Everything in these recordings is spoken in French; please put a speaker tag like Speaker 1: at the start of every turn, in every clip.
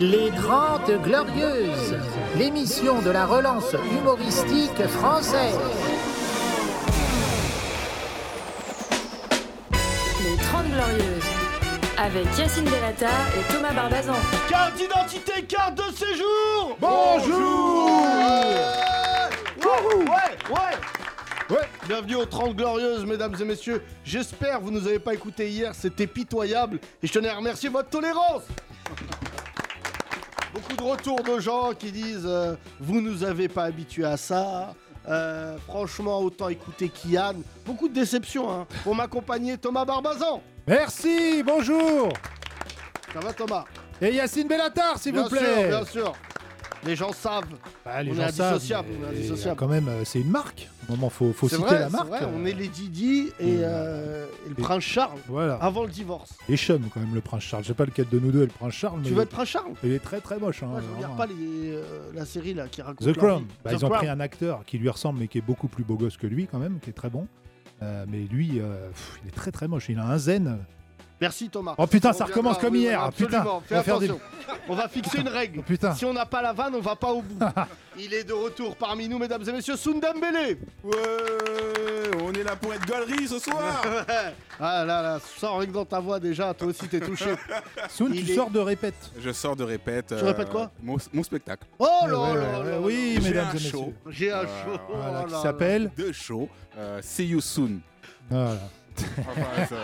Speaker 1: Les Grandes Glorieuses, l'émission de la relance humoristique française.
Speaker 2: Les 30 Glorieuses, avec Yacine Delata et Thomas Barbazan.
Speaker 3: Carte d'identité, carte de séjour
Speaker 4: Bonjour
Speaker 3: Ouais, ouais, ouais Ouais Bienvenue aux 30 Glorieuses, mesdames et messieurs. J'espère que vous nous avez pas écoutés hier, c'était pitoyable. Et je tenais à remercier votre tolérance Beaucoup de retours de gens qui disent euh, Vous nous avez pas habitués à ça. Euh, franchement, autant écouter Kian. Beaucoup de déceptions, hein. Pour m'accompagner, Thomas Barbazan.
Speaker 4: Merci, bonjour
Speaker 3: Ça va, Thomas
Speaker 4: Et Yacine Bellatar, s'il
Speaker 3: Bien
Speaker 4: vous plaît
Speaker 3: sûr, bien sûr. Les gens savent.
Speaker 4: Bah, les
Speaker 3: On
Speaker 4: gens
Speaker 3: est
Speaker 4: savent,
Speaker 3: indissociables, on
Speaker 4: mais
Speaker 3: est indissociables.
Speaker 4: Quand même, euh, c'est une marque. Au moment, faut, faut
Speaker 3: C'est
Speaker 4: citer
Speaker 3: vrai,
Speaker 4: la
Speaker 3: c'est
Speaker 4: marque.
Speaker 3: vrai, on est les Didi et, euh, et le prince Charles
Speaker 4: Voilà. Ah,
Speaker 3: avant le divorce.
Speaker 4: Et chum, quand même, le prince Charles. Je sais pas lequel de nous deux est le prince Charles, mais
Speaker 3: Tu veux être prince Charles
Speaker 4: il est très très moche. hein,
Speaker 3: Moi, je
Speaker 4: vraiment.
Speaker 3: regarde pas les, euh, la série là qui raconte. leur
Speaker 4: The Crown.
Speaker 3: vie.
Speaker 4: Bah,
Speaker 3: The
Speaker 4: ils ont
Speaker 3: Crown.
Speaker 4: pris un acteur qui lui ressemble, mais qui est beaucoup plus beau gosse que lui, quand même, qui est très bon. Euh, mais lui, euh, pff, il est très très moche. Il a un zen.
Speaker 3: Merci Thomas.
Speaker 4: Oh, putain,
Speaker 3: On
Speaker 4: ça
Speaker 3: reviendra,
Speaker 4: recommence comme
Speaker 3: oui,
Speaker 4: hier,
Speaker 3: voilà,
Speaker 4: ah, putain.
Speaker 3: absolument. Fais
Speaker 4: On va faire des-
Speaker 3: attention. On va fixer une règle.
Speaker 4: Oh, putain.
Speaker 3: Si on n'a pas la vanne, on va pas au bout. Il est de retour parmi nous, mesdames et messieurs, Sundambele.
Speaker 5: Ouais, on est là pour être gaulerie ce soir.
Speaker 3: Ah là là, ça rien que dans ta voix déjà, toi aussi t'es touché.
Speaker 4: Soon,
Speaker 3: Il
Speaker 4: tu
Speaker 3: est-
Speaker 4: sors de répète.
Speaker 5: Je sors de répète. euh,
Speaker 3: Tu répètes quoi
Speaker 5: mon, mon spectacle.
Speaker 3: Oh là là
Speaker 4: Ouais, ouais,
Speaker 3: là
Speaker 4: ouais,
Speaker 3: là
Speaker 4: oui,
Speaker 5: J'ai
Speaker 4: mesdames
Speaker 5: un
Speaker 4: et
Speaker 5: show.
Speaker 4: messieurs.
Speaker 3: là. J'ai un chaud.
Speaker 4: Voilà,
Speaker 3: Oh là
Speaker 4: qui
Speaker 3: là.
Speaker 4: s'appelle.
Speaker 5: Deux shows. euh, see you soon.
Speaker 4: Voilà.
Speaker 5: Enfin, ça-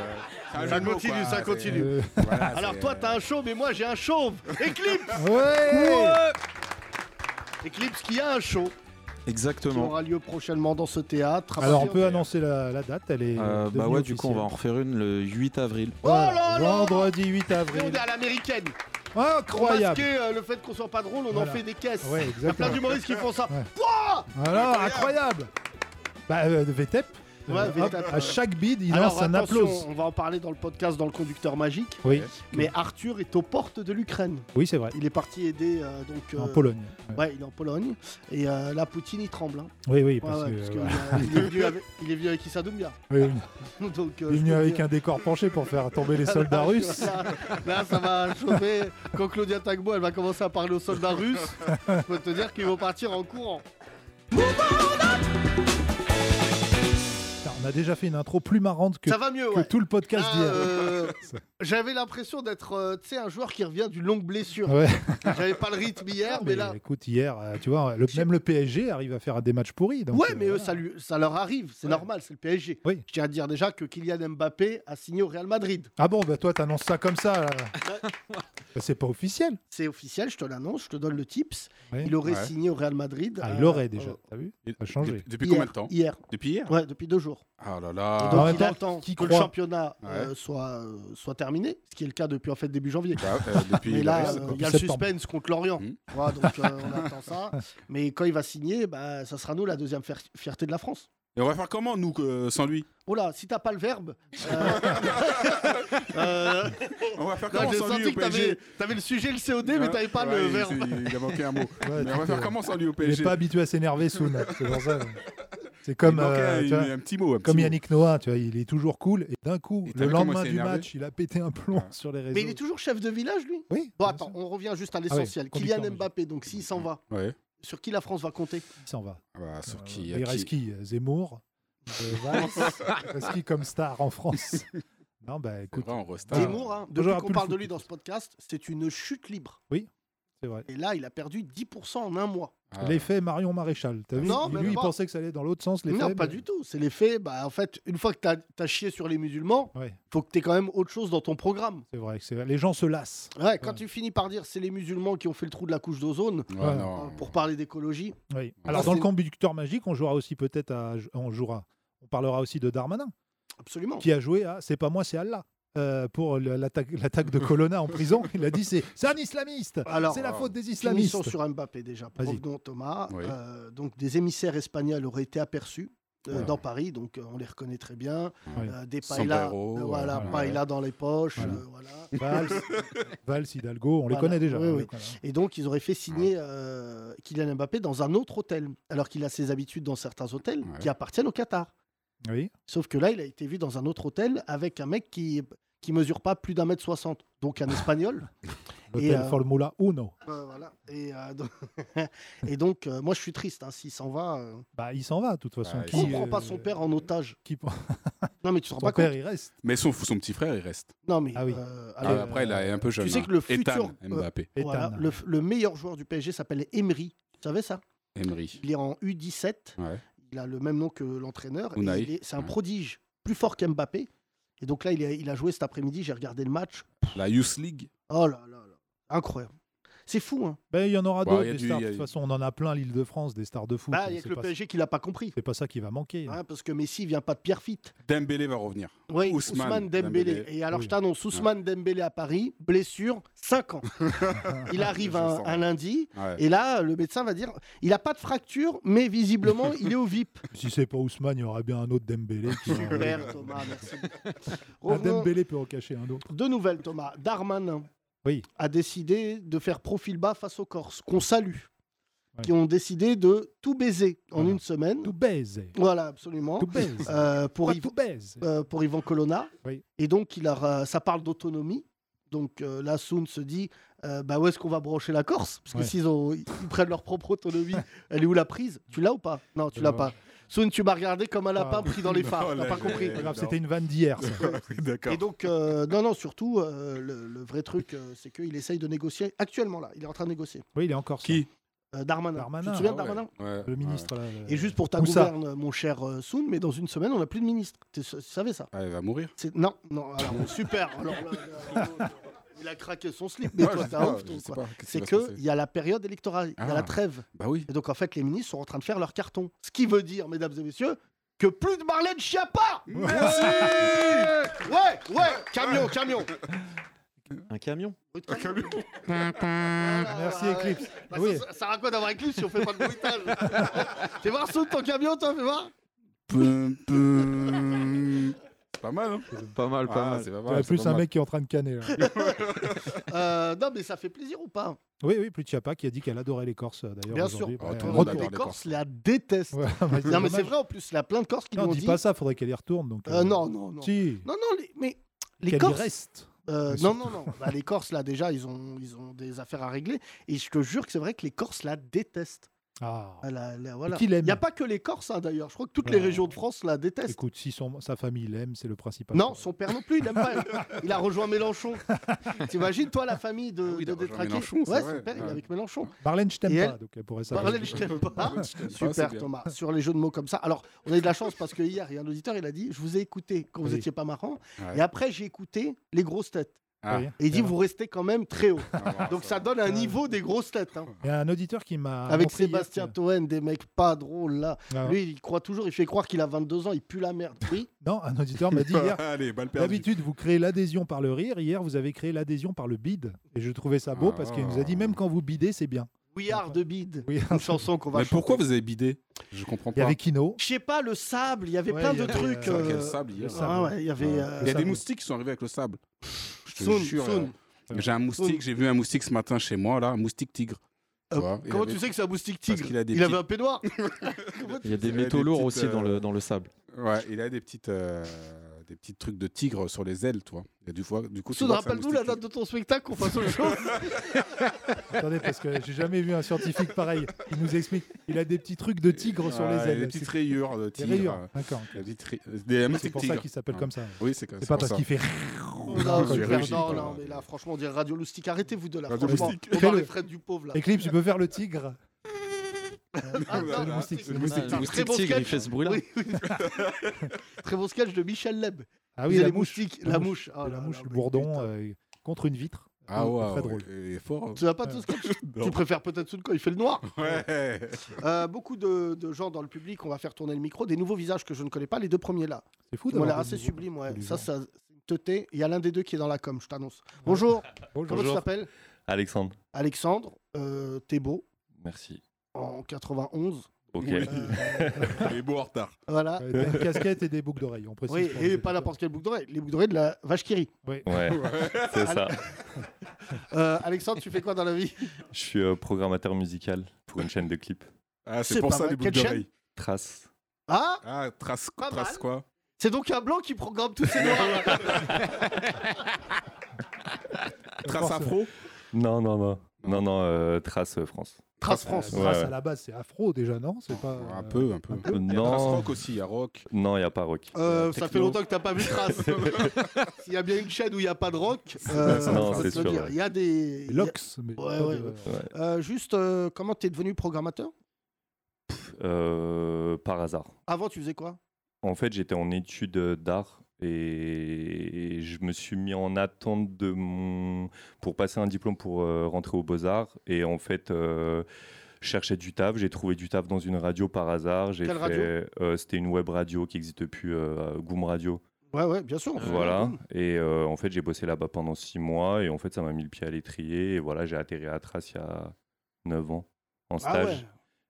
Speaker 5: c'est un jeu de mots,
Speaker 3: continue,
Speaker 5: quoi,
Speaker 3: ça
Speaker 5: c'est-
Speaker 3: continue.
Speaker 4: Euh,
Speaker 5: voilà,
Speaker 3: Alors
Speaker 5: c'est-
Speaker 3: toi t'as un chauve mais moi j'ai un chauve. Eclipse
Speaker 4: ouais
Speaker 3: Eclipse qui a un show qui
Speaker 6: Exactement.
Speaker 3: aura lieu prochainement dans ce théâtre. à
Speaker 4: Alors on
Speaker 3: partir
Speaker 4: peut
Speaker 3: de-
Speaker 4: annoncer la, la date, elle est.
Speaker 6: Euh,
Speaker 4: devenue
Speaker 6: bah ouais, du coup, on va en
Speaker 4: officielle.
Speaker 6: refaire une le 8 avril.
Speaker 3: Oh là là
Speaker 4: Vendredi 8
Speaker 3: Et on est
Speaker 4: avril.
Speaker 3: à l'américaine. Pour
Speaker 4: Incroyable.
Speaker 3: masquer euh, le fait qu'on soit pas drôle, on
Speaker 4: Voilà.
Speaker 3: en fait des caisses. Il
Speaker 4: Ouais,
Speaker 3: y a plein
Speaker 4: exactement.
Speaker 3: d'humoristes qui font ça.
Speaker 4: Ouais. Alors incroyable. Bah euh, VTEP.
Speaker 3: Ouais,
Speaker 4: euh, hop,
Speaker 3: VTEP,
Speaker 4: à
Speaker 3: ouais.
Speaker 4: chaque bid, il
Speaker 3: Alors
Speaker 4: lance un
Speaker 3: attention,
Speaker 4: applause.
Speaker 3: on va en parler dans le podcast dans le conducteur magique.
Speaker 4: Oui,
Speaker 3: Mais Arthur est aux portes de l'Ukraine.
Speaker 4: oui, c'est vrai.
Speaker 3: Il est parti aider euh, donc.
Speaker 4: En
Speaker 3: euh,
Speaker 4: Pologne. Ouais.
Speaker 3: Ouais, il est en Pologne. Et euh, là, Poutine, il tremble. hein.
Speaker 4: Oui, oui,
Speaker 3: Ouais,
Speaker 4: parce
Speaker 3: ouais,
Speaker 4: que,
Speaker 3: parce que,
Speaker 4: voilà.
Speaker 3: euh, il, est venu avec, il est venu avec Issa Doumbia.
Speaker 4: Oui, oui.
Speaker 3: Donc, euh,
Speaker 4: il
Speaker 3: je
Speaker 4: est venu
Speaker 3: peux
Speaker 4: avec
Speaker 3: dire-
Speaker 4: un décor penché pour faire tomber les soldats
Speaker 3: Là,
Speaker 4: russes.
Speaker 3: Là, là, ça va chauffer. Quand Claudia Tagbo, elle va commencer à parler aux soldats russes, je peux te dire qu'ils vont partir en courant.
Speaker 4: Putain, On a déjà fait une intro plus marrante que,
Speaker 3: ça va mieux,
Speaker 4: que
Speaker 3: ouais.
Speaker 4: tout le podcast
Speaker 3: Là,
Speaker 4: d'hier.
Speaker 3: euh, J'avais l'impression d'être euh, tu sais, un joueur qui revient d'une longue blessure.
Speaker 4: Ouais.
Speaker 3: J'avais pas le rythme hier, mais,
Speaker 4: Mais
Speaker 3: là.
Speaker 4: écoute, hier, euh, tu vois, le- même le PSG arrive à faire des matchs pourris. donc,
Speaker 3: ouais,
Speaker 4: euh,
Speaker 3: mais eux,
Speaker 4: voilà.
Speaker 3: ça, lui- ça leur arrive, c'est
Speaker 4: Ouais.
Speaker 3: normal, c'est le PSG.
Speaker 4: Oui.
Speaker 3: Je tiens à dire déjà que Kylian Mbappé a signé au Real Madrid.
Speaker 4: Ah bon, bah toi, t'annonces ça comme ça. là. Bah, c'est pas officiel.
Speaker 3: C'est officiel, je te l'annonce, je te donne le tips.
Speaker 4: Ouais.
Speaker 3: Il aurait
Speaker 5: Ouais.
Speaker 3: signé au Real Madrid.
Speaker 4: Ah,
Speaker 3: euh,
Speaker 4: il l'aurait déjà.
Speaker 3: euh,
Speaker 4: T'as vu
Speaker 5: Et-
Speaker 4: Ça a changé.
Speaker 5: Depuis, depuis
Speaker 3: hier,
Speaker 5: combien de temps
Speaker 3: Hier.
Speaker 5: Depuis hier
Speaker 3: Ouais, depuis deux jours.
Speaker 5: Ah là
Speaker 3: Et
Speaker 5: là.
Speaker 4: En
Speaker 3: donc
Speaker 4: même
Speaker 3: il
Speaker 4: temps,
Speaker 3: attend
Speaker 4: qui
Speaker 3: que le
Speaker 4: croit
Speaker 3: championnat euh, soit, euh, soit terminé, ce qui est le cas depuis en fait début janvier.
Speaker 5: Bah, euh, depuis
Speaker 3: Mais
Speaker 5: le
Speaker 3: là,
Speaker 5: Real,
Speaker 3: euh,
Speaker 5: quoi.
Speaker 3: il y a le
Speaker 4: Depuis
Speaker 3: suspense contre l'Orient.
Speaker 5: Mm.
Speaker 3: Voilà, donc euh, on attend ça. Mais quand il va signer, bah, ça sera nous la deuxième fier- fierté de la France.
Speaker 5: Et on va faire comment, nous, que- sans lui
Speaker 3: Oh là, si t'as pas le verbe. euh, euh,
Speaker 5: On va faire
Speaker 3: non,
Speaker 5: comment
Speaker 3: J'ai
Speaker 5: sans lui
Speaker 3: senti
Speaker 5: au
Speaker 3: que t'avais
Speaker 5: PSG
Speaker 3: t'avais le sujet, le COD, mais
Speaker 5: Hein
Speaker 3: t'avais pas
Speaker 5: Ouais,
Speaker 3: le
Speaker 5: il-
Speaker 3: verbe.
Speaker 5: c'est- Il a manqué un mot.
Speaker 4: Ouais,
Speaker 5: Mais on va
Speaker 4: tu-
Speaker 5: faire comment sans lui au
Speaker 4: Il
Speaker 5: PSG
Speaker 4: est pas habitué à s'énerver, Soun. C'est pour ça. C'est
Speaker 5: Il
Speaker 4: comme,
Speaker 5: manquait
Speaker 4: euh,
Speaker 5: un-
Speaker 4: tu vois,
Speaker 5: un petit mot. un petit
Speaker 4: comme
Speaker 5: mot.
Speaker 4: Yannick Noah, tu vois, il est toujours cool. Et d'un coup,
Speaker 5: Et t'as
Speaker 4: le
Speaker 5: vu comment
Speaker 4: lendemain
Speaker 5: il s'est
Speaker 4: du
Speaker 5: énervé Ah.
Speaker 4: match, il a pété un plomb
Speaker 5: Ouais.
Speaker 4: sur les réseaux.
Speaker 3: Mais il est toujours chef de village, lui
Speaker 4: Oui.
Speaker 3: Bon,
Speaker 4: bien
Speaker 3: attends,
Speaker 4: sûr. Ah
Speaker 3: on revient juste à l'essentiel.
Speaker 4: conducteur,
Speaker 3: Kylian
Speaker 4: mais-
Speaker 3: Mbappé, donc s'il s'en va,
Speaker 5: Ouais.
Speaker 3: sur qui la France va compter
Speaker 4: Il s'en va.
Speaker 5: Ah bah, sur
Speaker 4: Euh,
Speaker 5: qui,
Speaker 4: il
Speaker 5: à
Speaker 4: reste
Speaker 5: qui
Speaker 4: qui Zemmour euh, Valls Reste qui comme star en France Non, bah
Speaker 5: C'est
Speaker 4: écoute,
Speaker 5: vrai, on resta.
Speaker 4: Ah.
Speaker 3: Zemmour, hein, depuis
Speaker 4: J'aurais pu
Speaker 3: qu'on
Speaker 4: le
Speaker 3: parle de
Speaker 4: foutre.
Speaker 3: lui dans ce podcast, c'est une chute libre.
Speaker 4: c'est vrai.
Speaker 3: Et là, il a perdu 10% en un mois.
Speaker 5: Ah.
Speaker 4: L'effet Marion Maréchal. T'as vu
Speaker 3: Non,
Speaker 4: Il-
Speaker 3: mais
Speaker 4: Lui, il
Speaker 3: pas-
Speaker 4: pensait que ça allait dans l'autre sens. l'effet,
Speaker 3: Non, pas
Speaker 4: mais-
Speaker 3: du tout. C'est l'effet, bah, en fait, une fois que t'as as chié sur les musulmans,
Speaker 4: Ouais,
Speaker 3: faut que t'aies quand même autre chose dans ton programme.
Speaker 4: c'est vrai, que c'est vrai. Les gens se lassent.
Speaker 3: Ouais, quand tu finis par dire c'est les musulmans qui ont fait le trou de la couche d'ozone,
Speaker 5: Ouais,
Speaker 4: Ouais.
Speaker 5: non.
Speaker 3: euh, pour parler d'écologie,
Speaker 4: Oui.
Speaker 5: Ah,
Speaker 4: Alors dans le
Speaker 3: c'est-
Speaker 4: conducteur magique, on jouera aussi peut-être à on jouera. On parlera aussi de Darmanin
Speaker 3: absolument.
Speaker 4: qui a joué à c'est pas moi c'est Allah. euh, pour le- l'attaque l'attaque de Colonna en prison, il a dit c'est c'est un islamiste.
Speaker 3: Alors,
Speaker 4: C'est la
Speaker 5: euh,
Speaker 4: faute des
Speaker 3: Finissons
Speaker 4: islamistes.
Speaker 3: sur Mbappé déjà.
Speaker 4: Vas-y.
Speaker 3: Revenons Thomas.
Speaker 5: Oui.
Speaker 3: Euh, donc des émissaires espagnols auraient été aperçus. euh,
Speaker 5: Ouais.
Speaker 3: Dans Paris, donc euh, on les reconnaît très bien.
Speaker 4: Ouais.
Speaker 3: Euh, des paillas,
Speaker 5: Sombrero, ouais,
Speaker 3: voilà,
Speaker 4: ouais.
Speaker 3: paella dans les poches,
Speaker 4: Voilà.
Speaker 3: euh, voilà.
Speaker 4: Valls, Valls, Hidalgo, on les
Speaker 3: Voilà.
Speaker 4: connaît déjà. hein,
Speaker 3: Oui,
Speaker 4: on
Speaker 3: oui.
Speaker 4: les connaît.
Speaker 3: Et donc, ils auraient fait signer euh, Kylian Mbappé dans un autre hôtel, alors qu'il a ses habitudes dans certains hôtels
Speaker 5: Ouais.
Speaker 3: qui appartiennent au Qatar.
Speaker 4: Oui.
Speaker 3: Sauf que là, il a été vu dans un autre hôtel avec un mec qui qui mesure pas plus d'un mètre soixante, donc un espagnol.
Speaker 4: L'hôtel
Speaker 3: euh,
Speaker 4: Formula Uno.
Speaker 3: Euh, voilà. Et, euh, donc- et donc, euh, moi, je suis triste. Hein, S'il s'en va, euh,
Speaker 4: Bah, il s'en va, de toute façon.
Speaker 5: Ah, il
Speaker 3: on
Speaker 5: s'en
Speaker 4: Qui,
Speaker 3: prend
Speaker 4: euh,
Speaker 3: pas son père en otage.
Speaker 4: qui prend-
Speaker 3: Non, mais tu te rends
Speaker 4: Son
Speaker 3: pas
Speaker 4: père,
Speaker 3: compte.
Speaker 4: il reste.
Speaker 5: Mais son, son petit frère, il reste.
Speaker 3: Non, mais
Speaker 4: Ah oui.
Speaker 3: euh,
Speaker 5: Ah,
Speaker 3: allez,
Speaker 4: euh,
Speaker 5: après, il est un peu jeune.
Speaker 3: sais
Speaker 5: hein.
Speaker 3: que le
Speaker 5: Ethan
Speaker 3: futur- euh,
Speaker 5: Mbappé,
Speaker 3: voilà,
Speaker 4: Ethan.
Speaker 3: le, le meilleur joueur du PSG s'appelle Emery. Tu savais ça
Speaker 5: Emery.
Speaker 3: Il est en U17.
Speaker 5: Ouais.
Speaker 3: Il a le même nom que l'entraîneur. et
Speaker 5: Unai.
Speaker 3: il est- C'est un
Speaker 5: Ouais.
Speaker 3: prodige plus fort qu'Mbappé. Et donc là, il a, il a joué cet après-midi. J'ai regardé le match.
Speaker 5: La Youth League.
Speaker 3: Oh là là là. Incroyable. C'est fou, hein.
Speaker 4: Ben, il y en aura
Speaker 5: Bah,
Speaker 4: d'autres,
Speaker 5: il y a
Speaker 4: des
Speaker 5: du-
Speaker 4: stars.
Speaker 5: il y
Speaker 4: De
Speaker 5: a-
Speaker 4: toute façon, on en a plein l'île de France, des stars de foot.
Speaker 3: Bah, il
Speaker 4: mais
Speaker 3: n'y a
Speaker 4: c'est
Speaker 3: que le
Speaker 4: pas-
Speaker 3: PSG qui l'a pas compris.
Speaker 4: C'est pas ça qui va manquer.
Speaker 3: hein, parce que Messi vient pas de Pierrefitte.
Speaker 5: Dembélé va revenir.
Speaker 3: Oui, Ousmane,
Speaker 5: Ousmane
Speaker 3: Dembélé.
Speaker 5: Dembélé.
Speaker 3: Et alors,
Speaker 4: Oui.
Speaker 3: je t'annonce, Ousmane Dembélé à Paris, blessure, 5 ans. il arrive
Speaker 5: Je le
Speaker 3: un,
Speaker 5: sens.
Speaker 3: un lundi,
Speaker 5: Ouais.
Speaker 3: et là, le médecin va dire il n'a pas de fracture, mais visiblement, il est au VIP.
Speaker 4: Si c'est pas Ousmane, il y aura bien un autre Dembélé. qui va arriver.
Speaker 3: Super, Thomas, merci.
Speaker 4: un
Speaker 3: Revenons-
Speaker 4: Dembélé peut en cacher un autre.
Speaker 3: Deux nouvelles, Thomas. Darmanin
Speaker 4: Oui.
Speaker 3: a décidé de faire profil bas face aux Corses, qu'on salue,
Speaker 4: Ouais.
Speaker 3: qui ont décidé de tout baiser en
Speaker 4: Voilà.
Speaker 3: une semaine.
Speaker 4: Tout baise.
Speaker 3: Voilà, absolument.
Speaker 4: Tout baise.
Speaker 3: Euh, pour
Speaker 4: Pas
Speaker 3: Yves-
Speaker 4: tout baise.
Speaker 3: euh, pour Yvan Colonna.
Speaker 4: Oui.
Speaker 3: Et donc, il a, euh, ça parle d'autonomie. Donc euh, là, Soun se dit euh, bah, où est-ce qu'on va brancher la Corse Parce que
Speaker 4: Ouais.
Speaker 3: s'ils ont- ils prennent leur propre autonomie, elle est où la prise Tu l'as ou pas Non, tu l'as
Speaker 4: Euh,
Speaker 3: pas. Soun, tu m'as regardé comme un lapin
Speaker 4: Ah.
Speaker 3: pris dans les phares.
Speaker 5: Oh
Speaker 3: T'as
Speaker 5: là
Speaker 3: pas
Speaker 5: là.
Speaker 3: compris.
Speaker 4: Pas grave, C'était une vanne d'hier. ça.
Speaker 5: D'accord.
Speaker 3: Et donc, euh, non, non, surtout, euh, le, le vrai truc, euh, c'est qu'il essaye de négocier actuellement là. Il est en train de négocier.
Speaker 4: Oui, il est encore ça.
Speaker 5: Qui
Speaker 3: Euh, Darmanin. Tu
Speaker 4: Darmanin,
Speaker 3: te souviens
Speaker 5: Ah
Speaker 3: de
Speaker 5: ouais.
Speaker 3: Darmanin
Speaker 5: Ouais,
Speaker 4: Le
Speaker 5: ouais.
Speaker 4: ministre. là, le-
Speaker 3: Et juste pour ta
Speaker 4: Moussa.
Speaker 3: gouverne, mon cher euh, Soun, mais dans une semaine, on n'a plus de ministre. Tu tu savais ça
Speaker 5: Ah, il va mourir.
Speaker 3: C'est- Non, non, alors super. Alors, là, là, là, il a craqué son slip, mais
Speaker 5: Ouais,
Speaker 3: toi,
Speaker 5: je
Speaker 3: t'es
Speaker 5: sais
Speaker 3: un
Speaker 5: pas,
Speaker 3: ouf,
Speaker 5: je
Speaker 3: toi,
Speaker 5: sais
Speaker 3: quoi.
Speaker 5: pas, qu'est-ce qui
Speaker 3: C'est
Speaker 5: va se
Speaker 3: qu'il
Speaker 5: passer
Speaker 3: y a la période électorale, il y a la
Speaker 5: Ah.
Speaker 3: trêve.
Speaker 5: Bah oui.
Speaker 3: Et donc, en fait, les ministres sont en train de faire leur carton. Ce qui veut dire, mesdames et messieurs, que plus de Marlène Schiappa
Speaker 5: Merci
Speaker 3: Ouais, ouais, camion, camion
Speaker 6: Un camion
Speaker 3: Voilà,
Speaker 4: Merci,
Speaker 3: ouais.
Speaker 4: Eclipse.
Speaker 3: Bah,
Speaker 4: Oui.
Speaker 3: ça, ça sert à quoi d'avoir Eclipse si on fait pas de bruitage Fais voir, saute ton camion, toi, fais voir
Speaker 5: Pum, pum. C'est pas mal, hein
Speaker 6: Pas mal, pas
Speaker 5: Ah,
Speaker 6: mal.
Speaker 5: c'est pas
Speaker 4: Ouais,
Speaker 5: mal. c'est
Speaker 4: plus
Speaker 5: pas
Speaker 4: un
Speaker 5: mal.
Speaker 4: mec qui est en train de canner. là.
Speaker 3: Euh, Non, mais ça fait plaisir ou pas
Speaker 4: oui, oui, plus Chiappa qui a dit qu'elle adorait les Corses d'ailleurs.
Speaker 3: Bien sûr.
Speaker 4: aujourd'hui.
Speaker 5: Oh,
Speaker 4: Ouais,
Speaker 5: tout le
Speaker 4: euh,
Speaker 5: monde
Speaker 4: retour.
Speaker 5: adore
Speaker 3: les
Speaker 5: les
Speaker 3: Corses
Speaker 5: Corses.
Speaker 3: la détestent.
Speaker 4: Ouais, bah,
Speaker 3: Non, mais c'est
Speaker 4: dommage.
Speaker 3: vrai, en plus, il y a plein de Corses qui
Speaker 4: Non,
Speaker 3: nous ont
Speaker 4: dis
Speaker 3: dit.
Speaker 4: pas ça, faudrait qu'elle y retourne. Donc,
Speaker 3: Euh, non, non, non.
Speaker 4: Si,
Speaker 3: Non, non, les- mais les
Speaker 4: qu'elle y
Speaker 3: Corses.
Speaker 4: reste.
Speaker 3: euh,
Speaker 4: Mais
Speaker 3: non, non, non. Bah, les Corses, là, déjà, ils ont, ils ont des affaires à régler. Et je te jure que c'est vrai que les Corses la détestent.
Speaker 4: Ah.
Speaker 3: Ah, la- la- voilà.
Speaker 4: Et qui l'aime
Speaker 3: Il n'y a pas que les Corses, hein, d'ailleurs. Je crois que toutes les
Speaker 4: Ouais.
Speaker 3: régions de France la détestent.
Speaker 4: Écoute, si son, sa famille l'aime, c'est le principal.
Speaker 3: Non, son père non plus, il aime pas. euh, Il a rejoint Mélenchon. T'imagines, toi, la famille de,
Speaker 5: Ah oui, il
Speaker 3: de
Speaker 5: a rejoint
Speaker 3: détraqués
Speaker 5: Mélenchon, c'est
Speaker 3: Ouais,
Speaker 5: vrai.
Speaker 3: son père, il est
Speaker 5: Ouais.
Speaker 3: avec Mélenchon.
Speaker 4: Marlène, je t'aime
Speaker 3: Et
Speaker 4: pas,
Speaker 3: elle
Speaker 4: donc elle pourrait savoir.
Speaker 3: Parlez, je t'aime pas.
Speaker 5: Marlène, Ah, je t'aime pas, c'est
Speaker 3: Super,
Speaker 5: bien.
Speaker 3: Thomas. Sur les jeux de mots comme ça. Alors, on a eu de la chance parce que hier, il y a un auditeur, il a dit Je vous ai écouté quand vous
Speaker 4: Oui.
Speaker 3: étiez pas marrant.
Speaker 5: Ouais.
Speaker 3: Et après, j'ai écouté les grosses têtes.
Speaker 5: Ah.
Speaker 4: Oui.
Speaker 3: Et il dit
Speaker 4: Alors,
Speaker 3: Vous restez quand même très haut.
Speaker 5: Ah, bah,
Speaker 3: Donc, ça donne un
Speaker 4: Ouais.
Speaker 3: niveau des grosses têtes. hein.
Speaker 4: Il y a un auditeur qui m'a.
Speaker 3: Avec
Speaker 4: montré hier
Speaker 3: Sébastien
Speaker 4: que-
Speaker 3: Toen, des mecs pas drôles là.
Speaker 4: euh. Ah,
Speaker 3: Lui, il croit toujours, il fait croire qu'il a 22 ans, il pue la merde. Oui,
Speaker 4: Non, un auditeur m'a dit hier.
Speaker 5: Allez, balle perdue.
Speaker 4: D'habitude, vous créez l'adhésion par le rire. Hier, vous avez créé l'adhésion par le bide. Et je trouvais ça beau parce qu'il nous a dit même quand vous bidez, c'est bien.
Speaker 3: We Are de Bid.
Speaker 4: Oui.
Speaker 3: Une chanson qu'on va
Speaker 5: Mais pourquoi
Speaker 3: chanter.
Speaker 5: vous avez bidé Je comprends
Speaker 4: Il y
Speaker 5: pas.
Speaker 4: avait Kino.
Speaker 3: Je sais pas, le sable, il y avait
Speaker 4: Ouais,
Speaker 3: plein
Speaker 4: il y
Speaker 3: de
Speaker 4: avait,
Speaker 3: trucs.
Speaker 4: euh,
Speaker 5: Ah, quel
Speaker 3: euh,
Speaker 5: sable hier.
Speaker 4: le sable.
Speaker 3: Ah ouais, il y avait.
Speaker 4: Ouais.
Speaker 3: euh,
Speaker 5: Il y a des
Speaker 4: sable.
Speaker 5: moustiques qui sont arrivés avec le sable. Je te
Speaker 3: Saune,
Speaker 5: jure.
Speaker 3: saune.
Speaker 5: euh, J'ai un moustique, j'ai vu un moustique ce matin chez moi, là, un moustique tigre. Tu
Speaker 3: euh,
Speaker 5: vois, il
Speaker 3: comment
Speaker 5: avait-
Speaker 3: tu sais que c'est un moustique
Speaker 5: Parce
Speaker 3: tigre
Speaker 5: qu'il a des
Speaker 3: Il avait un peignoir.
Speaker 6: Il y a
Speaker 5: Il
Speaker 6: des
Speaker 5: y a
Speaker 6: métaux
Speaker 5: des
Speaker 6: lourds
Speaker 5: petites,
Speaker 6: aussi dans
Speaker 5: euh,
Speaker 6: le, dans le sable.
Speaker 5: Ouais, il a des petites, euh, des petites trucs de tigre sur les ailes, toi. Et du, fois, du coup, tu
Speaker 3: Soune,
Speaker 5: vois que c'est un
Speaker 3: rappelle-nous la
Speaker 5: moustique
Speaker 3: date de ton spectacle qu'on fasse autre chose.
Speaker 4: Attendez, parce que j'ai jamais vu un scientifique pareil. Il nous explique. Il a des petits trucs de tigre sur
Speaker 5: Ouais,
Speaker 4: les ailes.
Speaker 5: Des petites
Speaker 4: C'est-
Speaker 5: rayures de
Speaker 4: des
Speaker 5: tigre.
Speaker 4: rayures. hein, D'accord.
Speaker 5: euh, Des, tri- des
Speaker 4: C'est
Speaker 5: moustiques
Speaker 4: pour ça
Speaker 5: tigres.
Speaker 4: qu'il s'appelle
Speaker 5: Ouais.
Speaker 4: comme ça.
Speaker 5: Oui, c'est comme-
Speaker 4: C'est
Speaker 5: c'est
Speaker 4: pas
Speaker 5: pour
Speaker 4: parce
Speaker 5: ça.
Speaker 4: qu'il fait.
Speaker 3: Non,
Speaker 4: Quand
Speaker 3: super,
Speaker 4: j'ai
Speaker 5: réussi,
Speaker 3: non,
Speaker 5: quoi.
Speaker 3: non, mais là, franchement, dire Radio Loustique, arrêtez-vous de là.
Speaker 5: Radio
Speaker 3: franchement.
Speaker 5: Loustic.
Speaker 3: On va
Speaker 4: Fais-le.
Speaker 3: les frais du pauvre là.
Speaker 4: Eclipse, je peux faire le tigre.
Speaker 3: Ah,
Speaker 5: Voilà,
Speaker 3: non,
Speaker 4: moustique,
Speaker 3: c'est-
Speaker 4: le
Speaker 6: Ah,
Speaker 4: moustique.
Speaker 3: c'est
Speaker 6: Le
Speaker 3: un très
Speaker 6: moustique
Speaker 3: bon
Speaker 6: tigre, il
Speaker 3: sketch.
Speaker 6: fait ce bruit-là.
Speaker 3: Oui, oui. Très bon sketch de Michel Leb.
Speaker 4: Ah
Speaker 3: Vous
Speaker 4: oui,
Speaker 3: avez
Speaker 4: la
Speaker 3: les
Speaker 4: mouche.
Speaker 3: moustiques,
Speaker 4: La
Speaker 3: la
Speaker 4: mouche.
Speaker 3: mouche.
Speaker 5: Oh
Speaker 3: Ah
Speaker 4: la
Speaker 3: là
Speaker 4: mouche,
Speaker 3: là,
Speaker 4: le
Speaker 3: mais
Speaker 4: bourdon
Speaker 3: putain.
Speaker 4: euh, contre une vitre.
Speaker 5: Ah
Speaker 4: C'est
Speaker 5: ouais,
Speaker 4: très
Speaker 5: ouais,
Speaker 4: drôle.
Speaker 5: il est fort. hein. Ah. Bah
Speaker 3: Tu vas pas tout sketch Tu préfères peut-être Soune quand il fait le noir
Speaker 5: Ouais.
Speaker 3: Euh, Beaucoup de, de gens dans le public, on va faire tourner le micro, des nouveaux visages que je ne connais pas, les deux premiers là.
Speaker 4: C'est fou
Speaker 3: Ils m'ont
Speaker 4: d'avoir
Speaker 3: l'air
Speaker 4: des
Speaker 3: assez
Speaker 4: nouveaux-
Speaker 3: sublimes, ouais.
Speaker 4: tous les
Speaker 3: Ça,
Speaker 4: ans.
Speaker 3: ça, c'est une teuté. Il y a l'un des deux qui est dans la com, je t'annonce. Bonjour,
Speaker 4: Bonjour.
Speaker 3: comment tu
Speaker 6: Bonjour.
Speaker 3: t'appelles
Speaker 6: Alexandre.
Speaker 3: Alexandre, euh, t'es beau,
Speaker 6: Merci.
Speaker 3: en 91.
Speaker 6: Ok.
Speaker 5: Oui.
Speaker 3: Euh,
Speaker 5: Il est beau en retard.
Speaker 3: voilà.
Speaker 4: Ouais, t'as une casquette et des boucles d'oreilles. On précise.
Speaker 3: Oui,
Speaker 4: pour les
Speaker 3: et pas
Speaker 4: auditeurs.
Speaker 3: n'importe quelle boucle d'oreille, les boucles d'oreilles de la vache qui rit.
Speaker 6: Ouais, c'est ça.
Speaker 3: Euh, Alexandre, tu fais quoi dans la vie
Speaker 6: Je suis euh, programmateur musical pour une chaîne de clips.
Speaker 5: Ah,
Speaker 3: C'est
Speaker 5: c'est pour
Speaker 3: pas
Speaker 5: ça
Speaker 3: vrai.
Speaker 5: les boucles
Speaker 3: Quelle
Speaker 5: d'oreilles.
Speaker 6: Trace.
Speaker 3: Ah
Speaker 5: Ah, trace,
Speaker 3: Pas mal.
Speaker 5: trace quoi
Speaker 3: C'est donc un blanc qui programme tous ces noirs. là.
Speaker 5: Trace
Speaker 4: forcément.
Speaker 5: afro
Speaker 6: Non, non, non. Non, non, euh, Trace euh, France.
Speaker 3: Trace France.
Speaker 6: Ouais,
Speaker 4: Trace,
Speaker 6: ouais.
Speaker 4: à la base, c'est afro déjà, non C'est pas.
Speaker 5: Ah,
Speaker 4: euh,
Speaker 5: Un peu, un peu.
Speaker 4: peu.
Speaker 5: Il y a
Speaker 6: Non.
Speaker 5: Trace Rock aussi, il y a Rock.
Speaker 6: Non, il n'y a pas Rock.
Speaker 3: Euh, ça fait
Speaker 6: Techno.
Speaker 3: longtemps que t'as pas vu Trace. S'il y a bien une chaîne où il n'y a pas de rock, euh,
Speaker 6: Non,
Speaker 3: faut
Speaker 6: c'est
Speaker 3: se le
Speaker 6: sûr,
Speaker 3: dire.
Speaker 6: ouais.
Speaker 3: Il y a des. il y a-
Speaker 4: Lox, mais.
Speaker 3: Ouais,
Speaker 4: pas
Speaker 3: ouais,
Speaker 4: de-
Speaker 3: ouais.
Speaker 6: Ouais.
Speaker 3: Euh, juste, euh, comment t'es devenu programmateur
Speaker 6: Euh, par hasard.
Speaker 3: Avant, tu faisais quoi
Speaker 6: En fait, j'étais en études euh, d'art et je me suis mis en attente de mon pour passer un diplôme pour euh, rentrer aux Beaux-Arts et en fait euh, je cherchais du taf, j'ai trouvé du taf dans une radio par hasard, j'ai
Speaker 3: Quelle
Speaker 6: fait-
Speaker 3: radio
Speaker 6: euh, c'était une web radio qui n'existe plus euh, Goom Radio.
Speaker 3: Ouais, ouais, bien sûr. on fait
Speaker 6: voilà
Speaker 3: la-
Speaker 6: et euh, en fait, j'ai bossé là-bas pendant six mois et en fait ça m'a mis le pied à l'étrier et voilà, j'ai atterri à Trace il y a 9 ans
Speaker 3: Ah
Speaker 6: en
Speaker 3: ouais.
Speaker 6: stage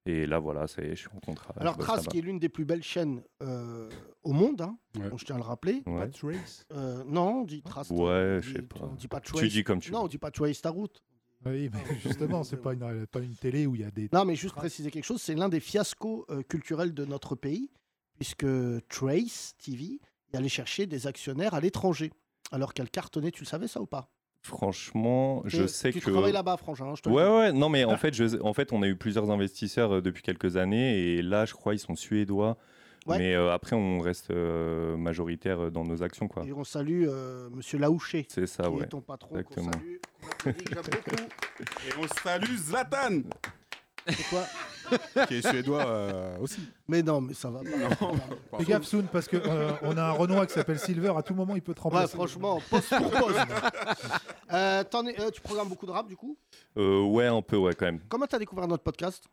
Speaker 6: et là voilà, ça y est, je suis en contrat. je
Speaker 3: Alors,
Speaker 6: bosse
Speaker 3: Trace,
Speaker 6: là-bas.
Speaker 3: qui est l'une des plus belles chaînes euh, au monde, hein,
Speaker 5: Ouais.
Speaker 3: bon, je tiens à le rappeler.
Speaker 6: Ouais.
Speaker 4: Pat Race
Speaker 3: Euh, non, on dit Trace.
Speaker 6: Ouais,
Speaker 3: on
Speaker 6: je
Speaker 3: dit-
Speaker 6: sais pas.
Speaker 3: On dit pas Trace.
Speaker 6: Tu dis comme tu
Speaker 3: Non, on
Speaker 6: veux.
Speaker 3: dit pas Trace ta route. Ah,
Speaker 4: Ah Oui, mais justement, c'est pas une, pas une télé où il y a des.
Speaker 3: Non, mais juste
Speaker 4: Trace.
Speaker 3: préciser quelque chose, c'est l'un des fiascos euh, culturels de notre pays, puisque Trace TV est allé chercher des actionnaires à l'étranger, alors qu'elle cartonnait, tu le savais ça ou pas
Speaker 6: Franchement, je
Speaker 3: Et
Speaker 6: sais
Speaker 3: tu
Speaker 6: que.
Speaker 3: travailles là-bas, Frangin, hein, je te le
Speaker 6: Ouais,
Speaker 3: dis.
Speaker 6: ouais, non, mais en fait, je, en fait, on a eu plusieurs investisseurs euh, depuis quelques années et là, je crois, ils sont suédois.
Speaker 3: Ouais.
Speaker 6: Mais euh, après, on reste euh, majoritaire euh, dans nos actions, quoi.
Speaker 3: Et on salue euh, Monsieur Laouché,
Speaker 6: C'est ça,
Speaker 3: qui
Speaker 6: ouais.
Speaker 3: est ton patron, qu'on
Speaker 6: exactement.
Speaker 3: salue, qu'on applaudit, que j'aime beaucoup.
Speaker 5: Et on salue Zlatan,
Speaker 3: C'est quoi
Speaker 5: qui est suédois euh, aussi.
Speaker 3: Mais non, mais ça va pas.
Speaker 4: Fais gaffe, Soun, parce qu'on a un Renoir qui s'appelle Silver, à tout moment, il peut te
Speaker 3: Ouais,
Speaker 4: remplacer.
Speaker 3: franchement, poste pour poste. Euh, t'en es- euh, tu programmes beaucoup de rap, du coup
Speaker 6: Euh, ouais, un peu, ouais, quand même.
Speaker 3: Comment t'as découvert notre podcast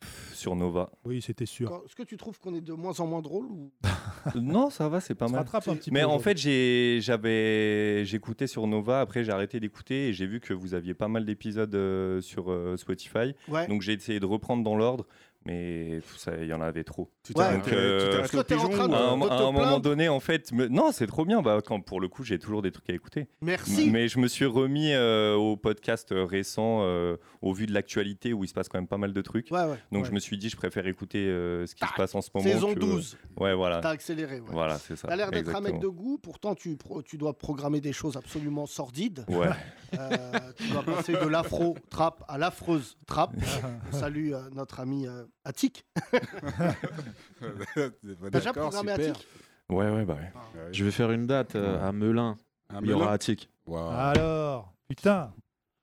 Speaker 6: Pff, Sur Nova.
Speaker 4: Oui, c'était sûr.
Speaker 3: Quand- Est-ce que tu trouves qu'on est de moins en moins drôle ou...
Speaker 6: Euh, non, ça va, c'est pas
Speaker 4: On se
Speaker 6: mal.
Speaker 4: rattrape un petit peu.
Speaker 6: Mais en
Speaker 4: aujourd'hui.
Speaker 6: fait, j'ai- j'avais, j'écoutais sur Nova. Après, j'ai arrêté d'écouter et j'ai vu que vous aviez pas mal d'épisodes euh, sur euh, Spotify.
Speaker 3: Ouais.
Speaker 6: Donc, j'ai essayé de reprendre dans l'ordre, mais pff, ça, il y en avait trop.
Speaker 5: Tu
Speaker 3: Ouais.
Speaker 5: t'arrêtes
Speaker 6: Donc, euh,
Speaker 5: tu t'arrêtes
Speaker 3: Est-ce que
Speaker 5: le
Speaker 3: t'es en
Speaker 5: pigeon,
Speaker 3: train de-
Speaker 5: euh,
Speaker 6: à un,
Speaker 3: te
Speaker 6: à un moment
Speaker 3: plaindre
Speaker 6: donné, en fait, me- non, c'est trop bien. Bah, quand, pour le coup, j'ai toujours des trucs à écouter.
Speaker 3: Merci.
Speaker 6: Mais je me suis remis euh, au podcast euh, récent euh, au vu de l'actualité où il se passe quand même pas mal de trucs.
Speaker 3: Ouais, ouais.
Speaker 6: Donc
Speaker 3: ouais.
Speaker 6: je me suis dit, je préfère écouter euh, ce qui se passe en ce moment.
Speaker 3: Saison
Speaker 6: que-
Speaker 3: 12,
Speaker 6: Ouais, voilà.
Speaker 3: t'as accéléré. Ouais.
Speaker 6: Voilà, c'est ça.
Speaker 3: T'as l'air d'être un mec de
Speaker 6: Exactement.
Speaker 3: goût, pourtant tu, pro- tu dois programmer des choses absolument sordides.
Speaker 6: Ouais,
Speaker 3: Euh, tu dois passer de l'afro trap à l'affreuse trap. On salue euh, notre ami euh, Attic. T'as déjà
Speaker 5: D'accord,
Speaker 3: programmé
Speaker 5: super.
Speaker 3: Attic
Speaker 6: ouais, ouais, bah
Speaker 4: Ah,
Speaker 6: ouais.
Speaker 5: Ouais.
Speaker 7: Je vais faire une date euh, à Melun.
Speaker 5: Un
Speaker 7: Il y
Speaker 5: melon.
Speaker 7: aura Attic.
Speaker 5: Waouh.
Speaker 4: Ah, Alors, putain,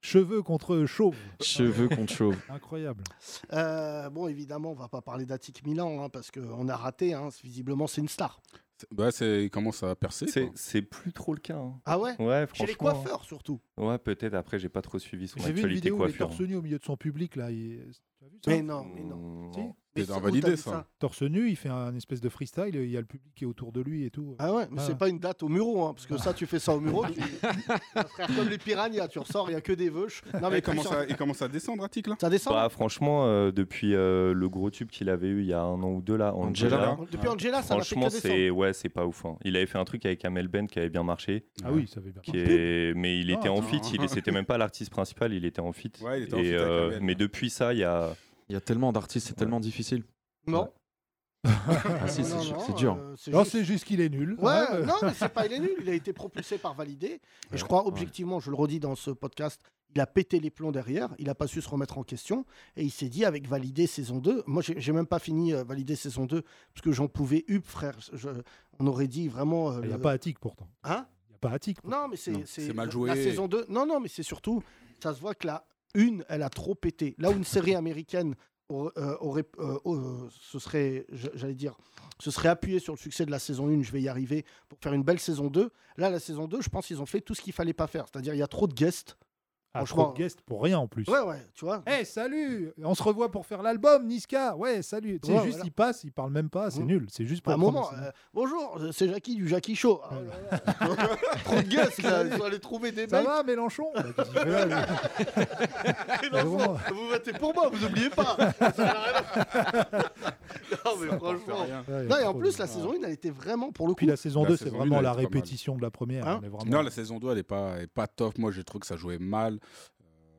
Speaker 4: cheveux contre chauve.
Speaker 7: Cheveux contre chauve.
Speaker 4: Incroyable.
Speaker 3: Euh, Bon, évidemment, on va pas parler d'Attic Milan hein, parce qu'on a raté. hein. Visiblement, c'est une star.
Speaker 5: C'est- Bah, c'est, il commence à percer.
Speaker 6: C'est-
Speaker 5: quoi.
Speaker 6: C'est plus trop le cas. hein.
Speaker 3: Ah ouais
Speaker 6: Ouais, franchement.
Speaker 3: Chez les coiffeurs surtout.
Speaker 6: Ouais, peut-être. Après, j'ai pas trop suivi son
Speaker 4: J'ai vu une
Speaker 6: actualité
Speaker 4: vidéo où il est
Speaker 6: coiffure.
Speaker 4: torse nu au milieu de son public, là. il- Tu as vu ça
Speaker 3: Mais non, mais non.
Speaker 6: Mmh,
Speaker 4: Si.
Speaker 6: non.
Speaker 3: Mais
Speaker 5: C'est
Speaker 3: où
Speaker 5: invalidé,
Speaker 3: t'as vu
Speaker 5: ça.
Speaker 4: Torse nu, il fait un espèce de freestyle, il y a le public qui est autour de lui et tout.
Speaker 3: Ah ouais, mais
Speaker 4: Ah.
Speaker 3: c'est pas une date au Muro, hein, parce que ça, tu fais ça au
Speaker 7: Oh,
Speaker 3: Muro, tu... ça serait comme les piranhas, tu ressors, il n'y a que des veuches. Non,
Speaker 5: Ah, mais
Speaker 3: mais
Speaker 5: il, commence
Speaker 3: Christian,
Speaker 5: à, il commence à descendre, Attic, là
Speaker 3: ça descend
Speaker 6: Bah, franchement, euh, depuis euh, le gros tube qu'il avait eu il y a un an ou deux là,
Speaker 7: Angela.
Speaker 6: Angela, Ah.
Speaker 3: là. Depuis Angela, ça n'a fait que
Speaker 6: Franchement,
Speaker 3: descendre.
Speaker 6: c'est ouais, c'est pas ouf. hein. Il avait fait un truc avec Amel Ben qui avait bien marché,
Speaker 4: Ah oui, ça fait bien.
Speaker 6: qui est... mais il
Speaker 3: Oh,
Speaker 4: Ah,
Speaker 6: était en fit.
Speaker 5: attends.
Speaker 6: Il c'était même pas l'artiste principal, il était en fit.
Speaker 5: Ouais, il était en
Speaker 6: Et,
Speaker 5: feat
Speaker 6: euh,
Speaker 5: avec Amel,
Speaker 6: mais
Speaker 5: ouais.
Speaker 6: depuis ça, il y a
Speaker 7: Il y a tellement d'artistes, c'est tellement difficile.
Speaker 3: Non,
Speaker 7: Ah si,
Speaker 3: non,
Speaker 7: c'est
Speaker 3: non,
Speaker 7: c'est dur.
Speaker 3: euh, c'est
Speaker 4: Non,
Speaker 3: juste-
Speaker 4: c'est juste qu'il est nul.
Speaker 3: Ouais,
Speaker 4: Ouais,
Speaker 3: non, mais c'est pas, il est nul, il a été propulsé par validé. Et je crois, objectivement, je le redis dans ce podcast, il a pété les plombs derrière, il a pas su se remettre en question, et il s'est dit, avec validé saison 2, moi, j'ai j'ai même pas fini euh, validé saison 2, parce que j'en pouvais up, frère. Je- On aurait dit vraiment. euh,
Speaker 4: Il n'y a
Speaker 3: le-
Speaker 4: pas Attic pourtant.
Speaker 3: Hein
Speaker 4: Il n'y a pas Attic.
Speaker 3: Non, mais c'est
Speaker 5: Non,
Speaker 3: c'est-
Speaker 5: c'est mal
Speaker 3: la-
Speaker 5: joué.
Speaker 3: La saison 2. Non, non, mais c'est surtout, ça se voit que la une, elle a trop pété. Là où une série américaine aurait, euh, aurait- euh, euh, ce serait, je- j'allais dire, ce serait appuyé sur le succès de la saison 1, je vais y arriver, pour faire une belle saison 2. Là, la saison 2, je pense qu'ils ont fait tout ce qu'il fallait pas faire. C'est-à-dire, il y a trop de guests.
Speaker 4: Ah,
Speaker 3: franchement.
Speaker 4: trop de guest pour rien en plus.
Speaker 3: Ouais, ouais, tu vois.
Speaker 4: Eh salut On se revoit pour faire l'album, Niska Ouais, salut C'est
Speaker 3: Ouais,
Speaker 4: juste,
Speaker 3: voilà.
Speaker 4: il passe, il parle même pas, c'est
Speaker 3: Mm.
Speaker 4: nul. C'est juste pour
Speaker 3: À un
Speaker 4: le
Speaker 3: moment,
Speaker 4: prendre,
Speaker 3: euh, bonjour, c'est Jackie du Jackie Show. Ah, oh là là. trop de guests, là. Ils sont allés trouver des
Speaker 4: c'est- Ça
Speaker 3: mecs.
Speaker 4: va, Mélenchon Bah, qu'est-ce qu'il fait là, lui
Speaker 3: Et l'enfant,
Speaker 4: Vraiment.
Speaker 3: vous votez pour moi, vous oubliez pas. Ça n'a rien à- non, mais franchement.
Speaker 4: Ouais, il y a
Speaker 3: Non, et en
Speaker 4: trop
Speaker 3: plus,
Speaker 4: de-
Speaker 3: la saison 1, elle était vraiment pour le coup.
Speaker 4: Puis la saison
Speaker 5: La
Speaker 4: 2, c'est
Speaker 5: saison
Speaker 4: vraiment
Speaker 5: une,
Speaker 4: la
Speaker 5: elle est pas mal.
Speaker 4: répétition de la première.
Speaker 3: Hein
Speaker 4: on est vraiment-
Speaker 5: Non, la saison 2, elle est pas, elle est pas top. Moi, je trouve que ça jouait mal.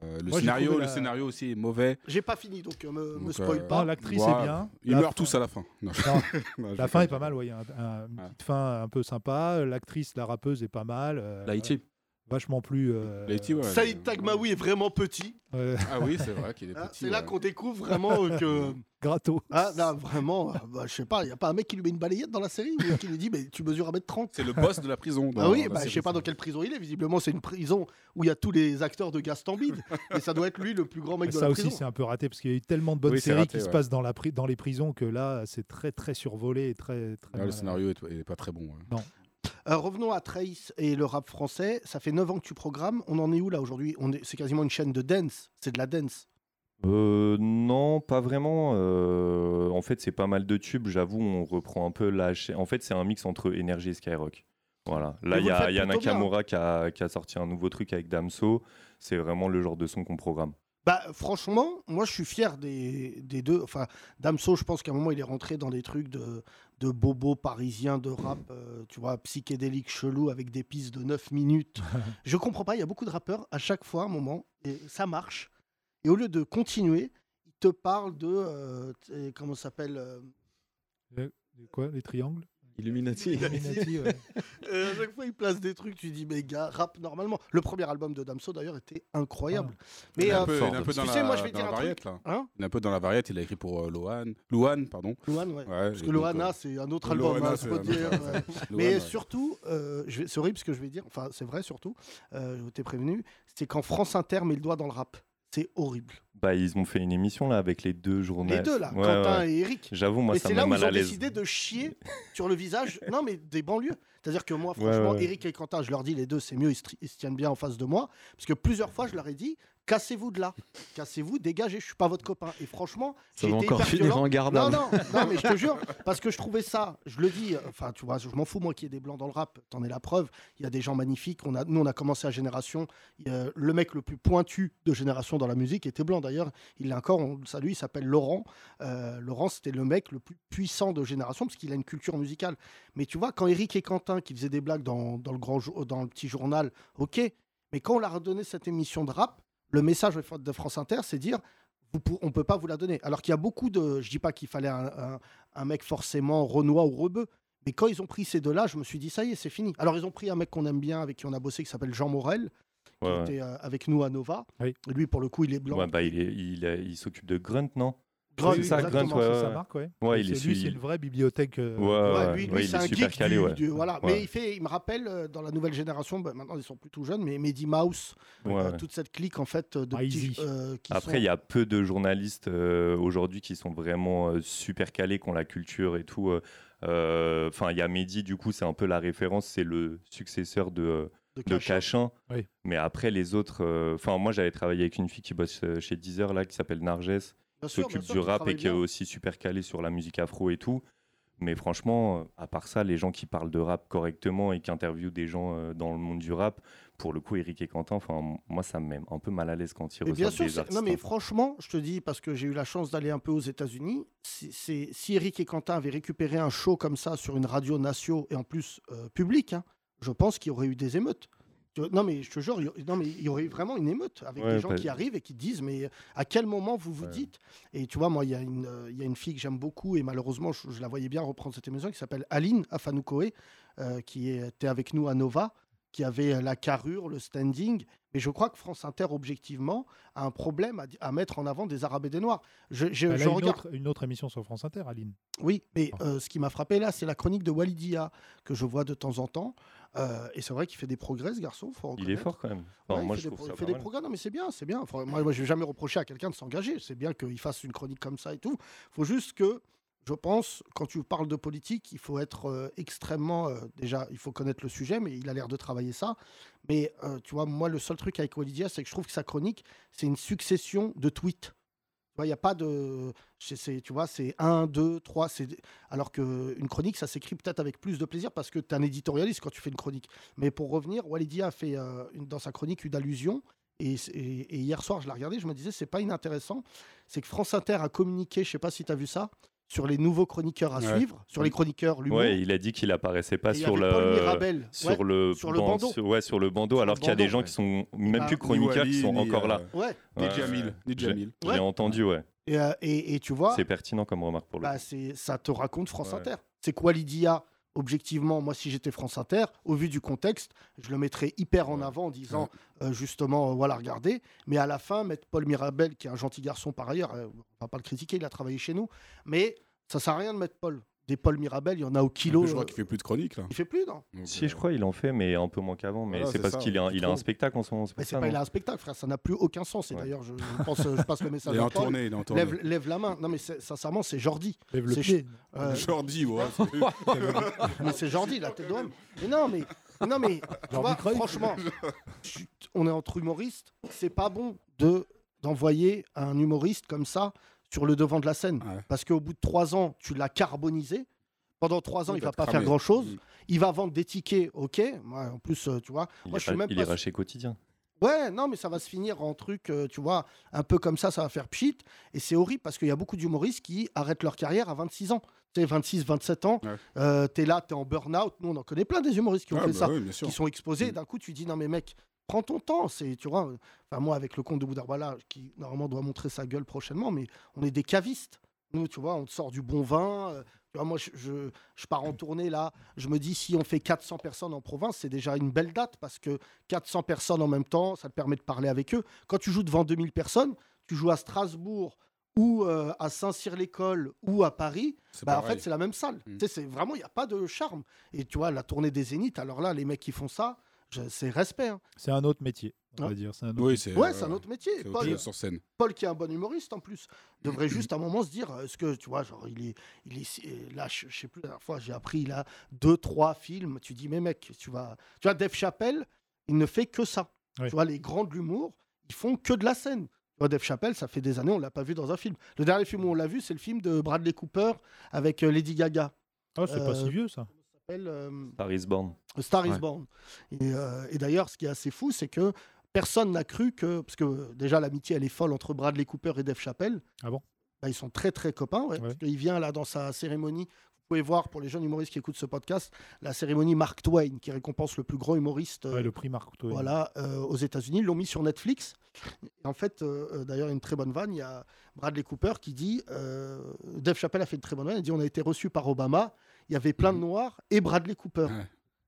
Speaker 5: Euh, le,
Speaker 4: Moi, j'ai
Speaker 5: scénario,
Speaker 4: trouvé
Speaker 5: le
Speaker 4: la-
Speaker 5: scénario aussi est mauvais.
Speaker 3: J'ai pas fini, donc euh, me, me
Speaker 5: Donc,
Speaker 3: spoil
Speaker 5: euh,
Speaker 4: Non,
Speaker 3: pas.
Speaker 4: l'actrice
Speaker 5: Ouais.
Speaker 4: est bien.
Speaker 5: Ils
Speaker 4: La
Speaker 5: meurent
Speaker 4: fin-
Speaker 5: tous à la fin. Non, je-
Speaker 4: Non,
Speaker 5: non, je
Speaker 4: La
Speaker 5: rigole.
Speaker 4: fin est pas mal, ouais. Il y a hein. un- un- une
Speaker 5: Ouais.
Speaker 4: petite fin un peu sympa. L'actrice, la rappeuse est pas mal. euh,
Speaker 7: L'IT.
Speaker 4: vachement plus. euh,
Speaker 5: Letty, ouais.
Speaker 3: Saïd Tagmaoui est vraiment petit.
Speaker 4: euh,
Speaker 5: Ah oui, c'est vrai qu'il est
Speaker 3: hein,
Speaker 5: petit.
Speaker 3: c'est là
Speaker 5: ouais.
Speaker 3: qu'on découvre vraiment euh, que.
Speaker 4: Gratto.
Speaker 3: Ah, non, vraiment, euh, bah, je sais pas, il n'y a pas un mec qui lui met une balayette dans la série ou qui lui dit, mais tu mesures 1m30.
Speaker 5: C'est le boss de la prison. dans
Speaker 3: Ah oui,
Speaker 5: la
Speaker 3: bah, je
Speaker 5: série,
Speaker 3: sais pas
Speaker 5: ça.
Speaker 3: dans quelle prison il est. Visiblement, c'est une prison où il y a tous les acteurs de Gaston Bide. et ça doit être lui le plus grand mec de
Speaker 4: Ça
Speaker 3: la
Speaker 4: aussi,
Speaker 3: prison.
Speaker 4: c'est un peu raté parce qu'il y a eu tellement de bonnes
Speaker 5: Oui, c'est
Speaker 4: séries
Speaker 5: raté,
Speaker 4: qui se
Speaker 5: ouais.
Speaker 4: passent dans, la pri- dans les prisons que là, c'est très, très survolé et très. très
Speaker 5: Ah,
Speaker 4: euh,
Speaker 5: le scénario est, est pas très bon. hein. ouais.
Speaker 3: Euh, revenons à Trace et le rap français. Ça fait 9 ans que tu programmes. On en est où là aujourd'hui On est- C'est quasiment une chaîne de dance. C'est de la dance.
Speaker 6: Euh, non, pas vraiment. Euh, en fait, c'est pas mal de tubes. J'avoue, on reprend un peu la. cha- En fait, c'est un mix entre énergie et Skyrock. Voilà. Là,
Speaker 3: Mais
Speaker 6: il
Speaker 3: vous
Speaker 6: y
Speaker 3: le
Speaker 6: a
Speaker 3: faites
Speaker 6: Yana
Speaker 3: plutôt bien,
Speaker 6: Kamura qui a, qui a sorti un nouveau truc avec Damso. C'est vraiment le genre de son qu'on programme.
Speaker 3: Bah, franchement, moi je suis fier des, des deux. Enfin, Damso, je pense qu'à un moment il est rentré dans des trucs de, de bobo parisien, de rap, euh, tu vois, psychédélique chelou avec des pistes de 9 minutes. je comprends pas, il y a beaucoup de rappeurs à chaque fois, à un moment, et ça marche. Et au lieu de continuer, ils te parlent de. euh, t- comment ça s'appelle euh,
Speaker 4: Euh, Quoi Les triangles
Speaker 7: Illuminati.
Speaker 4: Illuminati, ouais.
Speaker 3: euh, À chaque fois, ils placent des trucs, tu dis, mais gars, rap normalement. Le premier album de Damso d'ailleurs était incroyable.
Speaker 5: Ah. Il est
Speaker 3: Mais
Speaker 5: un
Speaker 3: euh,
Speaker 5: peu- il est un
Speaker 6: Ford.
Speaker 5: peu dans
Speaker 3: Tu sais,
Speaker 5: la-
Speaker 3: moi, je vais
Speaker 5: dans
Speaker 3: dire
Speaker 5: la
Speaker 3: un
Speaker 5: variette, là.
Speaker 3: Hein
Speaker 5: Il est un peu dans la variette. Il a écrit pour euh, Lohan. Luan, pardon.
Speaker 3: Luan, ouais.
Speaker 5: Ouais,
Speaker 3: Parce
Speaker 5: et
Speaker 3: que
Speaker 5: donc,
Speaker 3: Loana,
Speaker 5: euh,
Speaker 3: c'est un autre album,
Speaker 5: Loana,
Speaker 3: hein,
Speaker 5: c'est
Speaker 3: faut
Speaker 5: un
Speaker 3: dire,
Speaker 5: autre,
Speaker 3: ouais.
Speaker 5: ouais. Loan,
Speaker 3: Mais
Speaker 5: ouais.
Speaker 3: surtout, euh, je vais- c'est horrible ce que je vais dire, enfin c'est vrai surtout, euh, je t'ai prévenu, c'est quand France Inter met le doigt dans le rap. C'est horrible.
Speaker 6: Bah, ils ont fait une émission là avec les deux journalistes.
Speaker 3: Les deux là,
Speaker 6: Ouais,
Speaker 3: Quentin
Speaker 6: ouais.
Speaker 3: et Eric.
Speaker 6: J'avoue, moi,
Speaker 3: et
Speaker 6: ça
Speaker 3: c'est
Speaker 6: me
Speaker 3: là
Speaker 6: met
Speaker 3: où
Speaker 6: mal
Speaker 3: ils
Speaker 6: à
Speaker 3: ont
Speaker 6: l'aise.
Speaker 3: décidé de chier sur le visage, non mais des banlieues. C'est-à-dire que moi,
Speaker 6: Ouais,
Speaker 3: franchement,
Speaker 6: ouais.
Speaker 3: Eric et Quentin, je leur dis les deux, c'est mieux, ils se, tri- ils se tiennent bien en face de moi. Parce que plusieurs fois, je leur ai dit, cassez-vous de là, cassez-vous, dégagez, je suis pas votre copain. Et franchement,
Speaker 7: Ça
Speaker 3: j'ai
Speaker 7: va
Speaker 3: été
Speaker 7: encore
Speaker 3: hyper
Speaker 7: finir
Speaker 3: violent.
Speaker 7: en garde
Speaker 3: Non,
Speaker 7: à vue.
Speaker 3: non, non, mais je te jure, parce que je trouvais ça, je le dis, euh, enfin, tu vois, je m'en fous, moi, qu'il y ait des blancs dans le rap, t'en es la preuve. Il y a des gens magnifiques. On a, nous, on a commencé à Génération. euh, le mec le plus pointu de Génération dans la musique était blanc, d'ailleurs. Il l'a encore, on le salue, il s'appelle Laurent. Euh, Laurent, c'était le mec le plus puissant de Génération, parce qu'il a une culture musicale. Mais tu vois, quand Eric et Quentin, qui faisaient des blagues dans, dans le, grand, jo- dans le petit journal, ok, mais quand on leur a redonné cette émission de rap, le message de France Inter, c'est dire vous pou- on ne peut pas vous la donner. Alors qu'il y a beaucoup de. Je dis pas qu'il fallait un, un- un mec forcément renois ou rebeu, mais quand ils ont pris ces deux-là, je me suis dit ça y est, c'est fini. Alors ils ont pris un mec qu'on aime bien, avec qui on a bossé, qui s'appelle Jean Morel, qui
Speaker 6: Ouais, ouais.
Speaker 3: était euh, avec nous à Nova.
Speaker 4: Oui.
Speaker 3: Lui, pour le coup, il est blanc.
Speaker 6: Ouais, bah, il est- il est- il s'occupe de Grunt, non
Speaker 3: Grunt,
Speaker 6: c'est ça,
Speaker 3: exactement.
Speaker 6: Grunt, ouais,
Speaker 4: C'est
Speaker 6: ouais.
Speaker 4: sa marque, ouais.
Speaker 6: Ouais,
Speaker 4: Et
Speaker 6: il
Speaker 4: c'est-
Speaker 6: est
Speaker 4: lui,
Speaker 6: suivi.
Speaker 4: c'est une vraie bibliothèque. euh,
Speaker 6: Ouais,
Speaker 3: Ouais,
Speaker 6: ouais,
Speaker 3: lui, lui,
Speaker 6: ouais, il
Speaker 3: c'est
Speaker 6: est
Speaker 3: un
Speaker 6: super
Speaker 3: geek
Speaker 6: calé,
Speaker 3: du-
Speaker 6: ouais.
Speaker 3: du- voilà.
Speaker 6: Ouais.
Speaker 3: Mais il fait, il me rappelle euh, dans la nouvelle génération, bah, maintenant ils sont plus tout jeunes, mais Mehdi Mouse,
Speaker 6: Ouais,
Speaker 3: euh,
Speaker 6: ouais.
Speaker 3: toute cette clique en fait euh, de
Speaker 4: Icy.
Speaker 3: petits euh, qui
Speaker 6: Après, il y a peu de journalistes euh, aujourd'hui qui sont vraiment euh, super calés, qui ont la culture et tout. euh, euh, Enfin, il y a Mehdi, du coup, c'est un peu la référence, c'est le successeur de, euh,
Speaker 3: sont
Speaker 6: de
Speaker 3: Cachin.
Speaker 6: Cachin.
Speaker 4: Oui.
Speaker 6: Mais après, les autres. euh, Enfin, moi, j'avais travaillé avec une fille qui bosse euh, chez Deezer, là, qui s'appelle Narges,
Speaker 3: Bien
Speaker 6: qui
Speaker 3: sûr, bien
Speaker 6: s'occupe
Speaker 3: sûr,
Speaker 6: du
Speaker 3: qui
Speaker 6: rap et
Speaker 3: travaille
Speaker 6: qui est
Speaker 3: bien.
Speaker 6: aussi super calée sur la musique afro et tout. Mais franchement, euh, à part ça, les gens qui parlent de rap correctement et qui interviewent des gens euh, dans le monde du rap, pour le coup, Eric et Quentin, enfin, m- moi, ça me met un peu mal à l'aise quand ils
Speaker 3: Mais bien
Speaker 6: ressortent
Speaker 3: sûr,
Speaker 6: des
Speaker 3: c'est-
Speaker 6: artistes.
Speaker 3: non mais
Speaker 6: hein.
Speaker 3: franchement, je te dis parce que j'ai eu la chance d'aller un peu aux États-Unis. c'est- c'est- si Eric et Quentin avaient récupéré un show comme ça sur une radio nationale et en plus euh, publique, hein, je pense qu'il y aurait eu des émeutes. Tu vois, Non mais je te jure, il y aurait- non mais il y aurait eu vraiment une émeute avec
Speaker 6: Ouais,
Speaker 3: des gens
Speaker 6: pas-
Speaker 3: qui arrivent et qui disent mais à quel moment vous vous
Speaker 6: Ouais.
Speaker 3: dites Et tu vois moi il y a une euh, il y a une fille que j'aime beaucoup et malheureusement je, je la voyais bien reprendre cette émission qui s'appelle Aline Afanoukoé euh, qui était avec nous à Nova qui avait la carrure, le standing. Mais je crois que France Inter, objectivement, a un problème à, di- à mettre en avant des Arabes et des Noirs. Je, je-
Speaker 4: Elle a
Speaker 3: je
Speaker 4: une,
Speaker 3: regarde.
Speaker 4: autre, une autre émission sur France Inter, Aline.
Speaker 3: Oui, mais
Speaker 4: Ah.
Speaker 3: euh, ce qui m'a frappé là, c'est la chronique de Walidia que je vois de temps en temps. Euh, et c'est vrai qu'il fait des progrès, ce garçon. faut
Speaker 6: Il est
Speaker 3: reconnaître.
Speaker 6: fort quand même.
Speaker 3: Ouais,
Speaker 6: Enfin,
Speaker 3: il
Speaker 6: moi,
Speaker 3: fait
Speaker 6: je
Speaker 3: des, pro-
Speaker 6: trouve ça
Speaker 3: il fait
Speaker 6: pas
Speaker 3: des
Speaker 6: mal.
Speaker 3: progrès, non mais c'est bien, c'est bien. Enfin, moi, moi, je vais jamais reprocher à quelqu'un de s'engager. C'est bien qu'il fasse une chronique comme ça et tout. faut juste que, je pense, quand tu parles de politique, il faut être euh, extrêmement. euh, déjà, il faut connaître le sujet, mais il a l'air de travailler ça. Mais euh, tu vois, moi, le seul truc avec Walidia, c'est que je trouve que sa chronique, c'est une succession de tweets. Tu vois, Il n'y a pas de. c'est- c'est- tu vois, c'est 1, 2, 3. Alors qu'une chronique, ça s'écrit peut-être avec plus de plaisir parce que tu es un éditorialiste quand tu fais une chronique. Mais pour revenir, Walidia a fait euh, une- dans sa chronique une allusion. Et, c- et- et hier soir, je la regardais, je me disais, c'est pas inintéressant. C'est que France Inter a communiqué, je sais pas si tu as vu ça, sur les nouveaux chroniqueurs à
Speaker 5: Ouais.
Speaker 3: suivre, sur les chroniqueurs lui
Speaker 6: Ouais, il a dit qu'il apparaissait pas sur
Speaker 3: Paul
Speaker 6: le.
Speaker 3: Mirabel.
Speaker 6: Sur,
Speaker 3: Ouais,
Speaker 6: le
Speaker 3: sur le
Speaker 6: ban-
Speaker 3: bandeau.
Speaker 6: sur- ouais, sur le bandeau,
Speaker 3: Sur
Speaker 6: alors
Speaker 3: le
Speaker 6: qu'il y a des
Speaker 3: bandeau,
Speaker 6: gens
Speaker 3: ouais.
Speaker 6: qui sont même
Speaker 3: Bah,
Speaker 6: plus chroniqueurs, qui sont
Speaker 5: Ni
Speaker 6: encore
Speaker 5: Wally,
Speaker 6: là.
Speaker 3: ouais.
Speaker 5: Ni
Speaker 6: Ouais, ouais.
Speaker 5: Jamil. Ni
Speaker 6: J'ai-
Speaker 5: Jamil.
Speaker 6: J'ai
Speaker 3: Ouais.
Speaker 6: entendu, ouais.
Speaker 3: Et, euh, et- et tu vois,
Speaker 6: C'est pertinent comme remarque pour le
Speaker 3: bah,
Speaker 6: coup.
Speaker 3: c'est- ça te raconte France
Speaker 6: Ouais.
Speaker 3: Inter. C'est quoi Lydia objectivement, moi, si j'étais France Inter, au vu du contexte, je le mettrais hyper en
Speaker 5: Ouais.
Speaker 3: avant en disant euh, justement, euh, voilà, regardez. Mais à la fin, mettre Paul Mirabel, qui est un gentil garçon par ailleurs, euh, on va pas le critiquer, il a travaillé chez nous, mais ça sert à rien de mettre Paul. Des Paul Mirabel, il y en a au
Speaker 5: En
Speaker 3: kilo.
Speaker 6: Ah,
Speaker 5: plus, je crois
Speaker 3: euh,
Speaker 5: qu'il fait plus de chroniques là.
Speaker 3: il fait plus, non
Speaker 5: Donc,
Speaker 6: Si,
Speaker 5: euh,
Speaker 6: je crois, il en fait, mais un peu moins qu'avant. Mais
Speaker 5: Voilà, c'est
Speaker 6: c'est parce
Speaker 5: ça,
Speaker 6: qu'il a, il a
Speaker 5: trop.
Speaker 6: un spectacle en ce moment. c'est
Speaker 3: Mais
Speaker 6: pour
Speaker 3: c'est
Speaker 6: ça,
Speaker 3: pas il
Speaker 6: non
Speaker 3: a un spectacle, frère, ça n'a plus aucun sens. Et
Speaker 6: Ouais.
Speaker 3: d'ailleurs, je, je pense, je passe le message
Speaker 5: Il est
Speaker 3: à
Speaker 5: en
Speaker 3: Paul.
Speaker 5: tournée, il est en tournée.
Speaker 3: Lève, lève la main. Non, mais c'est- sincèrement, c'est Jordi.
Speaker 4: Lève le
Speaker 3: C'est
Speaker 4: pied.
Speaker 3: Euh,
Speaker 5: Jordi, ouais.
Speaker 3: mais c'est Jordi, la tête de homme. Mais non, mais, non, mais tu vois,
Speaker 4: Cruyff.
Speaker 3: franchement, tu- on est entre humoristes. C'est pas bon de d'envoyer un humoriste comme ça sur le devant de la scène.
Speaker 5: Ouais.
Speaker 3: Parce qu'au bout de trois ans, tu l'as carbonisé. Pendant trois ans, il va
Speaker 5: va te
Speaker 3: pas faire
Speaker 5: cramer. Mm.
Speaker 3: grand-chose. Il va vendre des tickets, ok. Moi, en plus, euh, tu vois,
Speaker 6: Il,
Speaker 3: moi,
Speaker 6: est
Speaker 3: je suis
Speaker 6: ra-
Speaker 3: même
Speaker 6: il
Speaker 3: pas
Speaker 6: est
Speaker 3: sûr-
Speaker 6: raché quotidien.
Speaker 3: Ouais, non, mais ça va se finir en truc, euh, tu vois, un peu comme ça, ça va faire pchit. Et c'est horrible parce qu'il y a beaucoup d'humoristes qui arrêtent leur carrière à 26 ans. Tu sais, 26, 27 ans,
Speaker 5: Ouais.
Speaker 3: euh, t'es là, t'es en burn-out. Nous, on en connaît plein des humoristes qui ont
Speaker 5: Ah,
Speaker 3: fait
Speaker 5: bah
Speaker 3: ça,
Speaker 5: oui, bien sûr.
Speaker 3: qui sont exposés. Et
Speaker 5: Mm.
Speaker 3: D'un coup, tu dis, non, mais mec, prends ton temps. C'est, tu vois, euh, enfin, moi, avec le compte de Boudarbala, qui normalement doit montrer sa gueule prochainement, mais on est des cavistes. Nous, tu vois, on te sort du bon vin. euh, tu vois, moi, je, je, je pars en tournée là. Je me dis, si on fait 400 personnes en province, c'est déjà une belle date parce que 400 personnes en même temps, ça te permet de parler avec eux. Quand tu joues devant 2000 personnes, tu joues à Strasbourg ou euh, à Saint-Cyr-l'École ou à Paris,
Speaker 5: C'est
Speaker 3: bah, en
Speaker 5: pareil.
Speaker 3: fait, c'est la même salle.
Speaker 5: Mm.
Speaker 3: Tu sais, c'est vraiment, il n'y a pas de charme. Et tu vois, la tournée des Zéniths, alors là, les mecs qui font ça, je- c'est respect. hein.
Speaker 4: C'est un autre métier, on
Speaker 3: Ouais.
Speaker 4: va dire. C'est un autre
Speaker 5: Oui, c'est.
Speaker 3: Ah.
Speaker 5: euh,
Speaker 3: Ouais, c'est un autre métier.
Speaker 5: C'est autre
Speaker 3: Paul,
Speaker 5: chose sur scène.
Speaker 3: Paul, qui est un bon humoriste en plus, devrait juste à un moment se dire euh, est-ce que, tu vois, genre, il est. Il est euh, là, je, je sais plus, la dernière fois, j'ai appris, il a deux, trois films. Tu dis mais mec, tu vas. Tu vois, Dave Chappelle, il ne fait que ça.
Speaker 4: Ouais.
Speaker 3: Tu vois, les grands de l'humour, ils font que de la scène. Tu vois, Dave Chappelle, ça fait des années, on l'a pas vu dans un film. Le dernier film où on l'a vu, c'est le film de Bradley Cooper avec euh, Lady Gaga.
Speaker 4: Ah, c'est pas
Speaker 3: Euh,
Speaker 4: si vieux ça.
Speaker 3: Ça s'appelle, euh,
Speaker 6: Paris Born.
Speaker 3: a Star is
Speaker 7: Ouais.
Speaker 3: Born. Et, euh, et d'ailleurs, ce qui est assez fou, c'est que personne n'a cru que. Parce que euh, déjà, l'amitié, elle est folle entre Bradley Cooper et Dave Chappelle.
Speaker 4: Ah bon
Speaker 3: Bah, Ils sont très, très copains. ouais,
Speaker 4: Ouais.
Speaker 3: parce qu'il vient là dans sa cérémonie. Vous pouvez voir pour les jeunes humoristes qui écoutent ce podcast, la cérémonie Mark Twain, qui récompense le plus grand humoriste euh,
Speaker 4: Ouais, le prix Marc Twain.
Speaker 3: voilà, euh, aux États-Unis, ils l'ont mis sur Netflix. Et en fait, euh, euh, d'ailleurs, une très bonne vanne. Il y a Bradley Cooper qui dit euh, Dave Chappelle a fait une très bonne vanne. Il dit On a été reçu par Obama. Il y avait plein de noirs et Bradley Cooper.
Speaker 5: Ouais.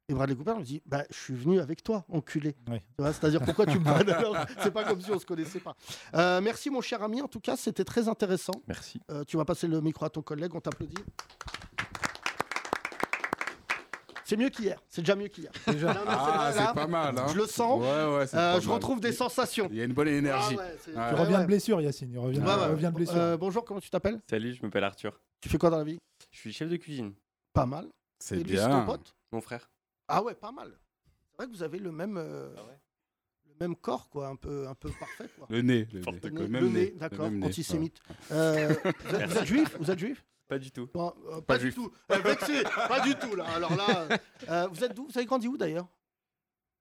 Speaker 3: Et Bradley Cooper me dit bah, Je suis venu avec toi, enculé.
Speaker 4: Ouais.
Speaker 3: Tu vois, C'est-à-dire, pourquoi tu me parles alors C'est pas comme si on se connaissait pas. Euh, merci, mon cher ami. En tout cas, c'était très intéressant.
Speaker 6: Merci.
Speaker 3: Euh, tu vas passer le micro à ton collègue, on t'applaudit. C'est mieux qu'hier, c'est déjà mieux qu'hier.
Speaker 4: Déjà.
Speaker 3: Non, non, c'est
Speaker 5: Ah,
Speaker 3: pas là.
Speaker 5: c'est pas mal. hein.
Speaker 3: Je le sens.
Speaker 5: Ouais, ouais, c'est
Speaker 3: Euh,
Speaker 5: pas
Speaker 3: je
Speaker 5: mal.
Speaker 3: retrouve des sensations.
Speaker 5: Il y a une bonne énergie.
Speaker 3: Ah ouais, c'est-
Speaker 5: Tu
Speaker 4: Tu
Speaker 5: Ouais,
Speaker 4: reviens
Speaker 3: ouais.
Speaker 4: de blessure, Yacine. Reviens,
Speaker 3: Ouais, ouais.
Speaker 4: reviens de blessure.
Speaker 3: Euh, bonjour, comment tu t'appelles
Speaker 8: Salut, je m'appelle Arthur.
Speaker 3: Tu fais quoi dans la vie
Speaker 8: Je suis chef de cuisine.
Speaker 3: Pas mal. Et
Speaker 5: C'est
Speaker 3: lui, c'est ton
Speaker 5: bien.
Speaker 3: pote
Speaker 8: Mon frère.
Speaker 3: Ah ouais, pas mal. C'est vrai que vous avez le même, euh,
Speaker 8: Ah ouais
Speaker 3: le même corps, quoi, un peu, un peu parfait. Quoi.
Speaker 5: Le nez. Le
Speaker 8: Porte-
Speaker 5: nez.
Speaker 3: Le
Speaker 5: Le
Speaker 3: nez,
Speaker 5: même nez. le
Speaker 3: d'accord,
Speaker 5: même nez.
Speaker 3: antisémite. Euh, vous, êtes, vous êtes juif Vous êtes juif
Speaker 8: Pas du tout.
Speaker 3: Bon, euh,
Speaker 5: Pas
Speaker 3: du
Speaker 5: juif.
Speaker 3: tout. Eh, vexé, pas du tout, là. Alors là, euh, euh, vous êtes d'où Vous avez grandi où d'ailleurs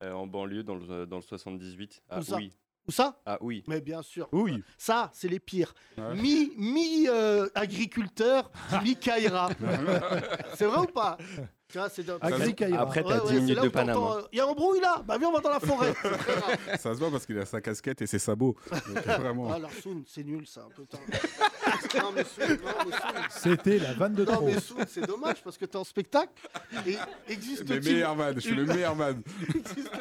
Speaker 8: Euh, en banlieue, dans le, dans le 78. Ah
Speaker 3: Où ça
Speaker 8: oui.
Speaker 3: Où ça
Speaker 8: Ah oui.
Speaker 3: Mais bien sûr.
Speaker 5: Oui.
Speaker 3: Ça, c'est les pires.
Speaker 5: Ouais.
Speaker 3: Mi, mi euh, agriculteur, mi Kaira. c'est vrai ou pas Tu vois, c'est
Speaker 4: Ah,
Speaker 5: Ça-
Speaker 4: Kaira.
Speaker 8: Après, t'as
Speaker 3: Ouais,
Speaker 8: 10
Speaker 3: ouais, c'est
Speaker 8: minutes
Speaker 3: là
Speaker 8: de
Speaker 3: où t'entends,
Speaker 8: Panama.
Speaker 3: euh, Il y a un brouille là Bah viens, on va dans la forêt C'est très grave.
Speaker 5: Ça se voit parce qu'il a sa casquette et ses sabots. Donc, euh, vraiment.
Speaker 3: Ah, alors, Soun, c'est nul ça, putain. non, mais Soun, non, mais Soun.
Speaker 4: C'était la vanne de
Speaker 3: Non,
Speaker 4: trop.
Speaker 3: mais Soun, c'est dommage parce que t'es en spectacle et
Speaker 5: Le
Speaker 3: existe-t-il
Speaker 5: meilleur man. Je suis le meilleur man.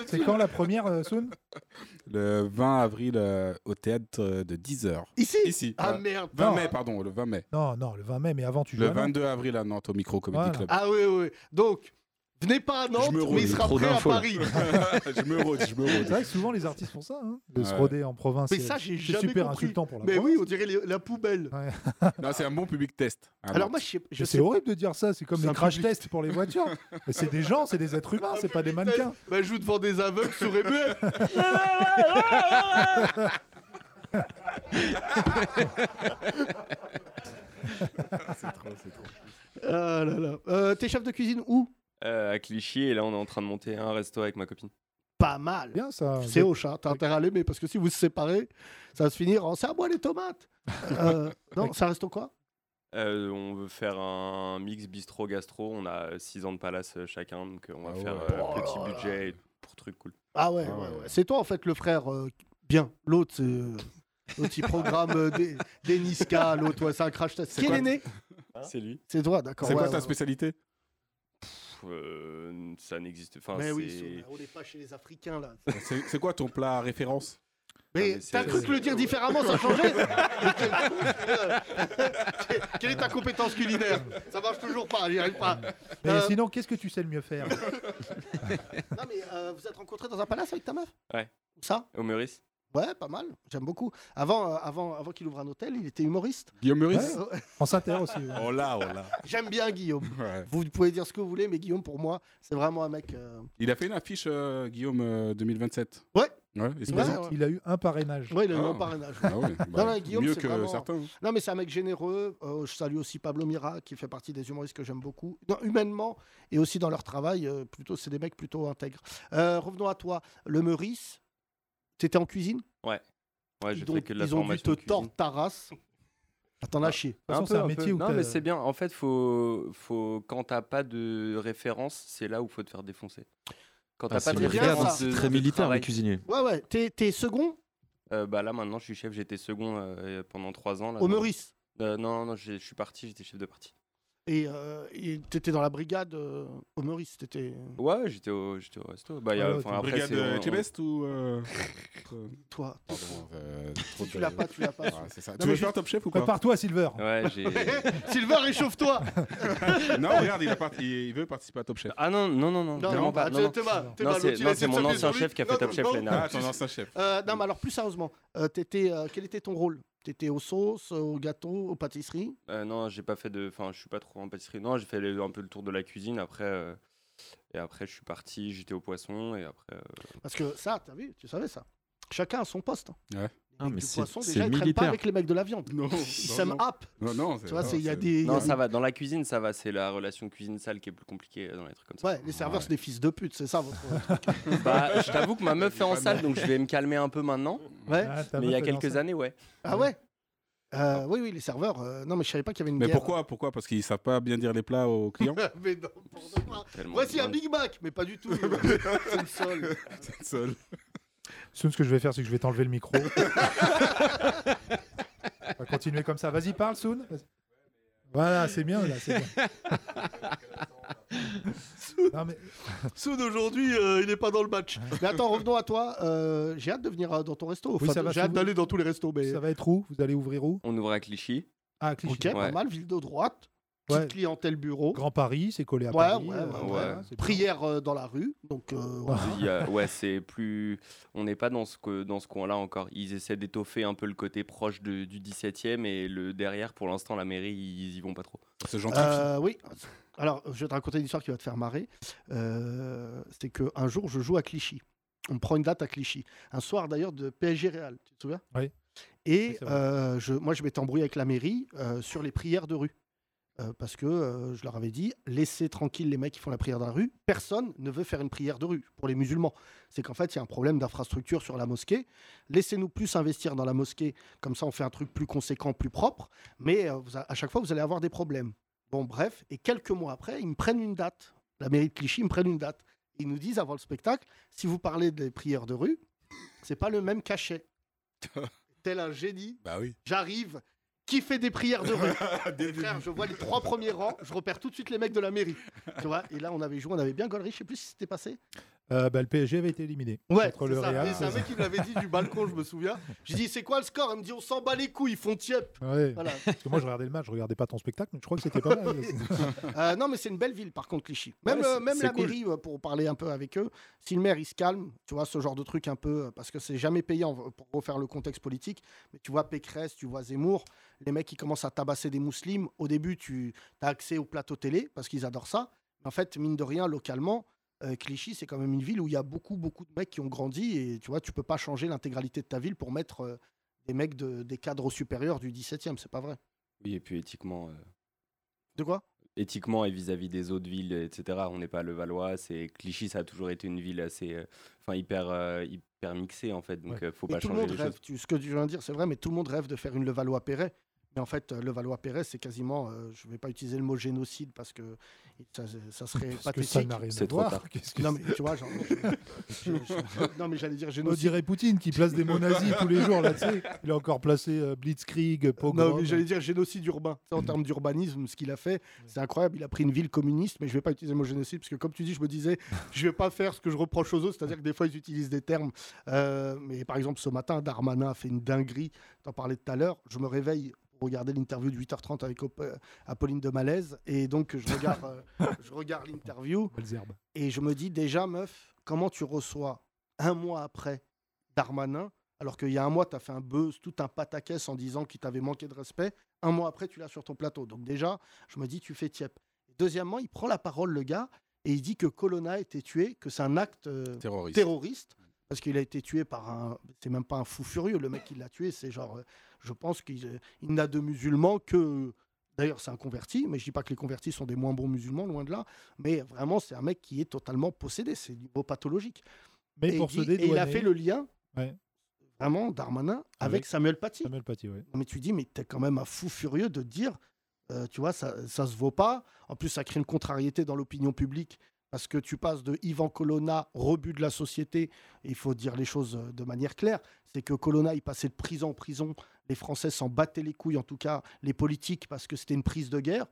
Speaker 4: C'est quand la première, euh, Soun
Speaker 5: Le 20 avril euh, au théâtre euh, de 10h.
Speaker 3: ici
Speaker 5: Ici.
Speaker 3: Ah
Speaker 5: ouais.
Speaker 3: merde
Speaker 5: 20
Speaker 4: non.
Speaker 5: mai, pardon. Le 20 mai.
Speaker 4: Non, non, le 20 mai, mais avant, tu joues.
Speaker 5: Le 22 avril à Nantes au Micro Comedy
Speaker 4: Voilà.
Speaker 5: Club.
Speaker 3: Ah oui, oui. Donc, venez pas à Nantes,
Speaker 5: me
Speaker 3: mais
Speaker 5: remets.
Speaker 3: il sera
Speaker 7: Trop
Speaker 3: prêt à
Speaker 7: d'infos, là.
Speaker 3: Paris.
Speaker 5: je me rôde, je me
Speaker 4: C'est
Speaker 5: rôde.
Speaker 4: vrai que souvent, les artistes font ça, hein, de se
Speaker 5: Ouais.
Speaker 4: roder en province.
Speaker 3: Mais
Speaker 4: c'est-
Speaker 3: ça, j'ai
Speaker 4: c'est
Speaker 3: jamais
Speaker 4: super
Speaker 3: compris.
Speaker 4: insultant pour la
Speaker 3: Mais
Speaker 4: province.
Speaker 3: oui, on dirait les- la poubelle.
Speaker 5: Non, c'est un bon public test. Ah,
Speaker 3: Alors
Speaker 5: non.
Speaker 3: moi, je sais, je
Speaker 4: Mais
Speaker 3: sais
Speaker 4: c'est horrible de dire ça, c'est comme
Speaker 3: C'est un
Speaker 4: les crash
Speaker 3: public.
Speaker 4: tests pour les voitures. Mais c'est des gens, c'est des êtres humains, Ah, c'est pas des mannequins.
Speaker 3: Bah, joue devant des aveugles sur EBF.
Speaker 5: c'est trop, c'est trop.
Speaker 3: Ah là là. Euh, T'es chef de cuisine où
Speaker 8: Euh, à Clichy, et là, on est en train de monter un resto avec ma copine.
Speaker 3: Pas mal.
Speaker 4: Bien ça.
Speaker 3: C'est au chat, t'as intérêt à l'aimer parce que si vous vous séparez, ça va se finir en c'est à moi les tomates. Euh, non, ça reste au quoi
Speaker 8: Euh, on veut faire un mix bistrot gastro. On a 6 ans de palace euh, chacun, donc euh, on va
Speaker 5: Ah
Speaker 8: faire
Speaker 5: ouais.
Speaker 8: euh,
Speaker 3: Oh
Speaker 8: petit
Speaker 3: là là.
Speaker 8: budget et pour trucs cool.
Speaker 3: Ah ouais,
Speaker 5: Ah
Speaker 3: ouais,
Speaker 5: ouais.
Speaker 3: ouais. c'est toi en fait le frère euh, bien. L'autre, c'est. euh, L'autre, il programme euh, des, des Niska, l'autre, ouais, c'est un crash test. Qui est
Speaker 5: quoi
Speaker 3: l'aîné
Speaker 8: C'est lui.
Speaker 3: C'est toi, d'accord.
Speaker 5: Hein C'est
Speaker 3: ouais,
Speaker 5: quoi ta
Speaker 3: ouais,
Speaker 5: spécialité
Speaker 3: ouais.
Speaker 8: pff, euh, ça n'existe. Enfin,
Speaker 3: mais
Speaker 8: c'est-
Speaker 3: oui, on n'est pas chez les Africains là.
Speaker 5: C'est c'est quoi ton plat à référence
Speaker 3: Mais
Speaker 8: mais c'est-
Speaker 3: t'as cru que le dire différemment, ça changeait Quelle- Quelle est ta compétence culinaire Ça marche toujours pas, j'y arrive pas.
Speaker 4: Mais
Speaker 3: Euh,
Speaker 4: sinon, qu'est-ce que tu sais le mieux faire
Speaker 3: Non mais euh, vous êtes rencontrés dans un palace avec ta meuf
Speaker 8: Ouais.
Speaker 3: Ça
Speaker 8: Au Meurice
Speaker 3: Ouais, pas mal. J'aime beaucoup. Avant, euh, avant, avant qu'il ouvre un hôtel, il était humoriste.
Speaker 5: Guillaume Meurice
Speaker 3: Euh,
Speaker 4: France Inter aussi. ouais.
Speaker 5: Oh là, oh là.
Speaker 3: J'aime bien Guillaume.
Speaker 5: Ouais.
Speaker 3: Vous pouvez dire ce que vous voulez, mais Guillaume, pour moi, c'est vraiment un mec. euh,
Speaker 5: Il a fait une affiche, euh, Guillaume, euh, 2027.
Speaker 3: Ouais.
Speaker 5: Ouais, il se
Speaker 4: Il,
Speaker 3: Ouais,
Speaker 5: présente.
Speaker 4: a,
Speaker 3: ouais.
Speaker 4: il a eu un parrainage.
Speaker 3: Ouais, il a eu
Speaker 5: Ah.
Speaker 3: un parrainage.
Speaker 5: Ah ouais, bah,
Speaker 3: Non, non, Guillaume,
Speaker 5: mieux
Speaker 3: c'est
Speaker 5: que
Speaker 3: vraiment-
Speaker 5: certains. hein.
Speaker 3: Non, mais c'est un mec généreux. Euh, je salue aussi Pablo Mira, qui fait partie des humoristes que j'aime beaucoup. Non, humainement et aussi dans leur travail, euh, plutôt, c'est des mecs plutôt intègres. Euh, revenons à toi. Le Meurice, t'étais en cuisine
Speaker 8: Ouais, j'ai
Speaker 3: Ils ont,
Speaker 8: fait que de la
Speaker 3: ils ont dû
Speaker 8: formation
Speaker 3: te
Speaker 8: de cuisine.
Speaker 3: tordre ta race. Ah, T'en as chié.
Speaker 4: De toute façon, c'est un métier où
Speaker 8: Non,
Speaker 4: t'as-
Speaker 8: mais c'est bien. En fait, faut, faut, quand t'as pas de référence, c'est là où faut te faire défoncer. Quand t'as
Speaker 7: Ah,
Speaker 8: pas
Speaker 7: c'est
Speaker 8: de
Speaker 3: bien
Speaker 7: militaire,
Speaker 8: référence,
Speaker 3: ça.
Speaker 7: c'est
Speaker 8: de-
Speaker 7: très
Speaker 8: de
Speaker 7: militaire
Speaker 8: travail,
Speaker 7: les cuisiniers.
Speaker 3: Ouais, ouais. T'es t'es second
Speaker 8: euh, bah là maintenant, je suis chef. J'étais second euh, pendant trois ans. Là,
Speaker 3: au
Speaker 8: dans-
Speaker 3: Meurice.
Speaker 8: Euh, non, non, j'ai- je suis parti. J'étais chef de parti.
Speaker 3: Et euh, et t'étais dans la brigade euh, au Meurice. T'étais.
Speaker 8: Ouais, j'étais au, j'étais au resto. Bah, y a-
Speaker 4: Ouais, ouais,
Speaker 8: enfin,
Speaker 4: t'es
Speaker 8: après,
Speaker 5: Brigade
Speaker 8: c'est- on-
Speaker 5: euh,
Speaker 8: on-
Speaker 5: Chebest ou. euh, euh,
Speaker 3: Toi.
Speaker 5: Pardon, euh, trop
Speaker 3: Si tu
Speaker 5: de-
Speaker 3: l'as pas, tu l'as pas.
Speaker 5: Ah, c'est ça.
Speaker 4: Non,
Speaker 5: Tu
Speaker 4: mais
Speaker 5: veux
Speaker 4: juste-
Speaker 5: faire Top Chef ou pas
Speaker 4: Prépare-toi, Silver.
Speaker 8: Ouais, j'ai.
Speaker 3: Sylvain, réchauffe-toi
Speaker 5: Non, regarde, il, a part- il- il veut participer à Top Chef.
Speaker 8: Ah non, non, non, non, vraiment
Speaker 3: bah,
Speaker 8: pas. Non, non.
Speaker 3: Thomas,
Speaker 8: Non, c'est non, c'est mon ancien chef qui a fait Top Chef l'année
Speaker 5: Ah,
Speaker 8: dernière.
Speaker 5: attends, ancien chef.
Speaker 3: Euh, non, mais alors plus sérieusement, euh, t'étais, euh, quel était ton rôle T'étais aux sauces, aux gâteaux, aux pâtisseries
Speaker 8: Euh, non, j'ai pas fait de. Enfin, je suis pas trop en pâtisserie. Non, j'ai fait le- un peu le tour de la cuisine. Après, euh, et après, je suis parti. J'étais au poisson. Et après, euh,
Speaker 3: Parce que ça, t'as vu, tu savais ça. Chacun a son poste. hein.
Speaker 7: Ah mais
Speaker 3: Du
Speaker 7: c'est
Speaker 3: poisson,
Speaker 7: c'est
Speaker 3: déjà, ils traînent pas
Speaker 7: militaire.
Speaker 3: avec les mecs de la viande.
Speaker 5: Non,
Speaker 3: Ils s'aiment up.
Speaker 5: Non, non,
Speaker 3: Tu vois, c'est- il y a
Speaker 5: c'est-
Speaker 3: des. il y a
Speaker 8: non,
Speaker 3: des-
Speaker 8: ça va. Dans la cuisine, ça va. C'est la relation cuisine-salle qui est plus compliquée euh, dans les trucs comme ça.
Speaker 3: Ouais, les serveurs,
Speaker 5: Ouais.
Speaker 3: c'est des fils de pute, c'est ça votre. votre-
Speaker 8: Bah, je t'avoue que ma meuf est en salle, donc je vais me calmer un peu maintenant.
Speaker 3: ouais.
Speaker 4: Ah, ta
Speaker 8: Mais il y a
Speaker 4: meuf, elle est
Speaker 8: quelques
Speaker 4: enceinte.
Speaker 8: années, ouais.
Speaker 3: Ah ouais Euh, Oui, oui, les serveurs. euh, non, mais je savais pas qu'il y avait une
Speaker 5: Ah. Mais
Speaker 3: guerre.
Speaker 5: pourquoi Pourquoi Parce qu'ils savent pas bien dire les plats aux clients.
Speaker 3: Mais non, n'importe quoi.
Speaker 8: Tellement
Speaker 3: Voici un
Speaker 8: dingue.
Speaker 3: Big Mac, mais pas du tout. c'est une sole.
Speaker 5: C'est seul.
Speaker 4: Soon, ce que je vais faire, c'est que je vais t'enlever le micro. On va continuer comme ça. Vas-y, parle, Soon. Vas-y. Voilà, c'est bien. Là, c'est bien. Non, mais
Speaker 3: Soud aujourd'hui, euh, il n'est pas dans le match. Mais attends, revenons à toi. Euh, j'ai hâte de venir euh, dans ton resto.
Speaker 4: Oui, ça va,
Speaker 3: j'ai
Speaker 4: ça
Speaker 3: hâte
Speaker 4: vous-
Speaker 3: d'aller dans tous les restos. Mais...
Speaker 4: ça va être où Vous allez ouvrir où
Speaker 8: On ouvre à Clichy.
Speaker 4: Ah,
Speaker 3: Ok,
Speaker 4: Clichy.
Speaker 3: pas
Speaker 8: Ouais.
Speaker 3: mal. Ville de droite,
Speaker 4: Ouais.
Speaker 3: petite clientèle bureau,
Speaker 4: Grand Paris, c'est collé à
Speaker 3: Ouais,
Speaker 4: Paris.
Speaker 3: ouais,
Speaker 4: euh,
Speaker 3: ouais,
Speaker 8: ouais.
Speaker 4: c'est bien.
Speaker 3: prière euh, dans la rue. Donc, euh, voilà.
Speaker 8: Il y a- ouais, c'est plus. On n'est pas dans ce, que, dans ce coin-là encore. Ils essaient d'étoffer un peu le côté proche de- du 17 e et le derrière, pour l'instant, la mairie, ils y vont pas trop.
Speaker 5: Ce gentil.
Speaker 3: Euh, oui. Alors, je vais te raconter une histoire qui va te faire marrer. Euh, c'est que un jour, je joue à Clichy. On me prend une date à Clichy. Un soir d'ailleurs de PSG Real, tu te souviens
Speaker 4: Oui. Oui,
Speaker 3: Et
Speaker 4: c'est vrai.
Speaker 3: euh, je, moi, je m'étais embrouillé avec la mairie euh, sur les prières de rue. Euh, parce que euh, je leur avais dit, laissez tranquille les mecs qui font la prière dans la rue. Personne ne veut faire une prière de rue pour les musulmans. C'est qu'en fait, il y a un problème d'infrastructure sur la mosquée. Laissez-nous plus investir dans la mosquée, comme ça on fait un truc plus conséquent, plus propre. Mais euh, vous a- à chaque fois, vous allez avoir des problèmes. Bon, bref, et quelques mois après, ils me prennent une date. La mairie de Clichy, ils me prennent une date. Ils nous disent avant le spectacle, si vous parlez des prières de rue, c'est pas le même cachet. Tel un génie,
Speaker 5: Bah oui.
Speaker 3: j'arrive, qui fait des prières de rue
Speaker 5: Dès le
Speaker 3: Frère, je vois les trois premiers rangs, je repère tout de suite les mecs de la mairie. Tu vois, et là on avait joué, on avait bien gollerie, je sais plus si c'était passé.
Speaker 4: Euh, bah, le PSG avait été éliminé. contre
Speaker 3: c'est
Speaker 4: le
Speaker 3: ça.
Speaker 4: Real.
Speaker 3: Et c'est un
Speaker 4: c'est
Speaker 3: mec qui me l'avait dit du balcon, je me souviens. J'ai dit, c'est quoi le score Elle me dit, on s'en bat les couilles, ils font tiep.
Speaker 4: ça. Ouais.
Speaker 3: Voilà.
Speaker 4: Parce que moi, je regardais le match, je regardais pas ton spectacle, mais je crois que c'était pas mal.
Speaker 3: Euh, non, mais c'est une belle ville, par contre, Clichy. Même,
Speaker 5: Ouais, c'est-
Speaker 3: euh, même
Speaker 5: c'est
Speaker 3: la
Speaker 5: cool.
Speaker 3: mairie, euh, pour parler un peu avec eux, si le maire il se calme, tu vois, ce genre de truc un peu, euh, parce que c'est jamais payant euh, pour refaire le contexte politique, mais tu vois Pécresse, tu vois Zemmour, les mecs qui commencent à tabasser des musulmans, au début, tu as accès au plateau télé, parce qu'ils adorent ça. Mais en fait, mine de rien, localement, euh, Clichy, c'est quand même une ville où il y a beaucoup, beaucoup de mecs qui ont grandi, et tu vois, tu peux pas changer l'intégralité de ta ville pour mettre euh, des mecs de- des cadres supérieurs du 17e, c'est pas vrai.
Speaker 8: Oui, et puis éthiquement. euh,
Speaker 3: De quoi
Speaker 8: éthiquement et vis-à-vis des autres villes, etc. On n'est pas à Levallois, c'est Clichy, ça a toujours été une ville assez, euh, enfin hyper, euh, hyper mixée en fait, donc
Speaker 4: Ouais.
Speaker 8: euh, faut
Speaker 3: Mais
Speaker 8: pas
Speaker 3: tout le
Speaker 8: changer
Speaker 3: monde
Speaker 8: les
Speaker 3: rêve,
Speaker 8: choses.
Speaker 3: tu- ce que tu viens de dire, c'est vrai, mais tout le monde rêve de faire une Levallois-Perret. Mais en fait, euh, Levallois-Perret, c'est quasiment, euh, je ne vais pas utiliser le mot génocide parce que ça, ça serait
Speaker 4: Parce que ça
Speaker 3: pathétique.
Speaker 4: n'a rien
Speaker 7: C'est
Speaker 4: à
Speaker 7: trop
Speaker 4: voir.
Speaker 7: tard.
Speaker 4: Qu'est-ce que
Speaker 3: Non
Speaker 4: c'est
Speaker 3: mais tu vois, genre, je- je- je- non mais j'allais dire
Speaker 4: On
Speaker 3: génocide.
Speaker 4: dirait Poutine qui place des mots nazis tous les jours là, tu sais. Il a encore placé euh, Blitzkrieg,
Speaker 3: Non,
Speaker 4: Pogrom.
Speaker 3: mais j'allais dire génocide urbain. Ça, en termes d'urbanisme, ce qu'il a fait, c'est incroyable. Il a pris une ville communiste, mais je vais pas utiliser le mot génocide, parce que comme tu dis, je me disais, je vais pas faire ce que je reproche aux autres, c'est-à-dire que des fois, ils utilisent des termes. euh, mais par exemple, ce matin, Darmanin a fait une dinguerie, t'en parlais tout à l'heure, je me réveille pour regarder l'interview de 8h30 avec Op- euh, Apolline de Malaise, et donc je regarde, euh, je regarde l'interview,
Speaker 4: Belles herbes.
Speaker 3: et je me dis déjà, meuf, comment tu reçois un mois après Darmanin, alors qu'il y a un mois, tu as fait un buzz, tout un pataquès en disant qu'il t'avait manqué de respect. Un mois après, tu l'as sur ton plateau. Donc déjà, je me dis, tu fais tiep. Deuxièmement, il prend la parole, le gars, et il dit que Colonna a été tué, que c'est un acte euh,
Speaker 5: Terroriste.
Speaker 3: terroriste, parce qu'il a été tué par un. C'est même pas un fou furieux, le mec qui l'a tué, c'est genre. euh, Je pense qu'il euh, il n'a de musulmans que. D'ailleurs, c'est un converti, mais je dis pas que les convertis sont des moins bons musulmans, loin de là. Mais vraiment, c'est un mec qui est totalement possédé, c'est niveau pathologique.
Speaker 4: Mais
Speaker 3: Et
Speaker 4: pour
Speaker 3: il
Speaker 4: se
Speaker 3: dit- et
Speaker 4: dédouaner,
Speaker 3: il a fait le lien,
Speaker 4: Ouais.
Speaker 3: vraiment, Darmanin, avec,
Speaker 4: Avec
Speaker 3: Samuel Paty.
Speaker 4: Samuel Paty, ouais.
Speaker 3: Non, Mais tu dis, mais t'es quand même un fou furieux de dire, euh, tu vois, ça, ça se vaut pas. En plus, ça crée une contrariété dans l'opinion publique parce que tu passes de Ivan Colonna, rebut de la société. Il faut dire les choses euh, de manière claire. C'est que Colonna, il passait de prison en prison. Les Français s'en battaient les couilles, en tout cas les politiques, parce que c'était une prise de guerre.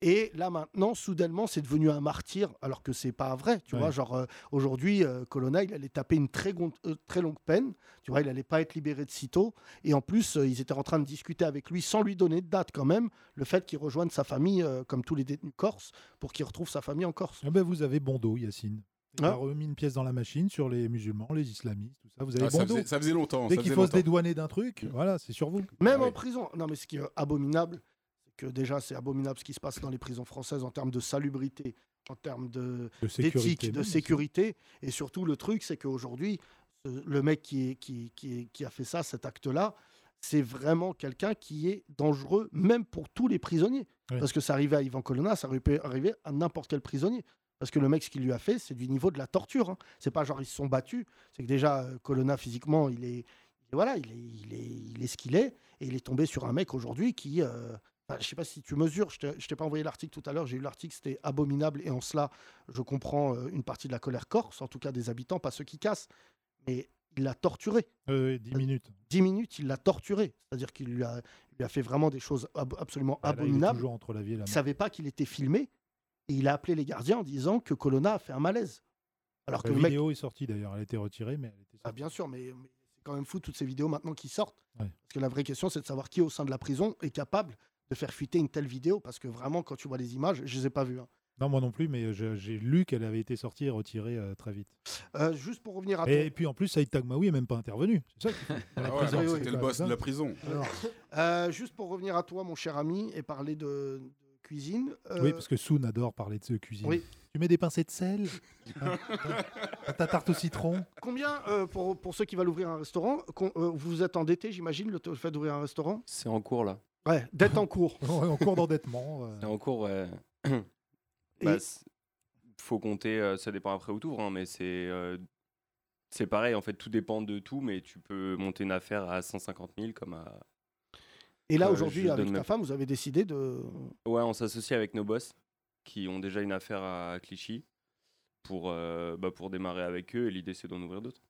Speaker 3: Et là maintenant, soudainement, c'est devenu un martyr, alors que c'est pas vrai. Tu
Speaker 4: Ouais.
Speaker 3: vois, genre euh, aujourd'hui, euh, Colonna, il allait taper une très, gon- euh, très longue peine. Tu vois, il allait pas être libéré de sitôt. Et en plus, euh, ils étaient en train de discuter avec lui, sans lui donner de date quand même, le fait qu'il rejoigne sa famille, euh, comme tous les détenus corses, pour qu'il retrouve sa famille en Corse.
Speaker 4: Ah ben, vous avez bon dos, Yacine. Il a
Speaker 3: Hein
Speaker 4: remis une pièce dans la machine sur les musulmans, les islamistes, tout ça. Vous avez
Speaker 5: Ah,
Speaker 4: bon
Speaker 5: ça,
Speaker 4: dos.
Speaker 5: faisait, ça faisait longtemps.
Speaker 4: Dès
Speaker 5: ça
Speaker 4: qu'il
Speaker 5: faisait
Speaker 4: faut se
Speaker 5: longtemps.
Speaker 4: dédouaner d'un truc,
Speaker 5: Mm.
Speaker 4: voilà, c'est sur vous.
Speaker 3: Même
Speaker 5: Ah
Speaker 3: en
Speaker 5: oui.
Speaker 3: prison. Non, mais ce qui est abominable, c'est que déjà, c'est abominable ce qui se passe dans les prisons françaises en termes de salubrité, en termes de,
Speaker 4: De
Speaker 3: d'éthique,
Speaker 4: même,
Speaker 3: de
Speaker 4: aussi.
Speaker 3: sécurité. Et surtout, le truc, c'est qu'aujourd'hui, euh, le mec qui, est- qui, qui, est- qui a fait ça, cet acte-là, c'est vraiment quelqu'un qui est dangereux, même pour tous les prisonniers.
Speaker 4: Ouais.
Speaker 3: Parce que ça arrivait à Ivan Colonna, ça aurait pu arriver à n'importe quel prisonnier. Parce que le mec, ce qu'il lui a fait, c'est du niveau de la torture. hein. C'est pas genre ils se sont battus. C'est que déjà, euh, Colonna, physiquement, il est, voilà, il est, il est, il est ce qu'il est. Et il est tombé sur un mec aujourd'hui qui. euh, enfin, je sais pas si tu mesures, je t'ai- je t'ai pas envoyé l'article tout à l'heure, j'ai eu l'article, c'était abominable et en cela, je comprends euh, une partie de la colère corse, en tout cas des habitants, pas ceux qui cassent, mais il l'a torturé.
Speaker 4: Euh, 10 minutes.
Speaker 3: Dix minutes, il l'a torturé. C'est-à-dire qu'il lui a, il lui a fait vraiment des choses ab- absolument
Speaker 4: Bah, là, il est
Speaker 3: abominables.
Speaker 4: toujours entre la vie et la
Speaker 3: Il
Speaker 4: mort.
Speaker 3: savait pas qu'il était filmé et il a appelé les gardiens en disant que Colonna a fait un malaise. Alors que
Speaker 4: La
Speaker 3: le mec.
Speaker 4: vidéo est sortie d'ailleurs, elle a été retirée, mais elle était
Speaker 3: Ah,
Speaker 4: sortie.
Speaker 3: bien sûr, mais, mais c'est quand même fou toutes ces vidéos maintenant qui sortent.
Speaker 4: Ouais.
Speaker 3: Parce que la vraie question, c'est de savoir qui au sein de la prison est capable de faire fuiter une telle vidéo. Parce que vraiment, quand tu vois les images, je les ai pas vues. hein.
Speaker 4: Non, moi non plus, mais je- j'ai lu qu'elle avait été sortie et retirée euh, très vite.
Speaker 3: Euh, juste pour revenir à ton-
Speaker 4: Et, puis en plus, Saïd Tagmaoui est même pas intervenu. C'est ça qui fait. Dans la
Speaker 5: Ah ouais,
Speaker 4: prison,
Speaker 5: alors
Speaker 3: oui,
Speaker 5: C'était
Speaker 4: c'est
Speaker 5: le
Speaker 4: pas
Speaker 5: boss de
Speaker 4: ça.
Speaker 5: la prison.
Speaker 4: Alors,
Speaker 3: Euh, juste pour revenir à toi, mon cher ami, et parler de, de cuisine. euh,
Speaker 4: Oui, parce que Soun adore parler de ce cuisine.
Speaker 3: oui.
Speaker 4: Tu mets des pincées de sel hein, dans ta tarte au citron.
Speaker 3: Combien, euh, pour, pour ceux qui veulent ouvrir un restaurant, con- euh, vous êtes endetté, j'imagine, le t- le fait d'ouvrir un restaurant
Speaker 8: C'est en cours là.
Speaker 3: Ouais, dette en cours.
Speaker 4: Ouais, en cours d'endettement. euh.
Speaker 8: C'est en cours, ouais.
Speaker 3: Et-
Speaker 8: Bah, c'est- faut compter, euh, ça dépend après où tu ouvres, mais c'est. euh, c'est pareil, en fait, tout dépend de tout, mais tu peux monter une affaire à 150 000 comme à.
Speaker 3: Et là,
Speaker 8: Euh,
Speaker 3: aujourd'hui,
Speaker 8: je
Speaker 3: avec
Speaker 8: donne
Speaker 3: ta
Speaker 8: le-
Speaker 3: femme, vous avez décidé de.
Speaker 8: Ouais, on s'associe avec nos boss qui ont déjà une affaire à Clichy pour, euh, bah, pour démarrer avec eux et l'idée c'est d'en ouvrir d'autres.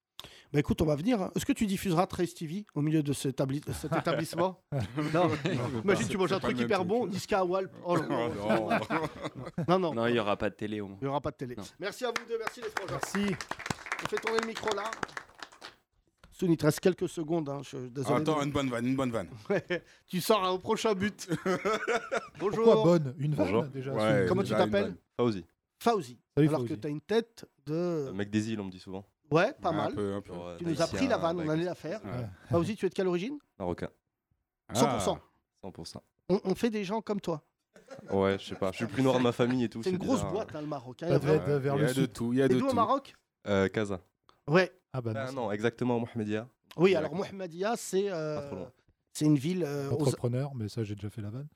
Speaker 3: Bah écoute, on va venir. Est-ce que tu diffuseras Trace TV au milieu de cet, abli- cet établissement Non. Imagine, tu manges un
Speaker 5: C'est pas le
Speaker 3: truc
Speaker 5: même
Speaker 3: hyper
Speaker 5: truc.
Speaker 3: Ah bon, Niska Walp. Oh, là là.
Speaker 5: Oh, non.
Speaker 3: non, non.
Speaker 8: Non, il
Speaker 3: il
Speaker 8: n'y aura pas de télé au moins.
Speaker 3: n'y aura pas de télé.
Speaker 8: Non.
Speaker 3: Merci à vous deux, merci les frangins.
Speaker 4: Merci.
Speaker 3: On fait tourner le micro là. Soun, il te reste quelques secondes. hein, Je... Désolé.
Speaker 5: Ah, Attends, une bonne vanne, une bonne vanne.
Speaker 3: tu sors au prochain but. Bonjour.
Speaker 4: Pourquoi bonne Une vanne
Speaker 6: Bonjour.
Speaker 4: déjà.
Speaker 5: Ouais,
Speaker 4: Soun.
Speaker 3: Comment tu
Speaker 5: déjà, une
Speaker 3: t'appelles
Speaker 5: vanne.
Speaker 6: Fauzi,
Speaker 3: Fauzi.
Speaker 4: Salut,
Speaker 3: Alors
Speaker 4: Fauzi.
Speaker 3: que tu as une tête de.
Speaker 6: mec des îles, on me dit souvent.
Speaker 3: Euh. Ouais, pas
Speaker 5: Ouais,
Speaker 3: mal.
Speaker 5: Un peu, un peu.
Speaker 6: Genre, euh,
Speaker 3: Tu nous as pris la
Speaker 6: Tahitien,
Speaker 3: vanne, on
Speaker 6: Bec-
Speaker 3: allait la faire.
Speaker 5: Ouais.
Speaker 3: Fauzi, tu es de quelle origine
Speaker 6: Marocain,
Speaker 4: Ah.
Speaker 3: 100%.
Speaker 6: 100%.
Speaker 3: On, on fait des gens comme toi.
Speaker 6: Ouais, je sais pas, je suis le plus noir de ma famille et tout.
Speaker 3: C'est une grosse
Speaker 6: bizarre.
Speaker 3: boîte, hein, le Maroc. hein,
Speaker 4: Ça
Speaker 3: il y a
Speaker 4: devait
Speaker 3: vraiment-
Speaker 4: être euh, vers
Speaker 5: il y
Speaker 4: le
Speaker 5: a de
Speaker 4: sud.
Speaker 5: tout, il y a
Speaker 3: T'es
Speaker 5: de
Speaker 3: d'où au
Speaker 5: tout.
Speaker 3: Maroc
Speaker 6: Euh, Casa.
Speaker 3: Ouais.
Speaker 4: Ah bah non,
Speaker 6: Ah non, exactement, Mohamedia.
Speaker 3: Oui,
Speaker 6: Exact.
Speaker 3: alors Mohamedia, c'est euh,
Speaker 6: Pas trop loin.
Speaker 3: c'est une ville euh, aux-
Speaker 4: entrepreneur, mais ça j'ai déjà fait la vanne.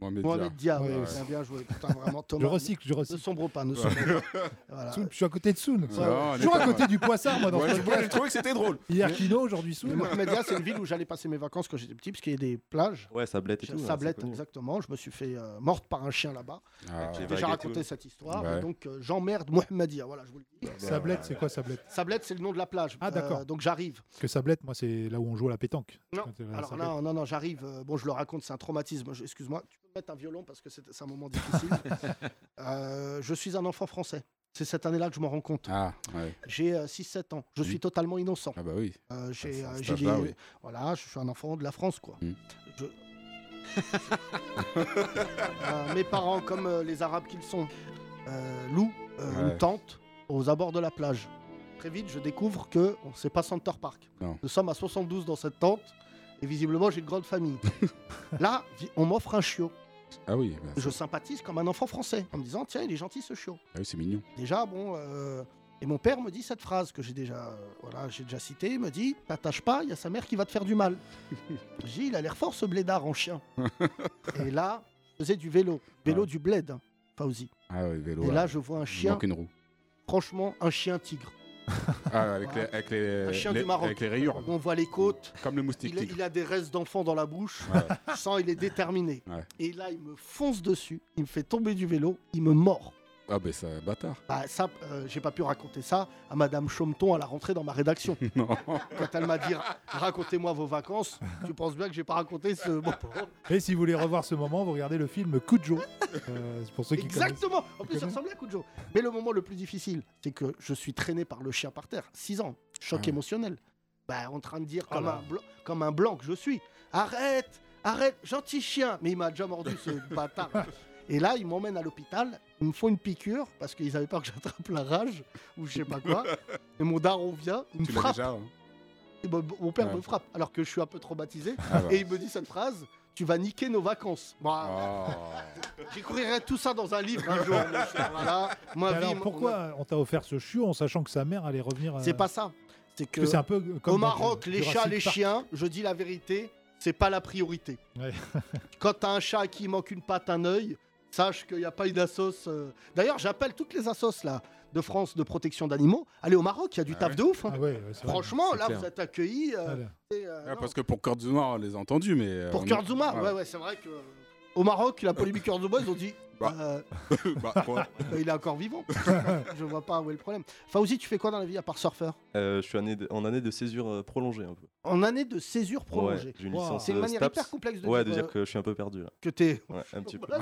Speaker 5: Mohamed
Speaker 3: Mohamed Dia,
Speaker 4: Ouais,
Speaker 3: ouais,
Speaker 5: ouais.
Speaker 3: c'est un bien joué. Putain, vraiment,
Speaker 4: Je
Speaker 3: Thomas.
Speaker 4: recycle, je
Speaker 3: Ne
Speaker 4: recycle.
Speaker 3: sombre pas, ne sombre pas. Voilà.
Speaker 4: Soun, Je suis à côté de Soun.
Speaker 5: Ça va, on est
Speaker 4: Toujours à
Speaker 5: pas
Speaker 4: côté
Speaker 5: mal.
Speaker 4: du poissard, moi, dans
Speaker 5: Moi,
Speaker 4: ce
Speaker 5: je- moi, j'ai
Speaker 4: podcast.
Speaker 5: trouvé que c'était drôle.
Speaker 4: Hier Kino, aujourd'hui Soun.
Speaker 3: Mais Mohamed Dia, c'est une ville où j'allais passer mes vacances quand j'étais petit, parce qu'il y a des plages.
Speaker 9: Ouais, Sablette et
Speaker 5: hein,
Speaker 9: tout. ouais, c'est
Speaker 3: Sablette,
Speaker 9: connu.
Speaker 3: exactement. Je me suis fait euh, morte par un chien là-bas.
Speaker 5: Ah,
Speaker 9: J'ai
Speaker 3: J'ai
Speaker 9: vagues
Speaker 3: déjà
Speaker 9: et
Speaker 3: raconté
Speaker 9: tout.
Speaker 3: cette histoire.
Speaker 5: Ouais.
Speaker 3: et donc, euh, j'emmerde Mohamed Dia. Voilà, je vous le dis.
Speaker 4: Bah, Sablette, c'est quoi Sablette
Speaker 3: Sablette, c'est le nom de la plage. Euh,
Speaker 4: Ah, d'accord.
Speaker 3: donc, j'arrive.
Speaker 4: Parce que Sablette, moi, c'est là où on joue à la pétanque.
Speaker 3: Non,
Speaker 4: Quand, euh,
Speaker 3: Alors
Speaker 4: Sablette.
Speaker 3: non, non, non, j'arrive. euh, bon, je le raconte, c'est un traumatisme. Je- Excuse-moi. Tu peux mettre un violon parce que c'est c'est un moment difficile. Euh, je suis un enfant français. C'est cette année-là que je m'en rends compte.
Speaker 5: Ah, ouais.
Speaker 3: J'ai euh, 6-7 ans. Je
Speaker 5: Oui.
Speaker 3: suis totalement innocent.
Speaker 5: Ah bah oui.
Speaker 3: Euh, j'ai
Speaker 5: Ah,
Speaker 3: euh,
Speaker 5: c'est à
Speaker 3: j'ai
Speaker 5: cet âge-là,
Speaker 3: des-
Speaker 5: oui.
Speaker 3: Voilà, je suis un enfant de la France, quoi.
Speaker 4: Hmm.
Speaker 5: Mm.
Speaker 3: Je- Euh, mes parents, comme euh, les Arabes qu'ils sont, euh, louent euh,
Speaker 5: Ouais.
Speaker 3: une tente aux abords de la plage. Très vite, je découvre que on c'est pas Center Park.
Speaker 5: Non.
Speaker 3: Nous sommes à 72 dans cette tente et visiblement j'ai une grande famille. Là, vi- on m'offre un chiot.
Speaker 5: Ah oui, bah,
Speaker 3: Je sympathise comme un enfant français en me disant tiens, il est gentil ce chiot.
Speaker 5: ah oui, c'est mignon.
Speaker 3: Déjà, bon. euh, Et mon père me dit cette phrase que j'ai déjà, euh, voilà, j'ai déjà citée. Il me dit T'attaches pas, il y a sa mère qui va te faire du mal. j'ai dit, Il a l'air fort ce blédard en chien. et là, je faisais du vélo. Vélo
Speaker 5: Ah Ouais.
Speaker 3: du bled, hein, Fauzi.
Speaker 5: Ah oui, vélo.
Speaker 3: Et
Speaker 5: ouais.
Speaker 3: là, je vois un
Speaker 5: Il
Speaker 3: chien,
Speaker 5: manque une roue.
Speaker 3: franchement, un chien tigre.
Speaker 5: Ah, avec, les, avec, les,
Speaker 3: Un chien
Speaker 5: les-
Speaker 3: du Maroc.
Speaker 5: avec les rayures.
Speaker 3: On voit les côtes,
Speaker 5: Comme le moustique
Speaker 3: il a,
Speaker 5: tigre.
Speaker 3: il a des restes d'enfants dans la bouche.
Speaker 5: Ouais.
Speaker 3: Je sens, il est déterminé.
Speaker 5: Ouais.
Speaker 3: Et là, il me fonce dessus, il me fait tomber du vélo, il me mord.
Speaker 5: Ah bah c'est un bâtard.
Speaker 3: Bah, ça, euh, j'ai pas pu raconter ça à Madame Chaumeton à la rentrée dans ma rédaction.
Speaker 5: Non.
Speaker 3: Quand elle m'a dit racontez-moi vos vacances, tu penses bien que j'ai pas raconté ce moment.
Speaker 4: Et si vous voulez revoir ce moment, vous regardez le film Coup de Joe. Euh, c'est pour ceux qui
Speaker 3: Exactement En plus,
Speaker 4: connaissent.
Speaker 3: ça ressemblait à Kujo. Mais le moment le plus difficile, c'est que je suis traîné par le chien par terre. 6 ans, choc
Speaker 5: Ah.
Speaker 3: émotionnel. Bah, en train de dire
Speaker 4: Ah
Speaker 3: comme,
Speaker 4: là.
Speaker 3: un blanc, comme un blanc que je suis Arrête Arrête Gentil chien Mais il m'a déjà mordu ce bâtard. Et là, ils m'emmènent à l'hôpital, ils me font une piqûre parce qu'ils avaient peur que j'attrape la rage ou je sais pas quoi. Et mon daron vient, il me
Speaker 5: Tu l'as
Speaker 3: frappe.
Speaker 5: déjà. hein.
Speaker 3: Et mon- mon père
Speaker 5: Ouais.
Speaker 3: me frappe alors que je suis un peu traumatisé.
Speaker 5: Ah bah.
Speaker 3: Et il me dit cette phrase Tu vas niquer nos vacances. Bah,
Speaker 5: Oh.
Speaker 3: J'écrirai tout ça dans un livre un jour. mon cher. Voilà,
Speaker 4: Mais
Speaker 3: ma vie,
Speaker 4: alors
Speaker 3: mon-
Speaker 4: pourquoi on t'a offert ce chiot en sachant que sa mère allait revenir euh,
Speaker 3: C'est pas ça. C'est
Speaker 4: parce
Speaker 3: que,
Speaker 4: que c'est un peu comme
Speaker 3: au
Speaker 4: dans
Speaker 3: Maroc, les
Speaker 4: Jurassic
Speaker 3: chats, les
Speaker 4: Park.
Speaker 3: chiens, je dis la vérité, c'est pas la priorité.
Speaker 4: Ouais.
Speaker 3: Quand t'as un chat à qui il manque une patte, un œil, sache qu'il n'y a pas une assos. euh. D'ailleurs, j'appelle toutes les assos là de France de protection d'animaux. Allez au Maroc, il y a du
Speaker 5: Ah
Speaker 3: taf
Speaker 5: ouais.
Speaker 3: de ouf. hein.
Speaker 4: Ah ouais, ouais, c'est vrai.
Speaker 3: Franchement,
Speaker 10: c'est
Speaker 3: là,
Speaker 10: clair.
Speaker 3: vous êtes accueillis. euh,
Speaker 4: Voilà.
Speaker 3: et, euh,
Speaker 5: Ah,
Speaker 3: non.
Speaker 5: parce que pour Cœur du Nord, on les a entendus, mais. euh,
Speaker 3: Pour
Speaker 5: on-
Speaker 3: Kurzuma, ouais,
Speaker 5: Ouais.
Speaker 3: ouais, c'est vrai que. euh, Au Maroc, la polémique Kurzuma, ils ont dit.
Speaker 5: Bah.
Speaker 3: euh,
Speaker 5: bah, quoi.
Speaker 3: Bah, il est encore vivant. je vois pas où est le problème. Fauzi, tu fais quoi dans la vie à part surfeur
Speaker 9: Euh, Je suis année de- en année de césure euh, prolongée un peu.
Speaker 3: En année de césure prolongée.
Speaker 9: Ouais, j'ai une
Speaker 4: Wow.
Speaker 9: licence
Speaker 3: C'est une
Speaker 9: euh,
Speaker 3: manière
Speaker 9: STAPS.
Speaker 3: hyper complexe de,
Speaker 9: Ouais, de
Speaker 3: dire,
Speaker 9: dire
Speaker 3: euh,
Speaker 9: que je suis un peu perdu là.
Speaker 3: que t'es.
Speaker 9: Ouais, un petit peu.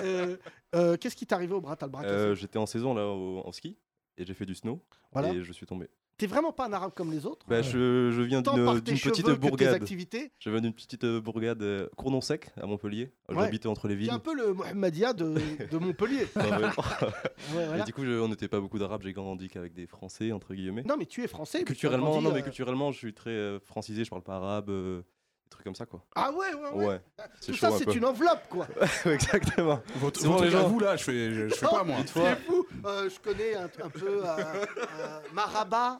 Speaker 3: Euh, euh, Qu'est-ce qui t'est arrivé au bras T'as le bras cassé.
Speaker 9: Euh, J'étais en saison là au- en ski et j'ai fait du snow
Speaker 3: Voilà.
Speaker 9: et je suis tombé.
Speaker 3: T'es vraiment pas un arabe comme les autres.
Speaker 9: Bah,
Speaker 4: Ouais.
Speaker 9: je, je viens
Speaker 3: Tant
Speaker 9: d'une
Speaker 3: par tes
Speaker 9: d'une petite
Speaker 3: cheveux que tes
Speaker 9: bourgade.
Speaker 3: activités.
Speaker 9: Je viens d'une petite euh, bourgade euh, Cournon-Sec à Montpellier. Euh,
Speaker 3: Ouais.
Speaker 9: J'habitais entre les
Speaker 3: T'es
Speaker 9: villes.
Speaker 3: un peu le Mohamedia de, de Montpellier.
Speaker 9: Enfin, vraiment.
Speaker 3: Ouais,
Speaker 9: Et
Speaker 3: voilà.
Speaker 9: du coup, je- on n'était pas beaucoup d'arabes. J'ai grandi qu'avec des Français entre guillemets.
Speaker 3: Non, mais tu es français. mais tu as
Speaker 9: culturellement,
Speaker 3: grandi,
Speaker 9: non, mais
Speaker 3: euh,
Speaker 9: culturellement, je suis très euh, francisé. Je parle pas arabe, euh, des trucs comme ça quoi.
Speaker 3: Ah ouais, ouais, ouais.
Speaker 9: Ouais. C'est
Speaker 3: Tout
Speaker 9: chaud
Speaker 3: ça,
Speaker 9: un
Speaker 3: c'est
Speaker 9: peu.
Speaker 3: une enveloppe, quoi.
Speaker 9: Exactement.
Speaker 5: Votre,
Speaker 9: C'est bon,
Speaker 5: votre
Speaker 9: les
Speaker 5: truc à
Speaker 9: gens.
Speaker 5: vous, là, je fais, je, je fais pas, moi.
Speaker 9: Une fois,
Speaker 3: Vous, euh, je connais un, un peu euh, euh, Maraba,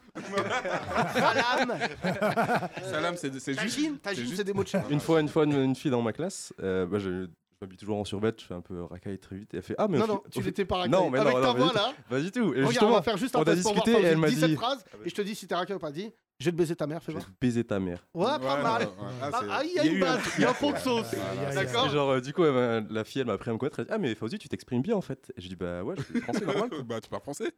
Speaker 3: Salam. euh,
Speaker 5: Salam, c'est c'est juste.
Speaker 3: Tajine, Tajine,
Speaker 5: juste-
Speaker 3: c'est des mots de chat.
Speaker 9: une fois, une fois, une, une fille dans ma classe. euh, bah, je, je m'habille toujours en survêt. Je fais un peu racaille très vite. Et elle fait ah mais
Speaker 3: Non,
Speaker 9: au
Speaker 3: non,
Speaker 9: fi-
Speaker 3: tu
Speaker 9: au fi-
Speaker 3: l'étais pas Ah, raconté.
Speaker 9: Non, mais non,
Speaker 3: Avec ta
Speaker 9: non, mais
Speaker 3: voix là,
Speaker 9: Vas-y tout.
Speaker 3: regarde, on
Speaker 9: Et
Speaker 3: va
Speaker 9: justement,
Speaker 3: faire juste
Speaker 9: on
Speaker 3: un
Speaker 9: a
Speaker 3: test pour voir.
Speaker 9: discuté et elle m'a
Speaker 3: Dis cette
Speaker 9: dit-
Speaker 3: phrase et je te dis si t'es raconté ou pas. Dis, je vais te baiser ta mère, fais
Speaker 9: je vais
Speaker 3: voir.
Speaker 9: baiser ta mère.
Speaker 3: Ouais, pas
Speaker 5: Ouais,
Speaker 3: mal.
Speaker 5: ouais, ouais. Ah,
Speaker 3: Pas-
Speaker 5: c'est-
Speaker 3: Ah, il y a une
Speaker 5: eu un-
Speaker 3: base, il y a un fond de sauce.
Speaker 4: Voilà.
Speaker 3: D'accord.
Speaker 9: Et genre, euh, du coup, elle m'a- la fille, elle m'a appris à me connaître. Elle dit Ah, mais Fauzi, tu t'exprimes bien en fait. Et je dis Bah ouais, je suis français normal.
Speaker 5: Bah, tu parles français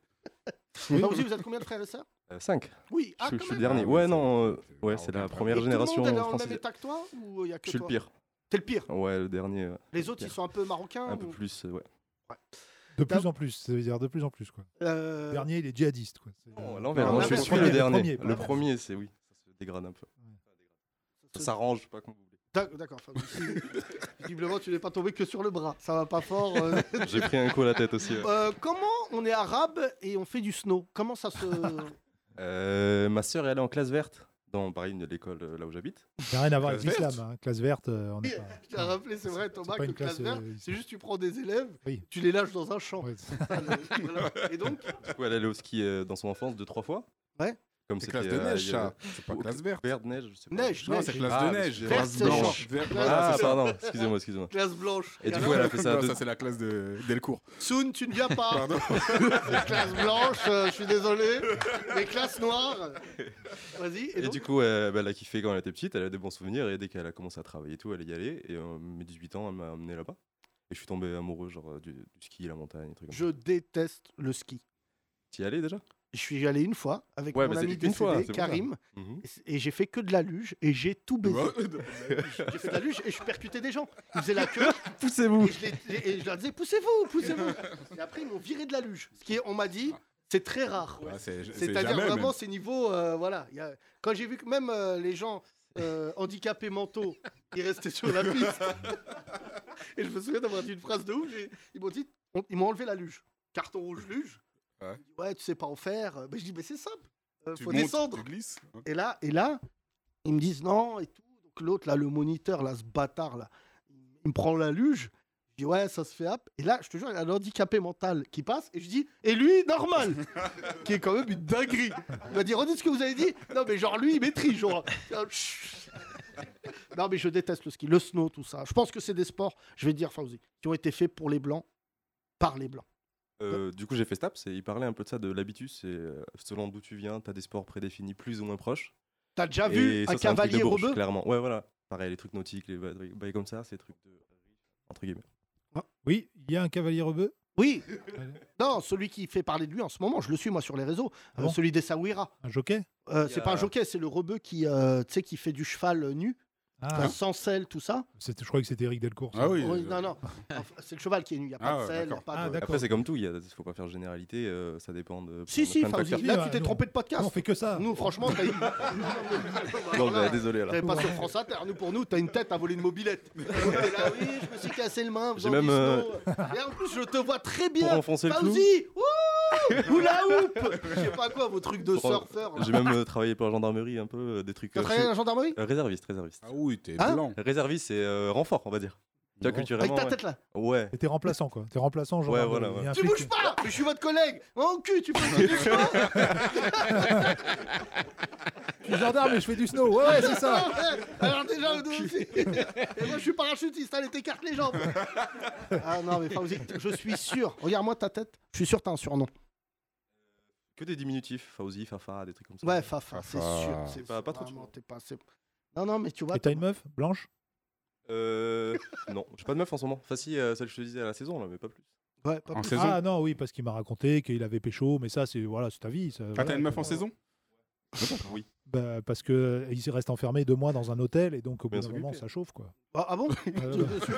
Speaker 3: Bah, vous, vous êtes combien de frères et sœurs
Speaker 9: 5.
Speaker 3: Oui, ah,
Speaker 9: Euh, je,
Speaker 3: quand
Speaker 9: je suis
Speaker 3: même.
Speaker 9: le dernier.
Speaker 5: Ah, ouais,
Speaker 9: Ouais,
Speaker 5: c'est-
Speaker 9: non,
Speaker 5: c'est-
Speaker 9: euh, ouais,
Speaker 5: ah,
Speaker 9: c'est
Speaker 5: aucun problème.
Speaker 9: la
Speaker 3: Et
Speaker 9: première génération
Speaker 3: Tout le monde est dans le même
Speaker 9: française.
Speaker 3: état que toi ou il y a que
Speaker 9: Je suis le
Speaker 3: toi
Speaker 9: pire.
Speaker 3: T'es le pire.
Speaker 9: Ouais, le dernier, euh,
Speaker 3: Les autres, ils
Speaker 9: pire.
Speaker 3: sont un peu marocains.
Speaker 9: un peu
Speaker 3: ou-
Speaker 9: plus. euh, Ouais.
Speaker 4: De plus en plus, ça veut dire de plus en plus quoi.
Speaker 3: Euh,
Speaker 4: Dernier, il est djihadiste quoi. C'est- euh,
Speaker 9: Non, à l'envers.
Speaker 3: Non,
Speaker 9: moi,
Speaker 3: à
Speaker 9: je
Speaker 3: l'inverse,
Speaker 9: suis
Speaker 3: le
Speaker 9: le dernier.
Speaker 4: premier,
Speaker 9: Le
Speaker 4: pas
Speaker 9: premier, c'est oui. Ça se dégrade un peu.
Speaker 3: ce-
Speaker 9: Ça s'arrange, je sais pas comment vous voulez.
Speaker 3: D'ac- D'accord. enfin, si- Visiblement, tu n'es pas tombé que sur le bras. Ça va pas fort. euh.
Speaker 9: J'ai pris un coup à la tête aussi. ouais.
Speaker 3: Euh, comment on est arabe et on fait du snow Comment ça se.
Speaker 9: Euh, Ma sœur, elle est en classe verte. Dans Paris, une de l'école euh, là où j'habite.
Speaker 4: Ça n'a rien à voir avec
Speaker 5: Classe verte.
Speaker 4: l'islam, hein. classe verte, euh, on n'est
Speaker 3: Tu as
Speaker 4: pas.
Speaker 3: rappelé, c'est vrai, Thomas,
Speaker 4: pas
Speaker 3: que
Speaker 4: une
Speaker 3: classe
Speaker 4: classe, euh,
Speaker 3: verte, c'est
Speaker 4: ici.
Speaker 3: juste tu prends des élèves,
Speaker 4: Oui.
Speaker 3: tu les lâches dans un champ.
Speaker 4: Ouais.
Speaker 3: Voilà. Et donc,
Speaker 9: Du coup, elle allait au ski euh, dans son enfance deux, trois fois.
Speaker 3: Ouais.
Speaker 9: Comme
Speaker 5: C'est
Speaker 9: c'était,
Speaker 5: classe de
Speaker 9: euh,
Speaker 5: neige,
Speaker 9: il y avait-
Speaker 5: ça. C'est pas classe verte.
Speaker 9: Vert, neige, je sais pas.
Speaker 3: Neige,
Speaker 5: Non,
Speaker 3: neige.
Speaker 5: c'est classe
Speaker 9: Ah,
Speaker 5: de
Speaker 9: mais
Speaker 5: neige.
Speaker 9: c'est-
Speaker 3: Verte,
Speaker 5: Classe
Speaker 3: c'est
Speaker 5: blanche. Vert, voilà,
Speaker 9: Ah,
Speaker 5: c'est ça.
Speaker 9: pardon, excusez-moi, excusez-moi.
Speaker 3: Classe blanche.
Speaker 9: Et du
Speaker 3: Classe-
Speaker 9: coup, elle a fait ça. à
Speaker 5: Non,
Speaker 9: deux-
Speaker 5: ça, c'est la classe de Delcourt.
Speaker 3: Soon, tu ne viens pas.
Speaker 5: Pardon.
Speaker 3: classe blanche, euh, je suis désolé. Mais classe noire. Vas-y. Et,
Speaker 9: Et
Speaker 3: donc
Speaker 9: du coup, euh, bah, elle a kiffé quand elle était petite, elle a des bons souvenirs, et dès qu'elle a commencé à travailler et tout, elle est y allée, et euh, mes 18 ans, elle m'a emmené là-bas. Et je suis tombé amoureux genre, euh, du, du ski, la montagne, des trucs comme ça.
Speaker 3: Je déteste le ski.
Speaker 9: T'y allais déjà
Speaker 3: Je suis allé une fois avec
Speaker 9: Ouais,
Speaker 3: mon
Speaker 9: mais c'est
Speaker 3: ami
Speaker 9: une fois,
Speaker 3: décédé,
Speaker 9: c'est pour ça.
Speaker 3: Karim,
Speaker 9: Mhm.
Speaker 3: et c- et j'ai fait que de la luge et j'ai tout baisé. J'ai fait de la luge et je percutais des gens. Ils faisaient la queue
Speaker 9: Poussez-vous
Speaker 3: et je, les- et je leur disais poussez-vous, poussez-vous. Et après ils m'ont viré de la luge. Ce qui est, on m'a dit, c'est très rare.
Speaker 5: Bah, c'est- c'est
Speaker 3: C'est-à-dire
Speaker 5: jamais,
Speaker 3: vraiment
Speaker 5: même.
Speaker 3: ces niveaux, euh, voilà. Il y a- Quand j'ai vu que même euh, les gens euh, handicapés mentaux, ils restaient sur la piste. et je me souviens d'avoir dit une phrase de ouf. j'ai- Ils m'ont dit, on- ils m'ont enlevé la luge. Carton rouge luge.
Speaker 5: Ouais.
Speaker 3: Ils disent, Ouais, tu sais pas en faire. Mais je dis, mais c'est simple. euh,
Speaker 5: Tu
Speaker 3: faut
Speaker 5: montes,
Speaker 3: descendre.
Speaker 5: Tu glisses. hein.
Speaker 3: Et là, et là, ils me disent non et tout. Donc l'autre là, le moniteur là, ce bâtard là, il me prend la luge. Je dis ouais, ça se fait hop. Et là, je te jure, il y a un handicapé mental qui passe et je dis et lui normal, qui est quand même une dinguerie. Il va dire redis ce que vous avez dit. Non mais genre lui il maîtrise genre. Chut. non mais je déteste le ski, le snow tout ça. Je pense que c'est des sports, je vais te dire Fauzi, qui ont été faits pour les blancs, par les blancs.
Speaker 9: Euh, du coup, j'ai fait STAPS et il parlait un peu de ça, de l'habitus. Et euh, selon d'où tu viens, t'as des sports prédéfinis plus ou moins proches.
Speaker 3: T'as déjà
Speaker 9: et
Speaker 3: vu un
Speaker 9: ça, c'est truc de
Speaker 3: cavalier
Speaker 9: Bourges,
Speaker 3: rebeu
Speaker 9: Clairement. Ouais, voilà. Pareil, les trucs nautiques, les ba- trucs bails comme ça, c'est des trucs de. Entre guillemets.
Speaker 4: Ah, Oui, il y a un cavalier rebeu.
Speaker 3: Oui. Non, celui qui fait parler de lui en ce moment, je le suis moi sur les réseaux,
Speaker 4: Ah
Speaker 3: euh,
Speaker 4: bon Ah
Speaker 3: celui des Sawira.
Speaker 4: Un jockey
Speaker 3: Euh,
Speaker 9: Il y
Speaker 3: c'est pas un
Speaker 9: a-
Speaker 3: jockey, c'est le rebeu qui, euh, tu sais, qui fait du cheval euh, nu,
Speaker 4: Ah,
Speaker 3: enfin, sans selle, tout ça.
Speaker 4: c'était- je croyais que c'était Eric Delcourt. ça.
Speaker 5: Ah oui.
Speaker 3: Oui,
Speaker 5: euh,
Speaker 3: non, non, Enfin, c'est le cheval qui est nu, il n'y a pas
Speaker 5: Ah
Speaker 3: de
Speaker 5: ouais,
Speaker 3: selle, il a
Speaker 5: d'accord.
Speaker 3: pas
Speaker 4: Ah,
Speaker 3: de...
Speaker 4: d'accord.
Speaker 9: Après, c'est comme tout, il y a- faut pas faire généralité, euh, ça dépend de.
Speaker 3: Si, si,
Speaker 9: plein de
Speaker 3: Fauzi,
Speaker 9: facteurs.
Speaker 3: là
Speaker 4: Oui,
Speaker 3: tu
Speaker 4: bah,
Speaker 3: t'es
Speaker 4: non.
Speaker 3: trompé de podcast.
Speaker 4: on fait que ça.
Speaker 3: Nous, franchement, t'as une...
Speaker 9: Non, bah, désolé alors.
Speaker 3: T'avais pas sur France Inter, nous pour nous, t'as une tête à voler une mobilette. T'es là, oui, je me suis cassé le main.
Speaker 9: J'ai
Speaker 3: faisant
Speaker 9: même,
Speaker 3: du
Speaker 9: euh,
Speaker 3: snow. Et en plus, je te vois très
Speaker 9: Pour
Speaker 3: bien.
Speaker 9: enfoncer le clou.
Speaker 3: Fauzi, ouh, la hoop, je sais pas quoi, vos trucs de
Speaker 9: Pour-
Speaker 3: surfeur. là.
Speaker 9: J'ai même euh, travaillé pour la gendarmerie, un peu, euh, des trucs.
Speaker 3: T'as
Speaker 9: euh,
Speaker 3: travaillé à la gendarmerie
Speaker 9: je- euh, réserviste, réserviste.
Speaker 5: Ah oui, t'es
Speaker 3: Hein
Speaker 5: blanc.
Speaker 9: Réserviste, c'est euh, renfort, on va dire. Tu vois,
Speaker 4: Avec
Speaker 3: Avec
Speaker 9: culturellement.
Speaker 3: ta
Speaker 9: ouais.
Speaker 3: tête là.
Speaker 9: Ouais.
Speaker 4: Et T'es remplaçant, quoi. T'es remplaçant, genre.
Speaker 9: Ouais,
Speaker 4: euh,
Speaker 9: voilà,
Speaker 4: il y a
Speaker 9: ouais.
Speaker 4: un
Speaker 3: Tu
Speaker 4: flic
Speaker 3: bouges pas Mais je suis votre collègue Mon cul, tu peux bouger pas
Speaker 4: Je suis gendarme et je fais du snow. Ouais, ouais, c'est ça.
Speaker 3: Alors déjà, le dos aussi Et moi, je suis parachutiste, allez, t'écartes les jambes Ah non, mais Fauzi, je suis sûr, regarde-moi ta tête, je suis sûr que t'as un surnom.
Speaker 9: Que des diminutifs, Fauzi, Fafa, des trucs comme ça.
Speaker 3: Ouais, Fafa, c'est sûr.
Speaker 5: Fafa.
Speaker 3: C'est
Speaker 9: Pas- pas trop de
Speaker 3: vraiment,
Speaker 9: surnom.
Speaker 3: t'es pas- c'est- Non, non, mais tu vois...
Speaker 4: Et t'as une meuf blanche
Speaker 9: Euh. non, j'ai pas de meuf en ce moment. Enfin, si, euh, celle que je te disais à la saison, là, mais pas plus.
Speaker 3: Ouais, pas-
Speaker 5: En saison.
Speaker 4: Ah non, oui, parce qu'il m'a raconté qu'il avait pécho, mais ça, c'est voilà, c'est ta vie. ça,
Speaker 5: Ah,
Speaker 4: voilà,
Speaker 5: t'as une meuf en
Speaker 4: quoi.
Speaker 5: saison
Speaker 9: Oui.
Speaker 4: Bah, Parce que euh, il reste enfermé deux mois dans un hôtel et donc au bout
Speaker 9: Bien
Speaker 4: d'un
Speaker 9: s'occuper.
Speaker 4: moment, ça chauffe, quoi.
Speaker 3: Ah, ah bon
Speaker 4: Euh,
Speaker 3: C'est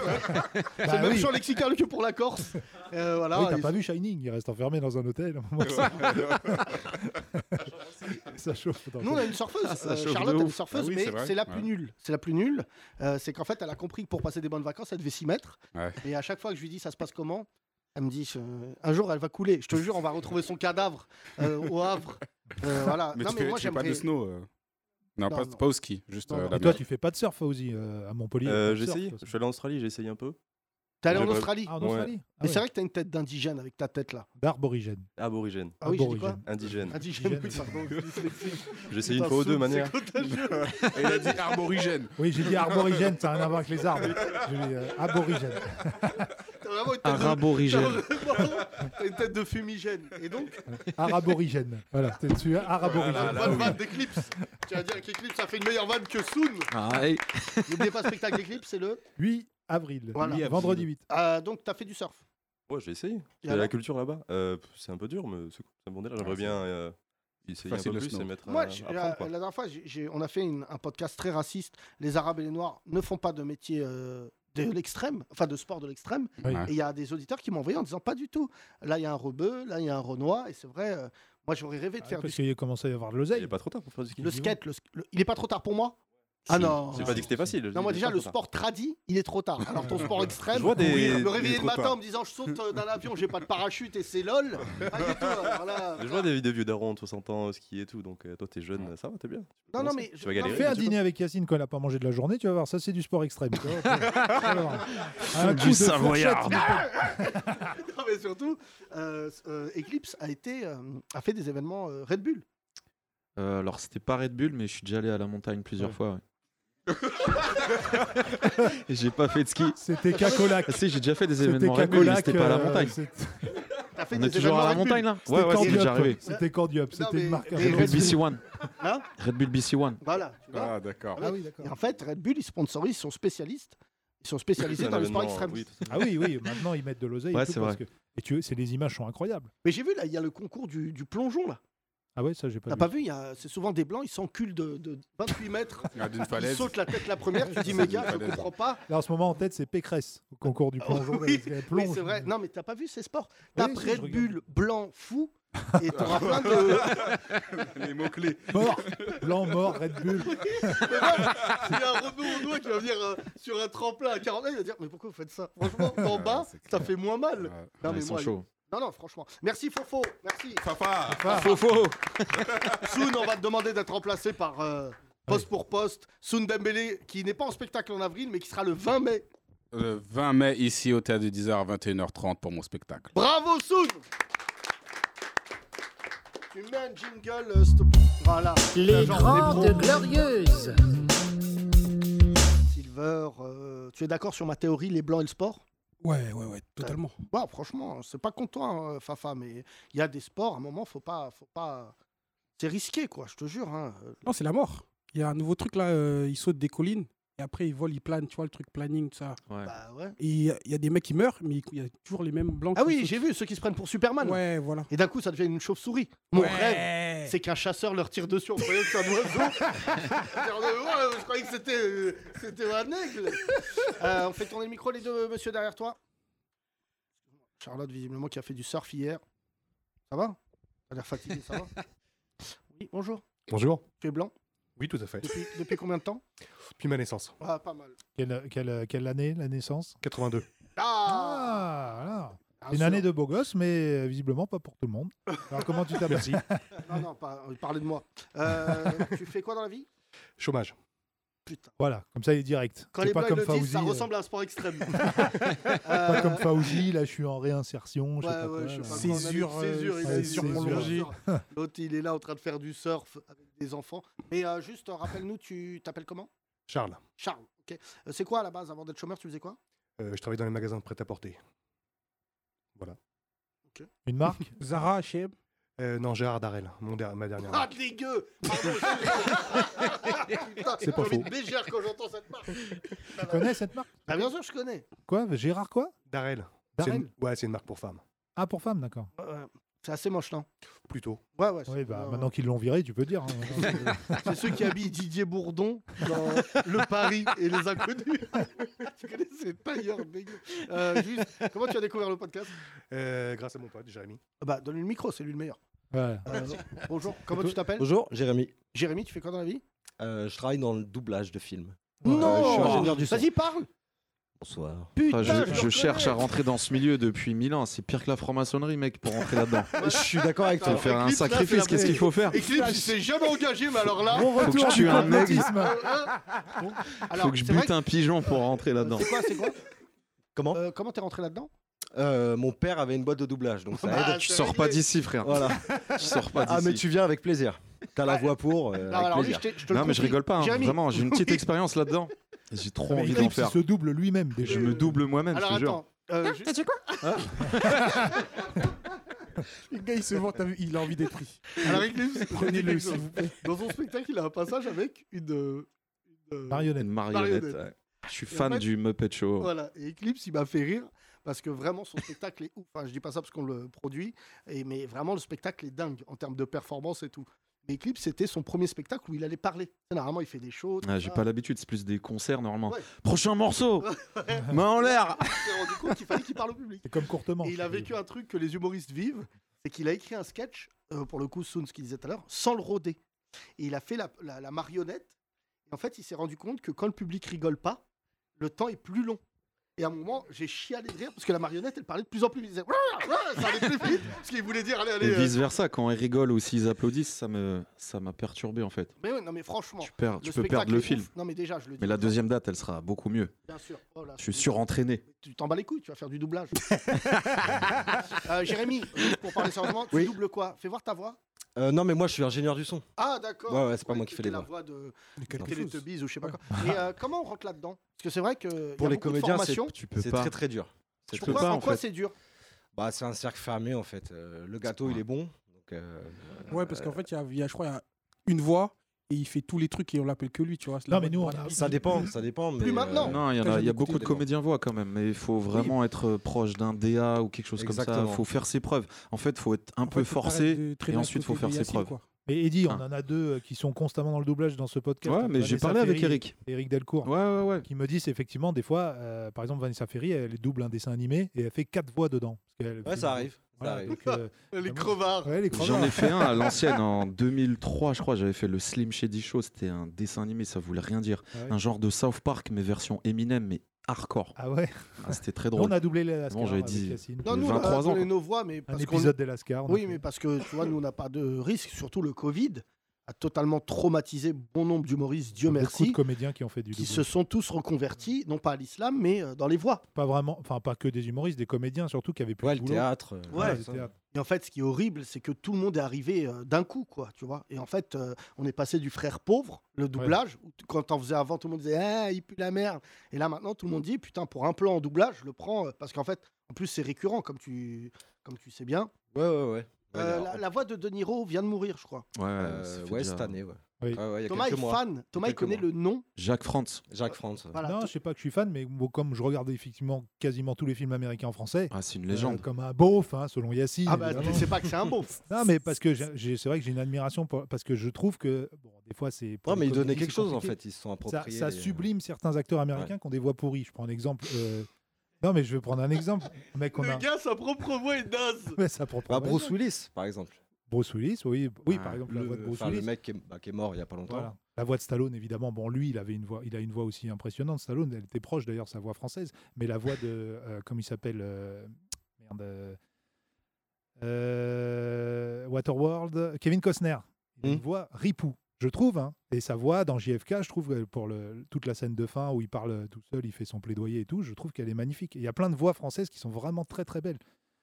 Speaker 4: bah
Speaker 3: le même
Speaker 4: oui.
Speaker 3: champ lexical que pour la Corse Euh, Voilà,
Speaker 4: Ah oui, t'as
Speaker 3: et-
Speaker 4: pas vu Shining, il reste enfermé dans un hôtel. à un moment, ça- ça chauffe. dans
Speaker 3: Nous, on
Speaker 4: le-
Speaker 3: a une surfeuse.
Speaker 9: ça
Speaker 3: Euh,
Speaker 9: chauffe de
Speaker 3: Charlotte, elle est
Speaker 9: ouf.
Speaker 3: surfeuse,
Speaker 5: Ah oui,
Speaker 3: mais
Speaker 5: c'est vrai.
Speaker 3: c'est la plus
Speaker 5: Ouais.
Speaker 3: nulle. C'est la plus nulle. Euh, c'est qu'en fait, elle a compris que pour passer des bonnes vacances, elle devait s'y mettre.
Speaker 5: Ouais.
Speaker 3: Et à chaque fois que je lui dis ça se passe comment, elle me dit euh, un jour, elle va couler. Je te jure, on va retrouver son cadavre euh, au Havre. Euh, voilà.
Speaker 5: Mais
Speaker 3: non,
Speaker 5: tu
Speaker 3: mais
Speaker 5: fais,
Speaker 3: moi,
Speaker 5: tu fais pas
Speaker 3: j'aimerais.
Speaker 5: de snow euh. Non,
Speaker 3: Non,
Speaker 5: pas,
Speaker 3: non.
Speaker 5: pas au ski, juste
Speaker 3: Non,
Speaker 5: euh,
Speaker 3: non.
Speaker 5: la
Speaker 4: Et toi,
Speaker 5: mer.
Speaker 4: tu fais pas de surf aussi euh, à Montpellier
Speaker 9: Euh,
Speaker 4: pas de
Speaker 9: j'ai
Speaker 4: surf,
Speaker 9: essayé.
Speaker 4: toi,
Speaker 9: Je suis allé en Australie, j'ai essayé un peu.
Speaker 3: T'es allé en
Speaker 9: J'ai pas-
Speaker 3: Australie.
Speaker 4: Ah, en
Speaker 9: Ouais.
Speaker 4: Australie Ah
Speaker 3: Mais
Speaker 4: ouais,
Speaker 3: c'est vrai que t'as une tête d'indigène avec ta tête là.
Speaker 4: D'arborigène.
Speaker 9: Aborigène,
Speaker 3: Ah oui, j'ai dit quoi
Speaker 4: Aborigène.
Speaker 9: indigène.
Speaker 3: Indigène, oui,
Speaker 4: Indigène.
Speaker 3: pardon. dyslexique.
Speaker 9: J'ai essayé une
Speaker 3: Putain,
Speaker 9: fois ou deux,
Speaker 3: Soum,
Speaker 9: manière.
Speaker 3: c'est contagieux.
Speaker 5: Et il a dit arborigène.
Speaker 4: Oui, j'ai dit arborigène, ça n'a rien à voir avec les arbres. J'ai dit euh, aborigène.
Speaker 3: T'as vraiment une
Speaker 7: Un
Speaker 3: tête de- T'as
Speaker 7: raborigène.
Speaker 3: vraiment- t'as une tête de fumigène. Et donc,
Speaker 4: Araborigène. Voilà, t'es dessus,
Speaker 9: Ah,
Speaker 4: araborigène.
Speaker 9: là,
Speaker 3: bonne
Speaker 9: oui.
Speaker 3: vanne d'Eclipse. Tu vas dire qu'Eclipse a fait une meilleure vanne que Soon.
Speaker 7: Ah, hey.
Speaker 3: N'oubliez pas, spectacle d'Eclipse, c'est le.
Speaker 4: 8 avril.
Speaker 3: Voilà. 8 avril.
Speaker 4: Vendredi 8.
Speaker 3: Ah, donc, t'as fait du surf.
Speaker 9: Ouais, j'ai essayé.
Speaker 3: Et
Speaker 9: Il y a la
Speaker 3: alors Ah,
Speaker 9: culture là-bas. Euh, pff, c'est un peu dur, mais c'est cool, c'est un bon délire. J'aimerais
Speaker 5: Ouais, c'est-
Speaker 9: bien euh, essayer un
Speaker 5: facile
Speaker 9: peu
Speaker 5: le
Speaker 9: plus
Speaker 5: snow.
Speaker 9: et mettre. euh,
Speaker 3: Moi,
Speaker 9: à-
Speaker 3: j'ai-
Speaker 9: à
Speaker 3: la,
Speaker 9: prendre, quoi.
Speaker 3: la dernière fois, j'ai- j'ai- on a fait une- un podcast très raciste. Les Arabes et les Noirs ne font pas de métier euh, de l'extrême, enfin de sport de l'extrême.
Speaker 4: Oui.
Speaker 5: Ouais.
Speaker 3: Et il y a des auditeurs qui m'ont envoyé en disant pas du tout. Là, il y a un rebeu, là, il y a un renois. Et c'est vrai, euh, moi, j'aurais rêvé de
Speaker 4: Ah,
Speaker 3: faire du
Speaker 4: parce qu'il commence à y avoir de
Speaker 9: Il
Speaker 4: l'oseille.
Speaker 9: est pas trop tard pour faire du ski.
Speaker 3: Le
Speaker 4: dis-donc.
Speaker 3: skate, le sk- le- il est pas trop tard pour moi Ah non.
Speaker 9: J'ai pas dit que c'était facile.
Speaker 3: Non, moi
Speaker 9: j'ai dit
Speaker 3: déjà,
Speaker 9: pas
Speaker 3: le
Speaker 9: trop tard.
Speaker 3: sport tradi, il est trop tard. Alors ton sport extrême,
Speaker 9: Je vois des-
Speaker 3: courir,
Speaker 9: il
Speaker 3: me
Speaker 9: est
Speaker 3: réveiller le
Speaker 5: trop
Speaker 3: matin
Speaker 5: tard.
Speaker 3: en me disant je saute euh, d'un avion, j'ai pas de parachute et c'est lol. Pas du tout, hein, alors là,
Speaker 9: Mais Je vois des, des vieux darons de 60 ans au ski et tout, donc euh, toi t'es jeune, ça va, t'es bien. Tu peux
Speaker 3: Non, non,
Speaker 9: commencer.
Speaker 3: mais je-
Speaker 9: tu vas
Speaker 3: non,
Speaker 9: galérer.
Speaker 4: Fais
Speaker 9: mais
Speaker 4: un
Speaker 9: tu
Speaker 4: dîner avec Yacine quand il a pas mangé de la journée, tu vas voir, ça c'est du sport extrême. tu vois, Alors, un
Speaker 7: Du
Speaker 4: coup de
Speaker 7: Savoyard.
Speaker 4: fourchette.
Speaker 3: Non, mais surtout, euh, euh, Eclipse a, été, euh, a fait des événements euh, Red Bull.
Speaker 7: Euh, alors, c'était pas Red Bull, mais je suis déjà allé à la montagne plusieurs
Speaker 3: Ouais.
Speaker 7: fois. ouais. Et j'ai pas fait de ski.
Speaker 4: C'était Cacolac.
Speaker 7: Ah, si, j'ai déjà fait des
Speaker 4: C'était
Speaker 7: événements Red Bull, mais
Speaker 4: Cacolac.
Speaker 7: c'était pas à la
Speaker 4: euh,
Speaker 7: montagne.
Speaker 4: c'est-
Speaker 3: T'as fait
Speaker 7: On
Speaker 3: des
Speaker 7: est toujours à la
Speaker 3: événements Red Bull.
Speaker 7: montagne là
Speaker 4: C'était
Speaker 7: Ouais, ouais, c'est
Speaker 4: Cordiop.
Speaker 7: déjà arrivé.
Speaker 4: C'était Cordiop,
Speaker 3: Non,
Speaker 4: c'était
Speaker 3: mais-
Speaker 4: une marque.
Speaker 3: mais
Speaker 4: à
Speaker 3: Red
Speaker 7: Red
Speaker 4: Bull.
Speaker 7: Bull BC1.
Speaker 3: Hein
Speaker 7: Red Bull BC1.
Speaker 3: Voilà. tu vois.
Speaker 5: Ah, d'accord.
Speaker 3: Ah oui, Et en fait, Red Bull, ils sponsorisent, ils sont spécialistes. Ils sont spécialisés
Speaker 6: Un
Speaker 3: dans le sport
Speaker 6: événement,
Speaker 3: extrême.
Speaker 6: oui, tout à fait.
Speaker 4: Ah oui, oui, maintenant ils mettent de l'oseille. et
Speaker 7: Ouais,
Speaker 4: tout
Speaker 7: c'est
Speaker 4: parce
Speaker 7: vrai.
Speaker 4: que- Et tu veux, c'est- les images sont incroyables.
Speaker 3: Mais j'ai vu, là, il y a le concours du, du plongeon, là.
Speaker 4: Ah ouais, ça j'ai pas
Speaker 3: T'as
Speaker 4: vu.
Speaker 3: pas vu il y a- C'est souvent des blancs, ils s'enculent de, de 28 mètres.
Speaker 5: Ah, D'une
Speaker 3: Ils
Speaker 5: falaise.
Speaker 3: sautent la tête la première. Tu dis, mais gars, je comprends pas. Ah
Speaker 4: Là en ce moment en tête c'est Pécresse au concours du plongeon.
Speaker 3: oui,
Speaker 4: parce qu'elle
Speaker 3: Oui,
Speaker 4: plonge.
Speaker 3: c'est vrai. Non, mais t'as pas vu ces sports T'as
Speaker 4: Oui, si, je
Speaker 3: Red
Speaker 4: regarde.
Speaker 3: Bull blanc fou. Et t'auras plein de.
Speaker 5: Les mots-clés.
Speaker 4: Mort, blanc mort, Red Bull.
Speaker 3: Il y a un Renaud Audouin qui va venir euh, sur un tremplin à 40 il va dire Mais pourquoi vous faites ça Franchement, en
Speaker 5: Ouais,
Speaker 3: bas,
Speaker 5: c'est
Speaker 3: ça
Speaker 5: clair.
Speaker 3: fait moins mal. Non, mais
Speaker 7: Ils sont
Speaker 3: moi,
Speaker 7: chauds.
Speaker 3: non, non, franchement. Merci Fofo, merci.
Speaker 5: Papa
Speaker 7: Faux, faux
Speaker 3: Soon, on va te demander d'être remplacé par euh, poste pour poste. Soon Dembélé, qui n'est pas en spectacle en avril, mais qui sera le 20 mai.
Speaker 5: Le 20 Euh, mai, ici, au Théâtre du 10h à 21h30 pour mon spectacle.
Speaker 3: Bravo Soon Tu mets un jingle, euh, s'il te plaît. Voilà.
Speaker 1: Les
Speaker 3: Genre, on est
Speaker 1: Grandes
Speaker 3: pro.
Speaker 1: Glorieuses.
Speaker 3: Silver, euh, tu es d'accord sur ma théorie, les blancs et le sport
Speaker 11: Ouais, ouais, ouais, totalement.
Speaker 3: Bon, franchement, c'est pas content, hein, Fafa, mais il y a des sports, à un moment, faut pas. Faut pas... C'est risqué, quoi, je te jure. hein.
Speaker 11: Non, c'est la mort. Il y a un nouveau truc là, euh, ils sautent des collines et après ils volent, ils planent, tu vois, le truc planning, tout ça.
Speaker 7: Ouais.
Speaker 3: Bah ouais.
Speaker 11: Et il y, a- il y a des mecs qui meurent, mais il y a toujours les mêmes blancs.
Speaker 3: Ah
Speaker 11: qui
Speaker 3: oui,
Speaker 11: sautent.
Speaker 3: j'ai vu ceux qui se prennent pour Superman.
Speaker 11: Ouais, voilà.
Speaker 3: Et d'un coup, ça devient une chauve-souris. Mon
Speaker 11: Ouais.
Speaker 3: rêve, c'est qu'un chasseur leur tire dessus en croyant que c'est un oiseau. Genre, euh, ouais, je croyais que c'était, euh, c'était un aigle. Euh, on fait tourner le micro, les deux, monsieur, derrière toi. Charlotte, visiblement, qui a fait du surf hier. Ça va T'as l'air fatigué, ça va Oui, bonjour.
Speaker 12: Bonjour.
Speaker 3: Tu es blanc
Speaker 12: Oui, tout à fait.
Speaker 3: depuis, depuis combien de temps
Speaker 12: Depuis ma naissance,
Speaker 3: Ah, pas mal.
Speaker 4: Quelle, quelle- quelle année la naissance
Speaker 12: 82.
Speaker 3: Ah,
Speaker 4: Ah, voilà.
Speaker 3: Ah,
Speaker 4: Une
Speaker 3: sûr.
Speaker 4: année de beau gosse, mais euh, visiblement pas pour tout le monde. Alors comment tu t'appelles
Speaker 3: Non, non, pas, euh, parlez de moi. Euh, tu fais quoi dans la vie
Speaker 12: Chômage.
Speaker 3: Putain.
Speaker 4: Voilà, comme ça il est direct.
Speaker 3: Quand
Speaker 4: C'est
Speaker 3: les
Speaker 4: pas
Speaker 3: blancs ils
Speaker 4: comme
Speaker 3: le disent,
Speaker 4: Fauzi.
Speaker 3: ça
Speaker 4: euh,
Speaker 3: ressemble à un sport extrême.
Speaker 4: Pas
Speaker 3: Euh,
Speaker 4: comme Fauzi, là je suis en réinsertion. Je sais
Speaker 3: ouais,
Speaker 4: pas
Speaker 3: ouais,
Speaker 4: quoi,
Speaker 3: je sais pas quoi,
Speaker 4: là.
Speaker 3: on a
Speaker 11: Césure,
Speaker 3: mis césure,
Speaker 11: euh,
Speaker 3: il a
Speaker 4: ouais,
Speaker 3: dit sur mon
Speaker 4: césure.
Speaker 3: logis. L'autre, il est là en train de faire du surf avec des enfants. Mais euh, juste, euh, rappelle-nous, tu t'appelles comment
Speaker 12: Charles,
Speaker 3: Charles. ok. Euh, C'est quoi à la base Avant d'être chômeur, tu faisais quoi
Speaker 12: euh, je travaille dans les magasins de prêt-à-porter.
Speaker 4: Une marque
Speaker 11: Zara, H&M.
Speaker 12: Euh, non, Gérard Darel, mon der- ma dernière.
Speaker 3: Ah, dégueu Pardon, excuse-moi.
Speaker 12: C'est pas
Speaker 3: J'ai envie
Speaker 12: faux.
Speaker 3: de bégère quand j'entends cette marque.
Speaker 4: Tu connais cette marque
Speaker 3: Ah, bien sûr, je connais.
Speaker 4: Quoi Gérard quoi
Speaker 12: Darel. C'est
Speaker 4: Darrel
Speaker 12: une... Ouais, c'est une marque pour femmes.
Speaker 4: Ah, pour femme, d'accord.
Speaker 3: Euh, C'est assez moche, non
Speaker 12: Plutôt.
Speaker 3: Ouais, ouais.
Speaker 4: Oui, bah,
Speaker 3: ouais, ouais.
Speaker 4: maintenant qu'ils l'ont viré, tu peux dire. hein.
Speaker 3: C'est ceux qui habillent Didier Bourdon dans Le Paris et les Inconnus. tu connais ces tailleurs dégueu. Euh, juste, comment tu as découvert le podcast
Speaker 12: Euh, grâce à mon pote, Jérémy.
Speaker 3: Bah, donne-lui le micro, c'est lui le meilleur.
Speaker 4: Voilà.
Speaker 3: Euh, bonjour, comment tu t'appelles
Speaker 13: Bonjour, Jérémy.
Speaker 3: Jérémy, tu fais quoi dans la vie
Speaker 13: Euh, je travaille dans le doublage de films. Euh,
Speaker 3: Non
Speaker 13: je suis ingénieur du son.
Speaker 3: Vas-y, parle
Speaker 13: Bonsoir.
Speaker 3: Putain,
Speaker 7: Enfin,
Speaker 3: je
Speaker 7: je
Speaker 3: le
Speaker 7: je
Speaker 3: reconnais.
Speaker 7: cherche à rentrer dans ce milieu depuis mille ans. C'est pire que la franc-maçonnerie, mec, pour rentrer là-dedans.
Speaker 13: Je suis d'accord avec
Speaker 7: Faut
Speaker 13: toi.
Speaker 3: Alors,
Speaker 7: faire un
Speaker 3: Eclipse, là, c'est
Speaker 7: sacrifice,
Speaker 3: la
Speaker 7: qu'est-ce qu'il faut faire
Speaker 3: Eclipse, il s'est jamais engagé, mais alors là.
Speaker 4: Bon
Speaker 7: que
Speaker 4: retour
Speaker 7: je
Speaker 4: du
Speaker 7: tue un mec.
Speaker 4: complotisme.
Speaker 3: Euh, euh, alors,
Speaker 7: Faut que je
Speaker 3: c'est vrai
Speaker 7: bute un pigeon pour rentrer là-dedans.
Speaker 3: C'est quoi, c'est quoi
Speaker 13: Comment
Speaker 3: Euh, Comment t'es rentré là-dedans
Speaker 13: Euh, Mon père avait une boîte de doublage, donc ça
Speaker 3: Bah,
Speaker 13: aide.
Speaker 7: Tu
Speaker 3: c'est
Speaker 7: sors pas
Speaker 3: réglé.
Speaker 7: d'ici, frère.
Speaker 13: Voilà.
Speaker 7: Tu sors pas
Speaker 13: Ah, mais
Speaker 7: d'ici.
Speaker 13: tu viens avec plaisir. T'as la voix pour. euh,
Speaker 3: Non,
Speaker 13: avec
Speaker 3: alors lui,
Speaker 13: plaisir.
Speaker 3: je, t'ai- je te le
Speaker 7: Non, mais je
Speaker 3: confie.
Speaker 7: rigole pas, hein.
Speaker 3: Jérémy,
Speaker 7: vraiment. J'ai une petite
Speaker 3: oui.
Speaker 7: expérience là-dedans. J'ai trop
Speaker 4: Mais
Speaker 7: envie d'en
Speaker 4: Eclipse, il
Speaker 7: faire.
Speaker 4: se double lui-même déjà.
Speaker 7: Je me double moi-même, je
Speaker 3: Alors
Speaker 7: te jure.
Speaker 3: attends. euh, je-
Speaker 11: Hein Le gars, il se vante, t'as vu, il a envie d'être pris.
Speaker 3: Alors Eclipse,
Speaker 11: Prenez-le, s'il vous plaît.
Speaker 3: Dans son spectacle, il a un passage avec une. euh, une, euh,
Speaker 7: Une
Speaker 4: Marionnette.
Speaker 7: marionnette.
Speaker 3: Marionnette.
Speaker 7: ouais. Je suis
Speaker 3: Et en
Speaker 7: fan
Speaker 3: fait-
Speaker 7: du Muppet Show.
Speaker 3: Voilà, et Eclipse, il m'a fait rire parce que vraiment son spectacle est ouf. Enfin, je dis pas ça parce qu'on le produit, et, mais vraiment le spectacle est dingue en termes de performance et tout. Mais Eclipse, c'était son premier spectacle où il allait parler. Normalement, il fait des shows. tout
Speaker 7: Ah, J'ai
Speaker 3: ça.
Speaker 7: pas l'habitude, c'est plus des concerts normalement.
Speaker 3: Ouais.
Speaker 7: Prochain morceau Main en l'air
Speaker 3: Il s'est rendu compte qu'il fallait qu'il parle au public.
Speaker 4: C'est comme courtement.
Speaker 3: Et il a vécu un truc que les humoristes vivent, c'est qu'il a écrit un sketch, euh, pour le coup, Soon, ce qu'il disait tout à l'heure, sans le rôder. Et il a fait la, la- la marionnette. Et en fait, il s'est rendu compte que quand le public rigole pas, le temps est plus long. Et à un moment, j'ai chialé de rire parce que la marionnette, elle parlait de plus en plus vite. Elle disait, Ouah, ouah ça allait plus vite. Parce qu'il voulait dire, allez, allez.
Speaker 7: Et
Speaker 3: euh.
Speaker 7: vice versa, quand ils rigolent ou s'ils applaudissent, ça me ça m'a perturbé en fait.
Speaker 3: Mais ouais, non, mais franchement.
Speaker 7: Tu perds, tu
Speaker 3: le
Speaker 7: peux
Speaker 3: spectacle
Speaker 7: perdre le
Speaker 3: est
Speaker 7: film.
Speaker 3: ouf. Non, mais déjà, je le dis.
Speaker 7: Mais la deuxième date, elle sera beaucoup mieux.
Speaker 3: Bien sûr. Oh là,
Speaker 7: Je suis surentraîné.
Speaker 3: Tu t'en bats les couilles, tu vas faire du doublage. Euh, Jérémy, pour parler sérieusement, tu doubles quoi Fais voir ta voix.
Speaker 13: Euh, non, mais moi, je suis ingénieur du son.
Speaker 3: Ah, d'accord.
Speaker 13: Ouais, ouais, c'est pas
Speaker 3: Ouais,
Speaker 13: moi qui fais
Speaker 3: t'es
Speaker 13: les
Speaker 3: la
Speaker 13: voix.
Speaker 3: voix de,
Speaker 13: De
Speaker 3: de
Speaker 13: quelque chose.
Speaker 3: Teletubbies ou je sais pas quoi. Et euh, comment on rentre là-dedans Parce que c'est vrai que y
Speaker 13: Pour
Speaker 3: a beaucoup de
Speaker 13: les comédiens, c'est
Speaker 3: formations.
Speaker 13: tu peux C'est pas. très, très dur. C'est- tu peux
Speaker 3: Pourquoi
Speaker 13: pas,
Speaker 3: En
Speaker 13: en
Speaker 3: quoi
Speaker 13: fait.
Speaker 3: c'est dur
Speaker 13: Bah, c'est un cercle fermé en fait. Euh, le gâteau, il est bon. Donc, euh,
Speaker 11: Ouais, parce qu'en fait, il y a- il y a, je crois, il y a une voix et il fait tous les trucs et on l'appelle que lui, tu vois. c'est la voix de Brad Pitt.
Speaker 13: ça dépend, ça dépend. mais, euh,
Speaker 7: Non, il y, en a, il y a beaucoup de comédiens voix quand même, mais il faut vraiment être euh, proche d'un DA ou quelque chose comme ça.
Speaker 4: Exactement.
Speaker 7: Il faut faire ses preuves. En fait, il faut être un
Speaker 4: En
Speaker 7: peu
Speaker 4: fait, faut arrêter de
Speaker 7: forcé et
Speaker 4: traîner à
Speaker 7: ensuite il faut
Speaker 4: côté
Speaker 7: faire
Speaker 4: de
Speaker 7: ses
Speaker 4: Yacine,
Speaker 7: preuves.
Speaker 4: quoi. Mais Eddie,
Speaker 7: Hein.
Speaker 4: on en a deux euh, qui sont constamment dans le doublage dans ce podcast.
Speaker 7: Ouais, mais j'ai parlé avec Eric.
Speaker 4: Eric Delcourt. Qui me disent effectivement, des fois, euh, par exemple, Vanessa Ferry, elle double un dessin animé et elle fait quatre voix dedans. Parce qu'elle-
Speaker 13: Ouais, ça arrive, ça arrive.
Speaker 4: donc, euh,
Speaker 13: Les crevards.
Speaker 4: Ouais, les
Speaker 7: J'en
Speaker 4: crevards.
Speaker 7: ai fait un à l'ancienne hein. en 2003, je crois. J'avais fait le Slim Shady Show. C'était un dessin animé, ça voulait rien dire.
Speaker 4: Ah ouais.
Speaker 7: Un genre de South Park, mais version Eminem, mais hardcore.
Speaker 4: Ah ouais
Speaker 7: Ah, C'était très
Speaker 4: Nous,
Speaker 7: drôle.
Speaker 4: on a doublé les
Speaker 7: Bon,
Speaker 4: Lascars
Speaker 7: j'avais
Speaker 4: avec
Speaker 7: dit
Speaker 4: Yacine.
Speaker 7: j'avais 23
Speaker 3: on
Speaker 7: ans.
Speaker 3: a
Speaker 7: quoi.
Speaker 3: nos voix, mais parce qu'on-
Speaker 4: épisode des Lascars, on a
Speaker 3: Oui,
Speaker 4: fait.
Speaker 3: mais parce que tu vois, nous on n'a pas de risque, surtout le Covid a totalement traumatisé bon nombre d'humoristes, Dieu
Speaker 4: Beaucoup
Speaker 3: merci,
Speaker 4: de comédiens qui ont fait du
Speaker 3: qui
Speaker 4: doublage.
Speaker 3: se sont tous reconvertis, non pas à l'islam, mais euh, dans les voix.
Speaker 4: Pas vraiment, enfin pas que des humoristes, des comédiens surtout qui avaient plus de boulot.
Speaker 13: théâtre, euh,
Speaker 4: Ouais,
Speaker 3: Ouais.
Speaker 4: le théâtre.
Speaker 3: Et en fait, ce qui est horrible, c'est que tout le monde est arrivé euh, d'un coup, quoi, tu vois. Et en fait, euh, on est passé du frère pauvre, le doublage, où t- quand on faisait avant, tout le monde disait Ah, il pue la merde. Et là, maintenant, tout le monde dit Putain, pour un plan en doublage, je le prends. euh, Parce qu'en fait, en plus, c'est récurrent, comme tu, comme tu sais bien.
Speaker 13: Ouais, ouais, ouais.
Speaker 3: Euh, la, la voix de De Niro vient de mourir, je crois.
Speaker 7: Ouais,
Speaker 13: Euh,
Speaker 7: ça fait
Speaker 13: ouais,
Speaker 7: déjà-
Speaker 13: cette année, ouais.
Speaker 4: Oui.
Speaker 13: Ouais, ouais, il y a
Speaker 3: Thomas
Speaker 13: quelques
Speaker 3: est
Speaker 13: mois.
Speaker 3: fan. Thomas, il
Speaker 13: quelques
Speaker 3: connaît
Speaker 13: mois.
Speaker 3: le nom.
Speaker 7: Jacques France.
Speaker 13: Jacques France.
Speaker 4: non, je sais pas que je suis fan, mais bon, comme je regarde effectivement quasiment tous les films américains en français. euh,
Speaker 7: Ah, c'est une légende.
Speaker 4: comme un beauf, hein, selon Yacine.
Speaker 3: Ah bah,
Speaker 4: évidemment.
Speaker 3: tu sais pas que c'est un beauf.
Speaker 4: non, mais parce que j'ai- j'ai- c'est vrai que j'ai une admiration pour- parce que je trouve que bon, des fois c'est. pour
Speaker 13: Ouais,
Speaker 4: les
Speaker 13: mais ils donnaient
Speaker 4: comédies,
Speaker 13: quelque
Speaker 4: c'est
Speaker 13: chose, en
Speaker 4: compliqué.
Speaker 13: fait, ils se sont
Speaker 4: Ça-
Speaker 13: appropriés
Speaker 4: Ça,
Speaker 13: les- euh,
Speaker 4: sublime certains acteurs américains qui ont des voix pourries. Je prends un exemple. euh, Non, mais je vais prendre un exemple. Le Mec, on a.
Speaker 3: gars, sa propre voix est naze.
Speaker 4: Mais ça prend
Speaker 13: Bah,
Speaker 4: pas
Speaker 13: Bruce
Speaker 4: raison.
Speaker 13: Willis, par exemple.
Speaker 4: Bruce Willis, oui, oui, par exemple la voix de
Speaker 13: Le-
Speaker 4: Bruce
Speaker 13: enfin,
Speaker 4: Willis.
Speaker 13: Le mec qui est, bah, qui est mort il y a pas longtemps.
Speaker 4: Voilà. La voix de Stallone, évidemment, bon, lui, il avait une voix, il a une voix aussi impressionnante. Stallone, elle était proche d'ailleurs de sa voix française, mais la voix de, euh, comme il s'appelle, euh, merde, euh, euh, Waterworld, Kevin Costner, il a
Speaker 7: Hmm.
Speaker 4: une voix ripou, je trouve, hein. et sa voix dans JFK, je trouve euh, pour le, toute la scène de fin où il parle euh, tout seul, il fait son plaidoyer et tout, je trouve qu'elle est magnifique. Et Il y a plein de voix françaises qui sont vraiment très très belles.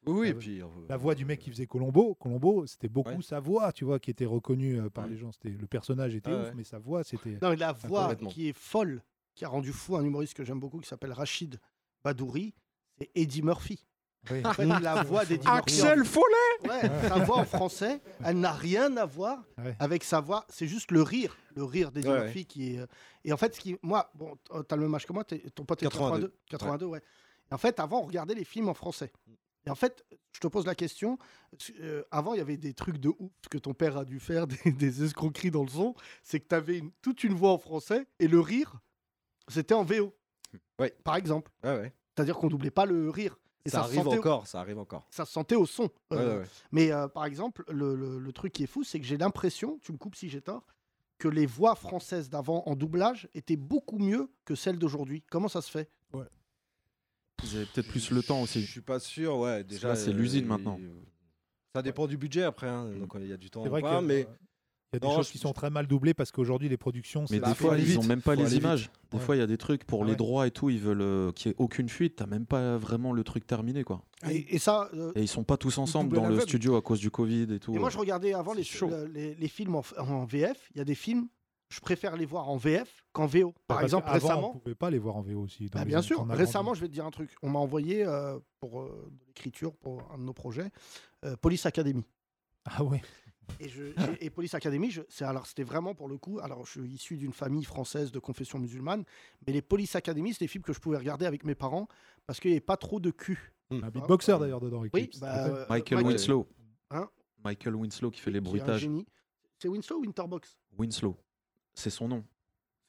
Speaker 13: Oui, et
Speaker 4: La-
Speaker 13: puis, euh,
Speaker 4: la voix du mec qui faisait Colombo, Colombo, c'était beaucoup sa voix, tu vois, qui était reconnue euh, par les gens. C'était le personnage était
Speaker 13: Ah
Speaker 4: ouf,
Speaker 13: ouais.
Speaker 4: mais sa voix, c'était.
Speaker 3: Non, mais la voix
Speaker 4: Complètement.
Speaker 3: qui est folle, qui a rendu fou un humoriste que j'aime beaucoup, qui s'appelle Rachid Badouri, c'est Eddie Murphy.
Speaker 4: Oui.
Speaker 3: En fait, la voix d'Eddie
Speaker 11: Axel
Speaker 3: Murphy.
Speaker 11: Follet
Speaker 3: Ouais, sa voix en français, elle n'a rien à voir
Speaker 4: Ouais.
Speaker 3: avec sa voix. C'est juste le rire, le rire d'Eddie
Speaker 13: Ouais,
Speaker 3: Murphy qui est. euh, Et en fait, ce qui, moi, bon, t- euh, t'as le même âge que moi, t'es- ton pote est 82.
Speaker 13: 82.
Speaker 3: 82, ouais. Et en fait, avant, on regardait les films en français. Et en fait, je te pose la question. euh, avant, il y avait des trucs de ouf que ton père a dû faire, des, des escroqueries dans le son. C'est que t'avais une- toute une voix en français et le rire, c'était en VO. Par exemple. C'est-à-dire qu'on doublait pas le rire. Et
Speaker 13: ça,
Speaker 3: se
Speaker 13: arrive
Speaker 3: sentait au-
Speaker 13: encore, ça arrive encore.
Speaker 3: ça se sentait au son.
Speaker 13: Ouais,
Speaker 3: Euh,
Speaker 13: ouais, ouais.
Speaker 3: Mais euh, par exemple, le, le- le truc qui est fou, c'est que j'ai l'impression, tu me coupes si j'ai tort, que les voix françaises d'avant en doublage étaient beaucoup mieux que celles d'aujourd'hui. Comment ça se fait
Speaker 7: Ils avaient peut-être plus le temps aussi.
Speaker 13: Je suis pas sûr, ouais.
Speaker 7: Parce que
Speaker 13: Déjà,
Speaker 7: là, c'est l'usine
Speaker 13: euh,
Speaker 7: maintenant.
Speaker 13: Ça dépend du budget après, hein, donc il y a du temps
Speaker 4: C'est
Speaker 13: ou
Speaker 4: vrai
Speaker 13: pas,
Speaker 4: que,
Speaker 13: mais
Speaker 4: euh, Il y a des
Speaker 13: Non,
Speaker 4: choses
Speaker 13: je-
Speaker 4: qui sont très mal doublées parce qu'aujourd'hui les productions.
Speaker 7: Mais
Speaker 4: c'est-
Speaker 7: des
Speaker 4: Bah, faut
Speaker 7: fois,
Speaker 4: aller
Speaker 7: ils
Speaker 4: vite.
Speaker 7: ont même pas
Speaker 4: Faut aller
Speaker 7: les
Speaker 4: vite.
Speaker 7: images. Des
Speaker 4: Ouais.
Speaker 7: fois, il y a des trucs pour
Speaker 4: Ah
Speaker 7: les
Speaker 4: ouais.
Speaker 7: droits et tout, ils veulent euh, qu'il y ait aucune fuite. T'as même pas vraiment le truc terminé, quoi.
Speaker 3: et, et ça. euh,
Speaker 7: Et ils sont pas tous ensemble
Speaker 3: doublent
Speaker 7: dans le
Speaker 3: l'aveugle.
Speaker 7: studio à cause du Covid et tout.
Speaker 3: Et moi, je regardais avant les, le- les, les films en, en VF. Il y a des films, je préfère les voir en VF qu'en VO. Par
Speaker 4: Parce
Speaker 3: exemple,
Speaker 4: qu'avant,
Speaker 3: récemment.
Speaker 4: On pouvait pas les voir en VO aussi. dans
Speaker 3: Bah,
Speaker 4: les-
Speaker 3: bien
Speaker 4: quand
Speaker 3: sûr.
Speaker 4: on a grandi.
Speaker 3: Récemment, je vais te dire un truc. On m'a envoyé euh, pour euh, de l'écriture pour un de nos projets, euh, Police Academy.
Speaker 4: Ah ouais.
Speaker 3: Et, je- j'ai- et Police Academy, je- c'est alors c'était vraiment pour le coup. Alors, je suis issu d'une famille française de confession musulmane, mais les Police Academy, c'est des films que je pouvais regarder avec mes parents parce qu'il n'y avait pas trop de cul.
Speaker 4: Un beatboxer d'ailleurs dedans.
Speaker 3: Oui,
Speaker 4: Eclipse.
Speaker 3: bah, euh,
Speaker 7: Michael
Speaker 3: Michael-
Speaker 7: Winslow.
Speaker 3: Hein
Speaker 7: Michael Winslow qui fait les
Speaker 3: qui est un
Speaker 7: bruitages.
Speaker 3: génie. C'est Winslow ou Winterbox
Speaker 7: Winslow, c'est son nom.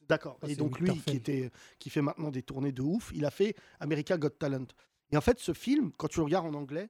Speaker 3: D'accord.
Speaker 4: Ah,
Speaker 3: et
Speaker 4: c'est
Speaker 3: donc lui,
Speaker 4: Winterfell.
Speaker 3: qui, était, qui fait maintenant des tournées de ouf, il a fait America Got Talent. Et en fait, ce film, quand tu le regardes en anglais,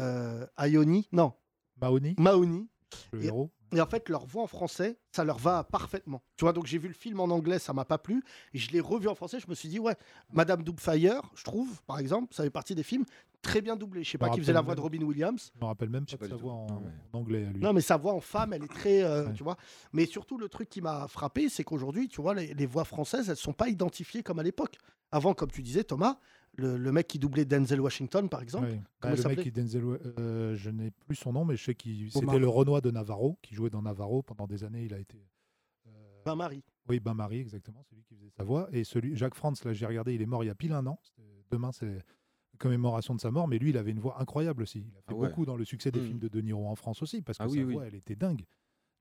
Speaker 3: euh, Ioni, non.
Speaker 4: Mahoney.
Speaker 3: Mahoney.
Speaker 4: Le
Speaker 3: et,
Speaker 4: héros.
Speaker 3: et en fait, leur voix en français, ça leur va parfaitement. Tu vois, donc j'ai vu le film en anglais, ça m'a pas plu. Et je l'ai revu en français, je me suis dit, ouais, Madame Doubtfire, je trouve, par exemple, ça fait partie des films très bien doublé. Je sais pas
Speaker 4: me
Speaker 3: qui faisait la
Speaker 4: rappelle
Speaker 3: voix de
Speaker 4: même-
Speaker 3: Robin Williams.
Speaker 4: Je me rappelle même pas de sa voix en, en anglais. Lui.
Speaker 3: Non, mais sa voix en femme, elle est très. euh, Tu vois mais surtout, le truc qui m'a frappé, c'est qu'aujourd'hui, tu vois, les, les voix françaises, elles sont pas identifiées comme à l'époque. Avant, comme tu disais, Thomas, le, le mec qui doublait Denzel Washington, par exemple,
Speaker 4: Ouais. Bah,
Speaker 3: comment il
Speaker 4: le mec
Speaker 3: s'appelait
Speaker 4: qui Denzel, euh, je n'ai plus son nom, mais je sais qu'il
Speaker 3: Omar.
Speaker 4: c'était le Renoir de Navarro qui jouait dans Navarro pendant des années. Il a été euh,
Speaker 3: Bain-Marie.
Speaker 4: oui Bain-Marie exactement, c'est lui qui faisait sa voix. Et celui Jacques France, là j'ai regardé, il est mort il y a pile un an. C'était- Demain c'est la commémoration de sa mort, mais lui il avait une voix incroyable aussi. Il a fait
Speaker 13: Ah ouais.
Speaker 4: beaucoup dans le succès des
Speaker 13: Mm.
Speaker 4: films de De Niro en France aussi parce que
Speaker 13: Ah oui,
Speaker 4: sa
Speaker 13: oui.
Speaker 4: voix elle était dingue.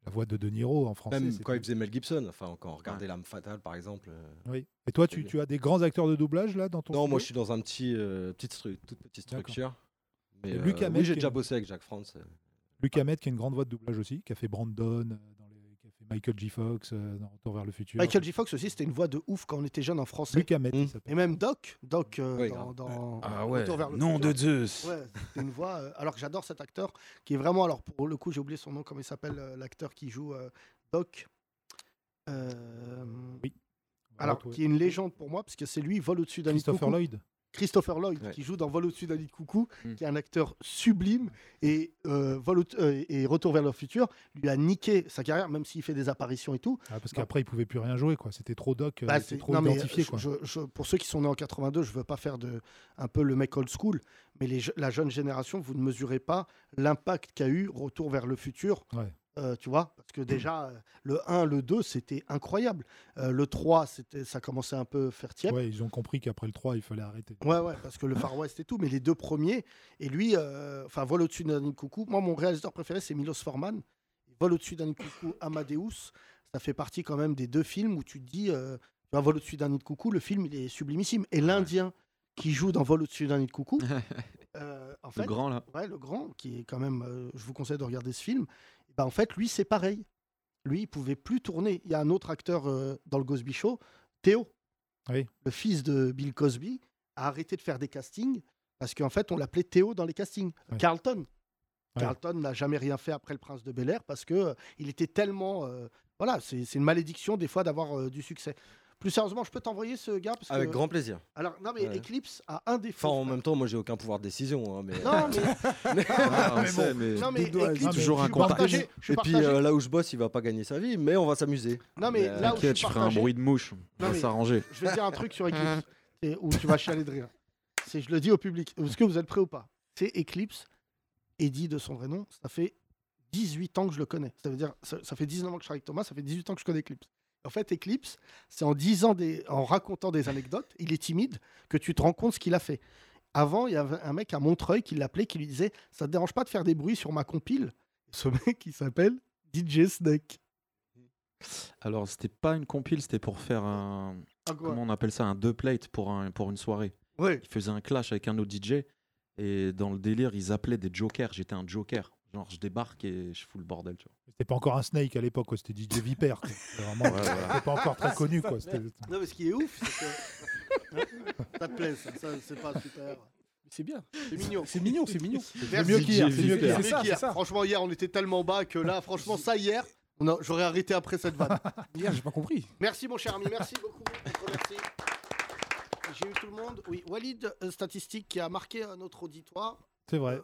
Speaker 4: La voix de De Niro en français.
Speaker 13: Même
Speaker 4: c'était-
Speaker 13: quand il faisait Mel Gibson, enfin quand on regardait L'âme fatale par exemple. euh,
Speaker 4: Oui. Et toi tu, tu as des grands acteurs de doublage là dans ton
Speaker 13: Non, moi
Speaker 4: studio
Speaker 13: je suis dans un petit, euh, petite stru- toute petite
Speaker 4: D'accord.
Speaker 13: structure. Mais
Speaker 4: Et
Speaker 13: euh,
Speaker 4: Luc
Speaker 13: oui,
Speaker 4: Hamet qui est-
Speaker 13: j'ai déjà bossé avec Jacques France. euh.
Speaker 4: Luc Hamet, qui a une grande voix de doublage aussi, qui a fait Brandon, euh, dans les- qui a fait Michael J. Fox euh, dans Retour vers le futur.
Speaker 3: Michael J. Fox aussi, c'était une voix de ouf quand on était jeune en français.
Speaker 4: Luc Hamet, il s'appelle.
Speaker 3: Et même Doc, Doc euh,
Speaker 4: Ouais,
Speaker 3: dans,
Speaker 4: grave.
Speaker 3: dans
Speaker 4: Hmm. Ah ouais,
Speaker 3: Retour vers le
Speaker 4: nom
Speaker 3: futur.
Speaker 4: de Zeus.
Speaker 3: Ouais, c'était une voix. euh, alors que j'adore cet acteur qui est vraiment. Alors pour le coup, j'ai oublié son nom, comment il s'appelle euh, l'acteur qui joue euh, Doc. Euh, Alors
Speaker 4: retrouver.
Speaker 3: qui est une légende pour moi parce que c'est lui Vol au-dessus d'un nid de
Speaker 4: Christopher
Speaker 3: coucou.
Speaker 4: Lloyd.
Speaker 3: Christopher Lloyd
Speaker 4: Ouais. Hmm.
Speaker 3: qui joue dans Vol au-dessus d'un nid de coucou, qui est un acteur sublime et euh, Vol au- euh, et Retour vers le futur lui a niqué sa carrière même s'il fait des apparitions et tout.
Speaker 4: Ah, parce qu'après, il pouvait plus rien jouer, quoi. C'était trop doc, euh,
Speaker 3: Bah,
Speaker 4: c'était
Speaker 3: c'est-
Speaker 4: trop
Speaker 3: non, mais
Speaker 4: identifié,
Speaker 3: je-
Speaker 4: quoi.
Speaker 3: je- je- pour ceux qui sont nés en 82, je veux pas faire de un peu le mec old school, mais les je- la jeune génération, vous ne mesurez pas l'impact qu'a eu Retour vers le futur.
Speaker 4: Ouais. Mmh.
Speaker 3: euh, tu vois, parce que déjà euh, le 1, le 2, c'était incroyable. Euh, le 3, c'était, ça commençait un peu faire tiède.
Speaker 4: Ouais, ils ont compris qu'après le 3, il fallait arrêter.
Speaker 3: Ouais, ouais, parce que le Far West et tout, mais les deux premiers, et lui, euh, enfin, Vol au-dessus d'un nid de coucou. Moi, mon réalisateur préféré, c'est Milos Forman. Vol au-dessus d'un nid de coucou, Amadeus, ça fait partie quand même des deux films où tu te dis, euh, tu vois, Vol au-dessus d'un nid de coucou, le film, il est sublimissime. Et l'Indien qui joue dans Vol au-dessus d'un nid de coucou, euh, en
Speaker 7: Le
Speaker 3: fait.
Speaker 7: grand, là.
Speaker 3: Ouais, le grand, qui est quand même, euh, je vous conseille de regarder ce film. Bah, en fait, lui, c'est pareil. Lui, il pouvait plus tourner. Il y a un autre acteur euh, dans le Cosby Show, Théo
Speaker 4: Oui.
Speaker 3: le fils de Bill Cosby, a arrêté de faire des castings parce qu'en fait, on l'appelait Théo dans les castings. Carlton. Carlton n'a jamais rien fait après Le Prince de Bel Air parce que euh, il était tellement. euh, voilà, c'est c'est une malédiction des fois d'avoir euh, du succès. Plus sérieusement, je peux t'envoyer ce gars parce
Speaker 13: Avec
Speaker 3: que-
Speaker 13: grand plaisir.
Speaker 3: Alors, non, mais
Speaker 13: Ouais.
Speaker 3: Eclipse a un défaut.
Speaker 13: Enfin, en même temps, moi j'ai aucun pouvoir de décision. hein, mais...
Speaker 3: Non, mais-
Speaker 13: Ah, on
Speaker 3: Mais
Speaker 13: sait,
Speaker 3: bon.
Speaker 13: mais-
Speaker 3: Non, mais Eclipse,
Speaker 13: C'est toujours
Speaker 3: je
Speaker 13: un
Speaker 3: suis
Speaker 13: contact.
Speaker 3: partagé, je suis
Speaker 13: Et puis
Speaker 3: partagé.
Speaker 13: euh, là où je bosse, il va pas gagner sa vie, mais on va s'amuser.
Speaker 3: Non, mais là où
Speaker 13: T'inquiète,
Speaker 3: je
Speaker 13: je
Speaker 3: suis
Speaker 13: ferai un
Speaker 3: partagé-
Speaker 13: bruit de mouche.
Speaker 3: Non,
Speaker 13: On va
Speaker 3: mais
Speaker 13: s'arranger.
Speaker 3: Je vais te dire un truc sur Eclipse et où tu vas chialer de rire. C'est je le dis au public. Est-ce que vous êtes prêts ou pas C'est Eclipse, Eddie de son vrai nom, ça fait 18 ans que je le connais. Ça veut dire ça, ça fait 19 ans que je suis avec Thomas, ça fait 18 ans que je connais Eclipse. En fait, Eclipse, c'est en 10 ans des, en racontant des anecdotes, il est timide que tu te rends compte ce qu'il a fait. Avant, il y avait un mec à Montreuil qui l'appelait, qui lui disait "Ça te dérange pas de faire des bruits sur ma compile Ce mec, il s'appelle DJ Snake.
Speaker 7: Alors, c'était pas une compile, c'était pour faire un.
Speaker 3: Ah, quoi
Speaker 7: Comment on appelle ça Un deux plate pour, un, pour une soirée.
Speaker 3: Ouais.
Speaker 7: Ils faisaient un clash avec un autre DJ. Et dans le délire, ils appelaient des jokers. J'étais un joker. Genre, je débarque et je fous le bordel, tu vois.
Speaker 4: C'était pas encore un Snake à l'époque, quoi, c'était DJ Viper. quoi. C'était vraiment-
Speaker 7: Ouais, voilà.
Speaker 4: c'était Ah, pas encore
Speaker 3: Ah,
Speaker 4: très connu, quoi.
Speaker 3: Non,
Speaker 4: c'était-
Speaker 3: mais ce qui est ouf, c'est que. ça te plaît, ça, ça, c'est pas super.
Speaker 11: C'est bien.
Speaker 3: C'est mignon.
Speaker 11: C'est mignon, c'est mignon.
Speaker 3: Merci.
Speaker 4: mieux qu'hier, c'est mieux qu'hier.
Speaker 3: C'est mieux qu'hier. Franchement, hier, on était tellement bas que là, franchement, ça, hier, on a- j'aurais arrêté après cette vanne.
Speaker 11: Hier, j'ai pas compris.
Speaker 3: Merci, mon cher ami, merci beaucoup. je vous remercie. J'ai eu tout le monde. Oui, Walid, euh, statistique qui a marqué euh, notre auditoire.
Speaker 4: C'est vrai.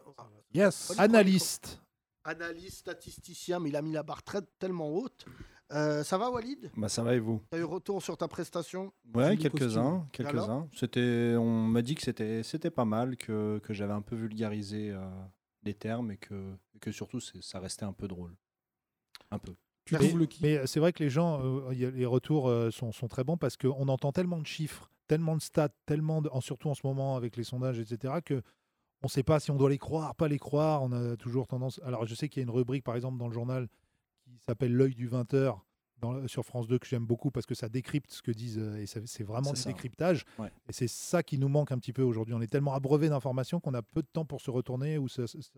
Speaker 3: Yes.
Speaker 4: Analyste.
Speaker 3: Analyse, statisticien, mais il a mis la barre très, tellement haute. Euh, ça va, Walid
Speaker 14: Bah ça va et vous
Speaker 3: T'as eu retour sur ta prestation
Speaker 14: Ouais,
Speaker 3: Du
Speaker 14: quelques-uns,
Speaker 3: costume. Alors
Speaker 14: quelques-uns. C'était, on m'a dit que c'était, c'était pas mal, que, que j'avais un peu vulgarisé euh, les termes et que, que surtout c'est- ça restait un peu drôle, un peu.
Speaker 4: Mais- Mais c'est vrai que les gens, euh, y a- les retours euh, sont, sont très bons parce qu'on entend tellement de chiffres, tellement de stats, tellement de, en- surtout en ce moment avec les sondages, etc., que on ne sait pas si on doit les croire, pas les croire. On a toujours tendance. Alors, je sais qu'il y a une rubrique, par exemple, dans le journal qui s'appelle L'œil du 20h dans, le- sur France 2 que j'aime beaucoup parce que ça décrypte ce que disent euh, et ça- c'est vraiment
Speaker 14: C'est
Speaker 4: du
Speaker 14: ça.
Speaker 4: décryptage.
Speaker 14: Ouais.
Speaker 4: Et c'est ça qui nous manque un petit peu aujourd'hui. On est tellement abreuvé d'informations qu'on a peu de temps pour se retourner ou se- se- se-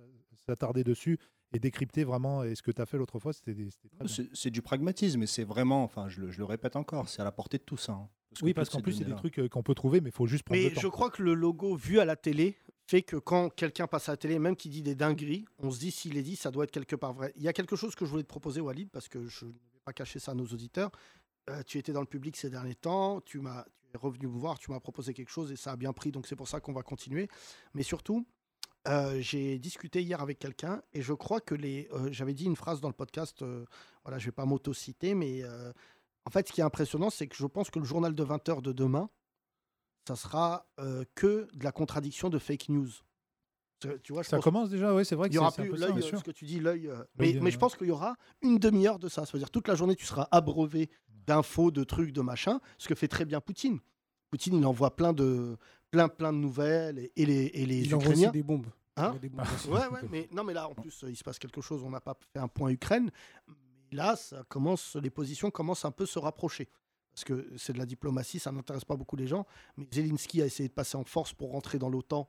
Speaker 4: s'attarder dessus et décrypter vraiment. Et ce que tu as fait l'autre fois, c'était des- c'était très bien.
Speaker 14: C'est, c'est du pragmatisme et c'est vraiment, enfin, je le, je le répète encore, c'est à la portée de tous. Hein,
Speaker 4: oui, parce qu'en plus, c'est des trucs euh, qu'on peut trouver, mais il faut juste prendre
Speaker 3: Mais
Speaker 4: le temps.
Speaker 3: je crois que le logo vu à la télé fait que quand quelqu'un passe à la télé, même qui dit des dingueries, on se dit s'il est dit, ça doit être quelque part vrai. Il y a quelque chose que je voulais te proposer, Walid, parce que je ne vais pas cacher ça à nos auditeurs. Euh, tu étais dans le public ces derniers temps, tu m'as tu revenu me voir, tu m'as proposé quelque chose et ça a bien pris, donc c'est pour ça qu'on va continuer. Mais surtout, euh, j'ai discuté hier avec quelqu'un et je crois que les. euh, J'avais dit une phrase dans le podcast, euh, voilà, je vais pas m'auto-citer, mais euh, en fait, ce qui est impressionnant, c'est que je pense que le journal de 20h de demain, ça sera euh, que de la contradiction de fake news. Tu- Tu vois, je
Speaker 4: Ça
Speaker 3: pense-
Speaker 4: commence déjà, ouais, c'est vrai que
Speaker 3: il y aura
Speaker 4: c'est- c'est un
Speaker 3: plus
Speaker 4: peu ça,
Speaker 3: l'œil,
Speaker 4: bien
Speaker 3: euh,
Speaker 4: sûr.
Speaker 3: ce que tu dis, l'œil. euh,
Speaker 4: L'œil,
Speaker 3: Mais,
Speaker 4: euh,
Speaker 3: mais je pense qu'il y aura une demi-heure de ça. Ça veut dire toute la journée, tu seras abreuvé d'infos, de trucs, de machin, ce que fait très bien Poutine. Poutine, il envoie plein de, plein, plein de nouvelles et, et les, et les
Speaker 11: Il envoie aussi
Speaker 3: Ukrainiens.
Speaker 11: des bombes. Il
Speaker 3: Hein
Speaker 11: envoie des bombes aussi.
Speaker 3: ouais, ouais, mais non, mais là, en plus, euh, il se passe quelque chose. On n'a pas fait un point Ukraine. Mais là, ça commence, les positions commencent un peu se rapprocher. Parce que c'est de la diplomatie, ça n'intéresse pas beaucoup les gens. Mais Zelensky a essayé de passer en force pour rentrer dans l'OTAN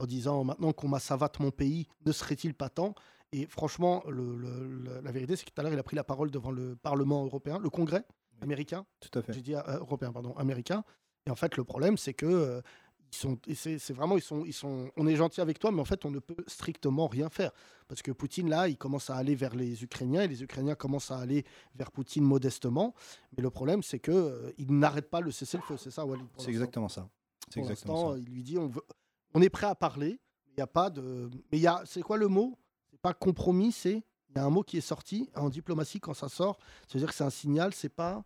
Speaker 3: en disant maintenant qu'on m'a savate mon pays, ne serait-il pas temps Et franchement, le- le- le- la vérité, c'est que tout à l'heure, il a pris la parole devant le Parlement européen, le Congrès américain.
Speaker 14: Tout à fait.
Speaker 3: J'ai dit euh, européen, pardon, américain. Et en fait, le problème, c'est que euh, ils sont, et c'est c'est vraiment, ils sont, ils sont, on est gentil avec toi, mais en fait, on ne peut strictement rien faire. Parce que Poutine, là, il commence à aller vers les Ukrainiens et les Ukrainiens commencent à aller vers Poutine modestement. Mais le problème, c'est que euh, il n'arrête pas le cessez-le-feu. C'est ça, Walid pour
Speaker 14: C'est
Speaker 3: l'instant.
Speaker 14: exactement ça. C'est
Speaker 3: Pour
Speaker 14: exactement
Speaker 3: l'instant,
Speaker 14: ça.
Speaker 3: il lui dit on, veut, on est prêt à parler, mais il n'y a pas de. Mais il y a. C'est quoi le mot C'est pas compromis, c'est. Il y a un mot qui est sorti en diplomatie quand ça sort. C'est-à-dire que c'est un signal, c'est pas.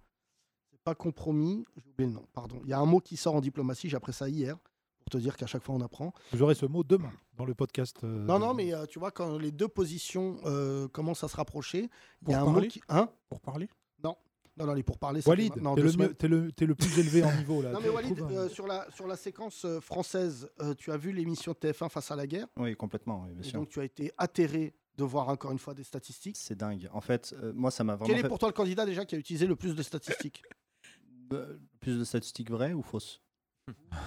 Speaker 3: C'est pas compromis. J'ai oublié le nom, pardon. Il y a un mot qui sort en diplomatie, j'ai appris ça hier, pour te dire qu'à chaque fois on apprend.
Speaker 4: Vous aurez ce mot demain dans le podcast. euh,
Speaker 3: Non,
Speaker 4: de-
Speaker 3: non, mais euh, tu vois, quand les deux positions euh, commencent à se rapprocher, il
Speaker 4: Pour
Speaker 3: y a un
Speaker 4: parler
Speaker 3: mot qui. Hein
Speaker 11: Pour parler
Speaker 3: Non. Non, non, les pour parler,
Speaker 4: Walid, t'es le, mieux- t'es le, t'es le plus élevé en niveau là.
Speaker 3: Non,
Speaker 4: tu
Speaker 3: mais
Speaker 4: le
Speaker 3: Walid,
Speaker 4: trouves, hein.
Speaker 3: euh, sur, la, sur la séquence euh, française, euh, tu as vu l'émission TF1 face à la guerre
Speaker 14: Oui, complètement, oui, bien
Speaker 3: Et
Speaker 14: sûr.
Speaker 3: donc tu as été atterré de voir encore une fois des statistiques.
Speaker 14: C'est dingue. En fait, euh, moi, ça m'a vraiment.
Speaker 3: Quel est
Speaker 14: fait-
Speaker 3: pour toi le candidat déjà qui a utilisé le plus de statistiques
Speaker 14: Euh, Plus de statistiques vraies ou fausses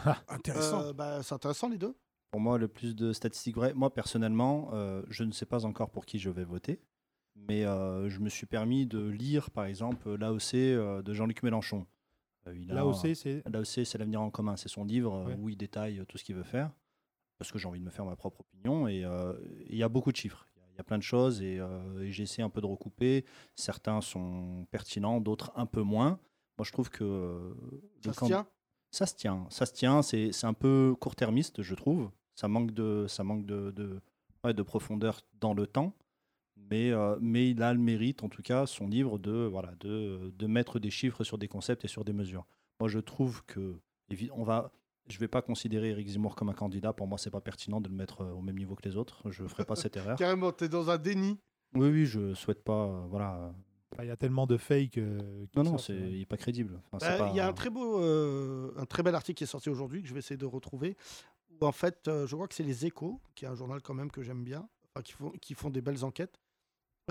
Speaker 4: Ah,
Speaker 3: Euh, bah, C'est intéressant les deux.
Speaker 14: Pour moi, le plus de statistiques vraies. Moi, personnellement, euh, je ne sais pas encore pour qui je vais voter. Mais euh, je me suis permis de lire, par exemple, l'AOC euh, de Jean-Luc Mélenchon. Euh, il a-
Speaker 4: L'AOC, c'est-
Speaker 14: L'AOC, c'est l'avenir en commun. C'est son livre euh,
Speaker 4: Ouais.
Speaker 14: où il détaille euh, tout ce qu'il veut faire. Parce que j'ai envie de me faire ma propre opinion. Et euh, il y a beaucoup de chiffres. Il y a- Il y, a plein de choses. Et, euh, et j'ai essayé un peu de recouper. Certains sont pertinents, d'autres un peu moins. Moi, je trouve que. euh,
Speaker 3: Ça
Speaker 14: le
Speaker 3: se
Speaker 14: cand-
Speaker 3: tient
Speaker 14: ça se tient, ça se tient. C'est c'est un peu court-termiste, je trouve. Ça manque de, ça manque de, de, ouais, de profondeur dans le temps. Mais, euh, mais il a le mérite, en tout cas, son livre, de, voilà, de, de mettre des chiffres sur des concepts et sur des mesures. Moi, je trouve que évi- on va, je ne vais pas considérer Eric Zemmour comme un candidat. Pour moi, ce n'est pas pertinent de le mettre euh, au même niveau que les autres. Je ne ferai pas cette erreur.
Speaker 3: Carrément, t'es dans un déni.
Speaker 14: Oui, oui, je ne souhaite pas. euh, voilà.
Speaker 4: Bah, Il y a tellement de fake. euh, qui
Speaker 14: Non, non,
Speaker 4: sortent,
Speaker 14: c'est-
Speaker 4: ouais.
Speaker 14: il n'est pas crédible. Enfin,
Speaker 3: Bah,
Speaker 14: c'est
Speaker 3: Il
Speaker 14: pas-
Speaker 3: y a un très beau, euh, un très bel article qui est sorti aujourd'hui que je vais essayer de retrouver. Où en fait, euh, je crois que c'est les Échos, qui est un journal quand même que j'aime bien, enfin, qui font, qui font des belles enquêtes,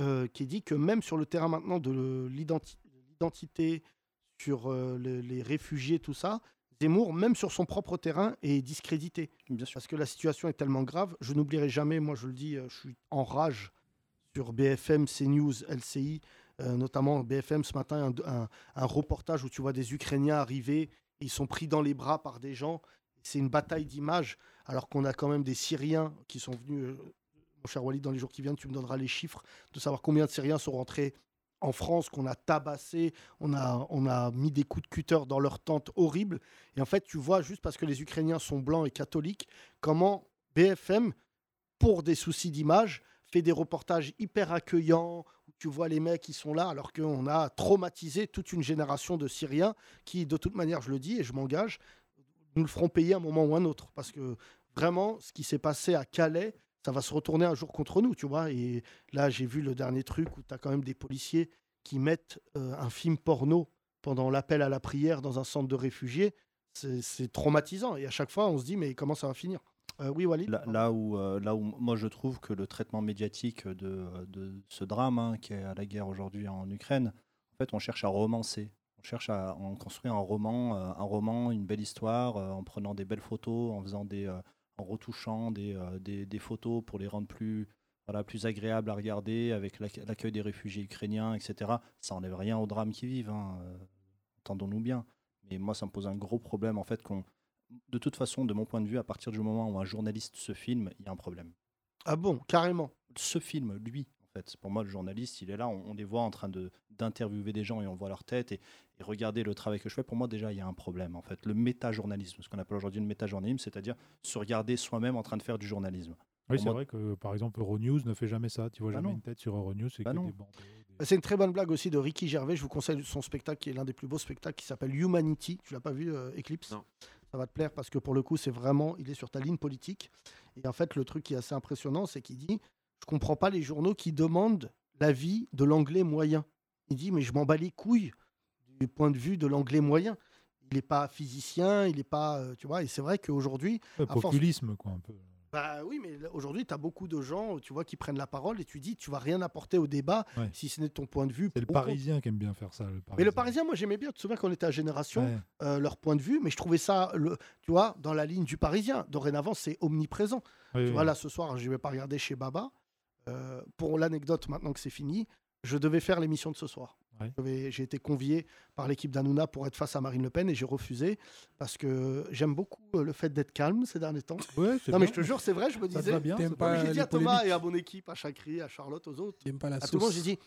Speaker 3: euh, qui dit que même sur le terrain maintenant de l'identi- l'identité, sur euh, le- les réfugiés, tout ça, Zemmour, même sur son propre terrain, est discrédité. Parce que la situation est tellement grave. Je n'oublierai jamais, moi je le dis, euh, je suis en rage sur BFM, CNews, LCI, euh, notamment BFM ce matin, un, un- un reportage où tu vois des Ukrainiens arriver, ils sont pris dans les bras par des gens. C'est une bataille d'images, alors qu'on a quand même des Syriens qui sont venus. euh, mon cher Walid, dans les jours qui viennent, tu me donneras les chiffres de savoir combien de Syriens sont rentrés en France, qu'on a tabassé, on a, on a mis des coups de cutter dans leur tente horrible. Et en fait, tu vois, juste parce que les Ukrainiens sont blancs et catholiques, comment BFM pour des soucis d'image, fait des reportages hyper accueillants, où tu vois les mecs qui sont là, alors qu'on a traumatisé toute une génération de Syriens qui, de toute manière, je le dis et je m'engage, nous le ferons payer à un moment ou un autre. Parce que vraiment, ce qui s'est passé à Calais, ça va se retourner un jour contre nous, tu vois. Et là, j'ai vu le dernier truc où tu as quand même des policiers qui mettent euh, un film porno pendant l'appel à la prière dans un centre de réfugiés. C'est c'est traumatisant. Et à chaque fois, on se dit, mais comment ça va finir Euh, Oui, Walid
Speaker 14: Là, là où, euh, là où moi je trouve que le traitement médiatique de, de ce drame hein, qui est à la guerre aujourd'hui en Ukraine, en fait, on cherche à romancer. On cherche à en construire un roman, euh, un roman, une belle histoire, euh, en prenant des belles photos, en faisant des, euh, en retouchant des, euh, des, des photos pour les rendre plus, voilà, plus agréables à regarder, avec l'ac- l'accueil des réfugiés ukrainiens, etc. Ça n'enlève rien au drame qui vivent. hein, euh, entendons-nous bien. Mais moi, ça me pose un gros problème, en fait, qu'on, de toute façon, de mon point de vue, à partir du moment où un journaliste se filme, il y a un problème.
Speaker 3: Ah bon, carrément.
Speaker 14: Ce film, lui, en fait. Pour moi, le journaliste, il est là, on, on les voit en train de- d'interviewer des gens et on voit leur tête. Et, et regardez le travail que je fais. Pour moi, déjà, il y a un problème, en fait. Le méta-journalisme, ce qu'on appelle aujourd'hui le méta-journalisme, c'est-à-dire se regarder soi-même en train de faire du journalisme.
Speaker 4: Oui,
Speaker 14: Pour
Speaker 4: c'est
Speaker 14: moi,
Speaker 4: vrai que par exemple Euronews ne fait jamais ça. Tu vois
Speaker 14: Bah
Speaker 4: jamais
Speaker 14: non.
Speaker 4: une tête sur Euronews, c'est
Speaker 14: Bah
Speaker 4: que
Speaker 14: non.
Speaker 4: des bandes.
Speaker 3: C'est une très bonne blague aussi de Ricky Gervais. Je vous conseille son spectacle qui est l'un des plus beaux spectacles qui s'appelle Humanity. Tu l'as pas vu, euh, Eclipse Ça va te plaire parce que pour le coup, c'est vraiment. Il est sur ta ligne politique. Et en fait, le truc qui est assez impressionnant, c'est qu'il dit Je comprends pas les journaux qui demandent l'avis de l'anglais moyen. Il dit Mais je m'en bats les couilles du point de vue de l'anglais moyen. Il n'est pas physicien, il n'est pas. euh, Tu vois, et c'est vrai qu'aujourd'hui.
Speaker 4: Ouais,
Speaker 3: à force-
Speaker 4: populisme, quoi, un peu.
Speaker 3: bah oui, mais là, aujourd'hui, tu as beaucoup de gens, tu vois, qui prennent la parole et tu dis, tu vas rien apporter au débat
Speaker 4: Ouais.
Speaker 3: si ce n'est ton point de vue.
Speaker 4: C'est le
Speaker 3: pro-
Speaker 4: Parisien qui aime bien faire ça. Le
Speaker 3: Mais
Speaker 4: Parisien.
Speaker 3: le Parisien, moi, j'aimais bien. Tu te souviens qu'on était à Génération,
Speaker 4: Ouais.
Speaker 3: euh, leur point de vue, mais je trouvais ça, le, tu vois, dans la ligne du Parisien. Dorénavant, c'est omniprésent.
Speaker 4: Oui,
Speaker 3: tu
Speaker 4: oui.
Speaker 3: vois, là, ce soir, je vais pas regarder chez Baba. Euh, pour l'anecdote, maintenant que c'est fini, je devais faire l'émission de ce soir.
Speaker 4: Ouais.
Speaker 3: Je vais- J'ai été convié par l'équipe d'Anouna pour être face à Marine Le Pen et j'ai refusé parce que j'aime beaucoup euh, le fait d'être calme ces derniers temps.
Speaker 4: c'est
Speaker 3: non, mais
Speaker 4: bien.
Speaker 3: je te jure, c'est vrai, je me
Speaker 4: Ça te
Speaker 3: disais.
Speaker 4: va bien,
Speaker 3: Non,
Speaker 4: ça
Speaker 3: mais
Speaker 4: te va
Speaker 3: J'ai
Speaker 4: bien.
Speaker 3: dit
Speaker 4: Les
Speaker 3: à Thomas
Speaker 4: polémiques.
Speaker 3: et à mon équipe, à Chakri, à Charlotte, aux autres.
Speaker 11: T'aimes pas la
Speaker 3: à tout le monde,
Speaker 11: sauce.
Speaker 3: j'ai dit,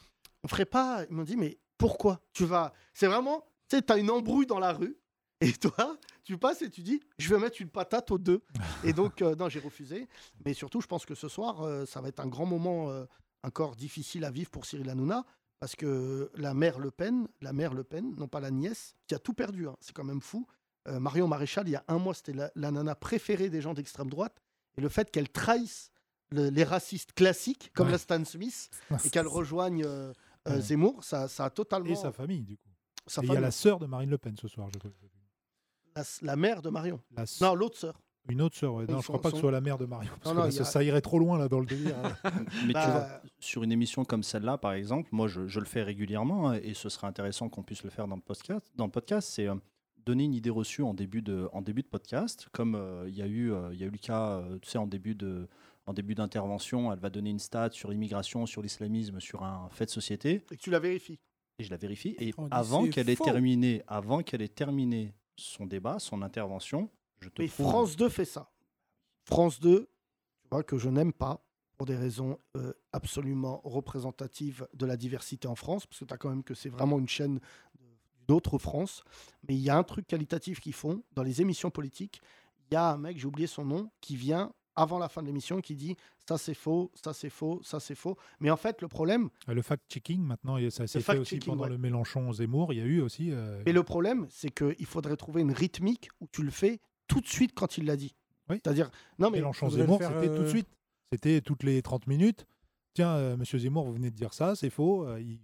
Speaker 3: on ferait pas. Ils m'ont dit, mais pourquoi Tu vas. C'est vraiment, tu sais, t'as une embrouille dans la rue et toi, tu passes et tu dis, je vais mettre une patate aux deux. et donc, euh, non, j'ai refusé. Mais surtout, je pense que ce soir, euh, ça va être un grand moment euh, encore difficile à vivre pour Cyril Hanouna. Parce que la mère Le Pen, la mère Le Pen, non pas la nièce, qui a tout perdu, hein, c'est quand même fou. Euh, Marion Maréchal, il y a un mois, c'était la, la nana préférée des gens d'extrême droite. Et le fait qu'elle trahisse le- les racistes classiques, comme la Stan Smith, et qu'elle rejoigne euh, euh,
Speaker 4: Ouais.
Speaker 3: Zemmour, ça, ça a totalement.
Speaker 4: Et sa famille, du coup.
Speaker 3: Sa
Speaker 4: Et il y a
Speaker 3: famille.
Speaker 4: la sœur de Marine Le Pen ce soir, je crois.
Speaker 3: La, la mère de Marion.
Speaker 4: La
Speaker 3: non, l'autre sœur.
Speaker 4: Une autre sœur, ouais.
Speaker 3: Ils
Speaker 4: Non, je
Speaker 3: sont-
Speaker 4: crois pas que
Speaker 3: sont-
Speaker 4: ce soit la mère de Marion. Parce
Speaker 3: Non, non,
Speaker 4: que
Speaker 3: il
Speaker 4: là,
Speaker 3: y
Speaker 4: ça,
Speaker 3: a-
Speaker 4: ça irait trop loin, là, dans le délire.
Speaker 14: Mais tu
Speaker 3: Bah,
Speaker 14: vois, sur une émission comme celle-là, par exemple, moi, je, je le fais régulièrement hein, et ce serait intéressant qu'on puisse le faire dans le podcast. Dans le podcast, c'est euh, donner une idée reçue en début de, en début de podcast, comme euh, il y a eu, euh, il y a eu le cas, euh, tu sais, en début de, en début d'intervention, elle va donner une stat sur l'immigration, sur l'islamisme, sur un fait de société.
Speaker 3: Et que tu la vérifies.
Speaker 14: Et je la vérifie. Et
Speaker 3: Oh,
Speaker 14: avant
Speaker 3: c'est
Speaker 14: qu'elle ait
Speaker 3: faux.
Speaker 14: terminé, avant qu'elle ait terminé son débat, son intervention, je te
Speaker 3: Mais
Speaker 14: prouve-
Speaker 3: France 2 fait ça. France 2, tu vois, que je n'aime pas pour des raisons euh, absolument représentatives de la diversité en France, parce que tu as quand même que c'est vraiment une chaîne d'autres France. Mais il y a un truc qualitatif qu'ils font dans les émissions politiques. Il y a un mec, j'ai oublié son nom, qui vient avant la fin de l'émission qui dit ça c'est faux, ça c'est faux, ça c'est faux. Mais en fait, le problème,
Speaker 4: Le fact-checking, maintenant, et ça s'est fait aussi
Speaker 3: fact-checking,
Speaker 4: pendant
Speaker 3: ouais.
Speaker 4: le Mélenchon-Zemmour. Il y a eu aussi. euh,
Speaker 3: Mais le problème, c'est qu'il faudrait trouver une rythmique où tu le fais tout de suite quand il l'a dit. C'est-à-dire, non mais
Speaker 4: Mélenchon-Zemmour, c'était
Speaker 3: euh,
Speaker 4: tout de suite. C'était toutes les 30 minutes. Tiens, euh, monsieur Zemmour, vous venez de dire ça, c'est faux. euh, il-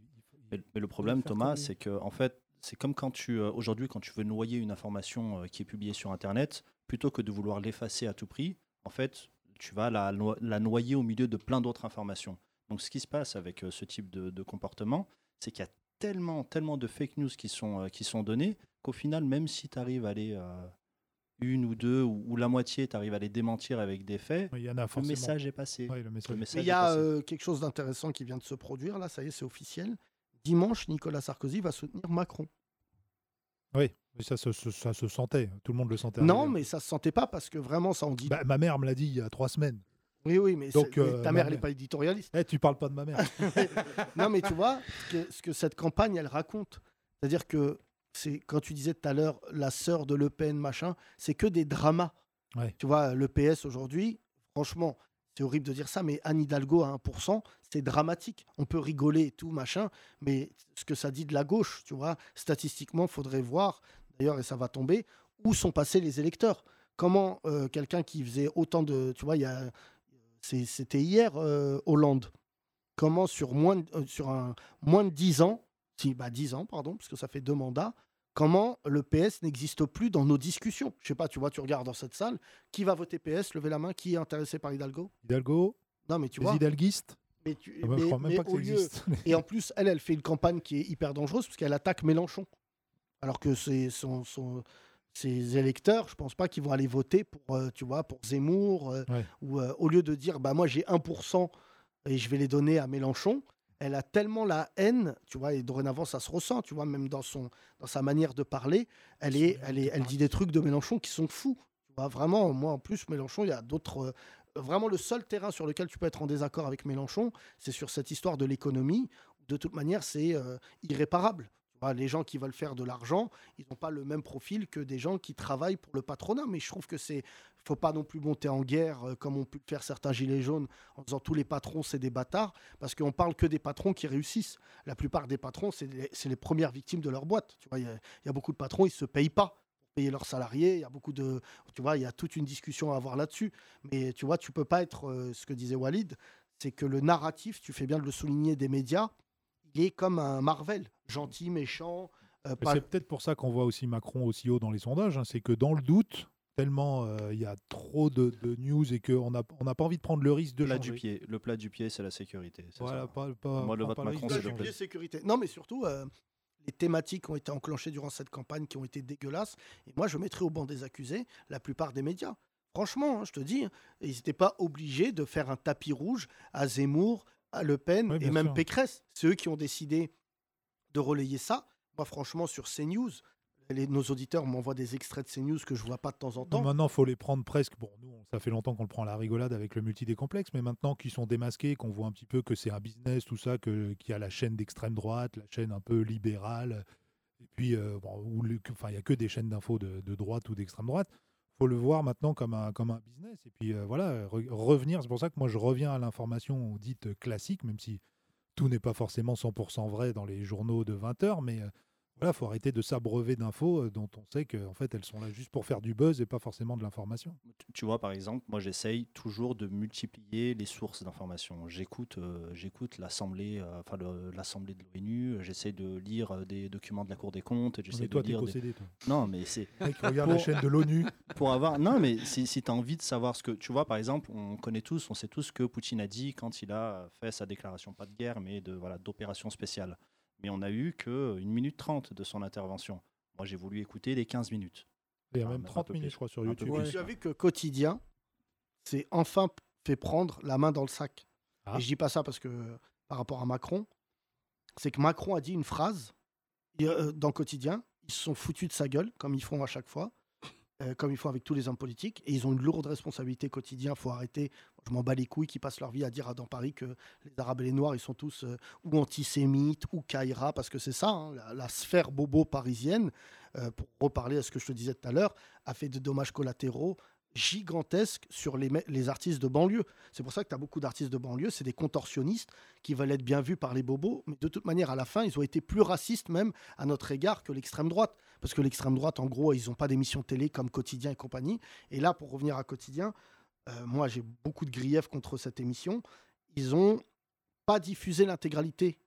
Speaker 14: Mais, mais le problème,
Speaker 4: faire
Speaker 14: Thomas,
Speaker 4: comme-
Speaker 14: c'est que en fait, c'est comme quand tu euh, aujourd'hui, quand tu veux noyer une information euh, qui est publiée sur Internet, plutôt que de vouloir l'effacer à tout prix, en fait, tu vas la, no- la noyer au milieu de plein d'autres informations. Donc, ce qui se passe avec euh, ce type de, de comportement, c'est qu'il y a tellement, tellement de fake news qui sont, euh, qui sont données qu'au final, même si tu arrives à les euh, une ou deux ou, ou la moitié, tu arrives à les démentir avec des faits,
Speaker 4: Il y en a
Speaker 14: le
Speaker 4: forcément.
Speaker 14: message est passé.
Speaker 4: Ouais, le message est
Speaker 14: message
Speaker 3: Mais il
Speaker 14: est
Speaker 3: y a
Speaker 14: passé.
Speaker 3: euh, quelque chose d'intéressant qui vient de se produire, là, ça y est, c'est officiel. Dimanche, Nicolas Sarkozy va soutenir Macron.
Speaker 4: Oui, mais ça se, se- ça se sentait. Tout le monde le sentait.
Speaker 3: Non,
Speaker 4: arriver.
Speaker 3: mais ça se sentait pas parce que vraiment, ça on dit.
Speaker 4: Bah, ma mère me l'a dit il y a trois semaines.
Speaker 3: oui, oui, mais,
Speaker 4: Donc,
Speaker 3: c'est- mais
Speaker 4: euh,
Speaker 3: ta mère,
Speaker 4: ma
Speaker 3: elle n'est
Speaker 4: mère.
Speaker 3: pas éditorialiste.
Speaker 4: Eh, tu parles pas de ma mère.
Speaker 3: non, mais tu vois ce que, ce que cette campagne, elle raconte. C'est-à-dire que c'est quand tu disais tout à l'heure la sœur de Le Pen, machin, c'est que des dramas.
Speaker 4: Ouais.
Speaker 3: Tu vois, le PS aujourd'hui, franchement, c'est horrible de dire ça, mais Anne Hidalgo à 1%, c'est dramatique. On peut rigoler et tout, machin, mais ce que ça dit de la gauche, tu vois, statistiquement, faudrait voir, d'ailleurs, et ça va tomber, où sont passés les électeurs. Comment euh, quelqu'un qui faisait autant de. Tu vois, il y a- c'est- c'était hier, euh, Hollande comment sur moins de, euh, sur un moins de 10 ans, si bah 10 ans pardon, parce que ça fait deux mandats, comment le PS n'existe plus dans nos discussions. Je sais pas, tu vois, tu regardes dans cette salle, qui va voter PS, levez la main, qui est intéressé par Hidalgo
Speaker 4: Hidalgo,
Speaker 3: Non mais tu
Speaker 4: les
Speaker 3: vois.
Speaker 4: hidalguistes.
Speaker 3: Mais tu-
Speaker 4: Ah bah, je
Speaker 3: mais-
Speaker 4: crois même
Speaker 3: mais
Speaker 4: pas que
Speaker 3: au
Speaker 4: ça
Speaker 3: lieu-
Speaker 4: existe.
Speaker 3: et en plus, elle, elle fait une campagne qui est hyper dangereuse parce qu'elle attaque Mélenchon. Alors que ses, son, son- ses électeurs, je pense pas qu'ils vont aller voter pour, euh, tu vois, pour Zemmour. euh,
Speaker 4: Ouais.
Speaker 3: Ou euh, au lieu de dire, bah moi j'ai 1% et je vais les donner à Mélenchon, elle a tellement la haine, tu vois, et dorénavant ça se ressent, tu vois, même dans son, dans sa manière de parler, elle est, elle est, elle dit des trucs de Mélenchon qui sont fous. Tu vois, vraiment, moi en plus Mélenchon, il y a d'autres euh, vraiment le seul terrain sur lequel tu peux être en désaccord avec Mélenchon, c'est sur cette histoire de l'économie. De toute manière, c'est euh, irréparable. Tu vois, les gens qui veulent faire de l'argent, ils n'ont pas le même profil que des gens qui travaillent pour le patronat. Mais je trouve que c'est faut pas non plus monter en guerre euh, comme ont pu le faire certains gilets jaunes en disant tous les patrons c'est des bâtards parce qu'on parle que des patrons qui réussissent. La plupart des patrons c'est les, c'est les premières victimes de leur boîte. Tu vois, il y, a- il y a beaucoup de patrons ils se payent pas payer leurs salariés. Il y a beaucoup de, tu vois, il y a toute une discussion à avoir là-dessus. Mais tu vois, tu peux pas être euh, ce que disait Walid, c'est que le narratif, tu fais bien de le souligner des médias, il est comme un Marvel, gentil, méchant. euh,
Speaker 4: Mais
Speaker 3: pas-
Speaker 4: C'est peut-être pour ça qu'on voit aussi Macron aussi haut dans les sondages. hein, c'est que dans le doute, tellement euh, il y a trop de, de news et qu'on n'a on n'a pas envie de prendre le risque de
Speaker 14: plat
Speaker 4: changer.
Speaker 14: du pied. Le plat du pied, c'est la sécurité. c'est
Speaker 4: Voilà,
Speaker 14: ça.
Speaker 4: pas- pas-
Speaker 14: Moi, le
Speaker 4: pas-
Speaker 14: vote
Speaker 4: pas le
Speaker 14: Macron,
Speaker 4: risque
Speaker 14: c'est
Speaker 4: de
Speaker 14: le plat
Speaker 4: changer.
Speaker 3: Pied, sécurité. Non, mais surtout, euh, les thématiques ont été enclenchées durant cette campagne qui ont été dégueulasses. Et moi, je mettrai au banc des accusés la plupart des médias. Franchement, hein, je te dis, ils n'étaient pas obligés de faire un tapis rouge à Zemmour, à Le Pen et
Speaker 4: bien
Speaker 3: même
Speaker 4: sûr.
Speaker 3: Pécresse. C'est eux qui ont décidé de relayer ça. Moi, franchement, sur CNews, les, nos auditeurs m'envoient des extraits de CNews que je vois pas de temps en temps.
Speaker 4: Non, maintenant, faut les prendre presque. Bon, nous, on- ça fait longtemps qu'on le prend à la rigolade avec le multidécomplexe, mais maintenant qu'ils sont démasqués, qu'on voit un petit peu que c'est un business, tout ça, que- qu'il y a la chaîne d'extrême droite, la chaîne un peu libérale, et puis, euh, bon, où le- que- enfin, il n'y a que des chaînes d'infos de, de droite ou d'extrême droite. faut le voir maintenant comme un, comme un business. Et puis, euh, voilà, re- revenir. C'est pour ça que moi, je reviens à l'information dite classique, même si tout n'est pas forcément 100% vrai dans les journaux de 20 heures, mais euh, voilà, faut arrêter de s'abreuver d'infos euh, dont on sait que en fait elles sont là juste pour faire du buzz et pas forcément de l'information.
Speaker 14: tu vois, par exemple, moi, j'essaye toujours de multiplier les sources d'informations. J'écoute, euh, j'écoute l'assemblée, euh, enfin le- l'assemblée de l'ONU. euh, J'essaye de lire euh, des documents de la Cour des comptes. J'essaye
Speaker 4: mais
Speaker 14: de
Speaker 4: toi, t'es
Speaker 14: lire des-
Speaker 4: possédé, toi.
Speaker 14: Non, mais c'est.
Speaker 4: Mec, regarde la chaîne de l'ONU.
Speaker 14: Pour avoir. Non, mais si, si tu as envie de savoir ce que. Tu vois, par exemple, on connaît tous, on sait tous ce que Poutine a dit quand il a fait sa déclaration, pas de guerre, mais de voilà d'opération spéciale. Mais on a eu que une minute trente de son intervention. Moi, j'ai voulu écouter les 15 minutes.
Speaker 4: Il y a
Speaker 14: Ah,
Speaker 4: même
Speaker 14: même un
Speaker 4: 30
Speaker 14: peu
Speaker 4: minutes,
Speaker 14: plus.
Speaker 4: je crois, sur
Speaker 14: Un peu
Speaker 4: YouTube.
Speaker 14: plus.
Speaker 3: J'ai vu que quotidien s'est enfin p- fait prendre la main dans le sac.
Speaker 4: Ah.
Speaker 3: Et je dis pas ça parce que euh, par rapport à Macron, c'est que Macron a dit une phrase et, euh, dans quotidien. Ils se sont foutus de sa gueule, comme ils font à chaque fois, euh, comme ils font avec tous les hommes politiques. Et ils ont une lourde responsabilité quotidien. faut arrêter. Je m'en bats les couilles qui passent leur vie à dire à dans Paris que les Arabes et les Noirs, ils sont tous euh, ou antisémites ou caïra, parce que c'est ça, hein, la, la sphère bobo parisienne, euh, pour reparler à ce que je te disais tout à l'heure, a fait des dommages collatéraux gigantesques sur les, me- les artistes de banlieue. C'est pour ça que tu as beaucoup d'artistes de banlieue, c'est des contorsionnistes qui veulent être bien vus par les bobos, mais de toute manière, à la fin, ils ont été plus racistes même à notre égard que l'extrême droite. Parce que l'extrême droite, en gros, ils n'ont pas d'émissions télé comme Quotidien et compagnie. Et là, pour revenir à Quotidien, euh, moi, j'ai beaucoup de griefs contre cette émission. Ils ont pas diffuser l'intégralité.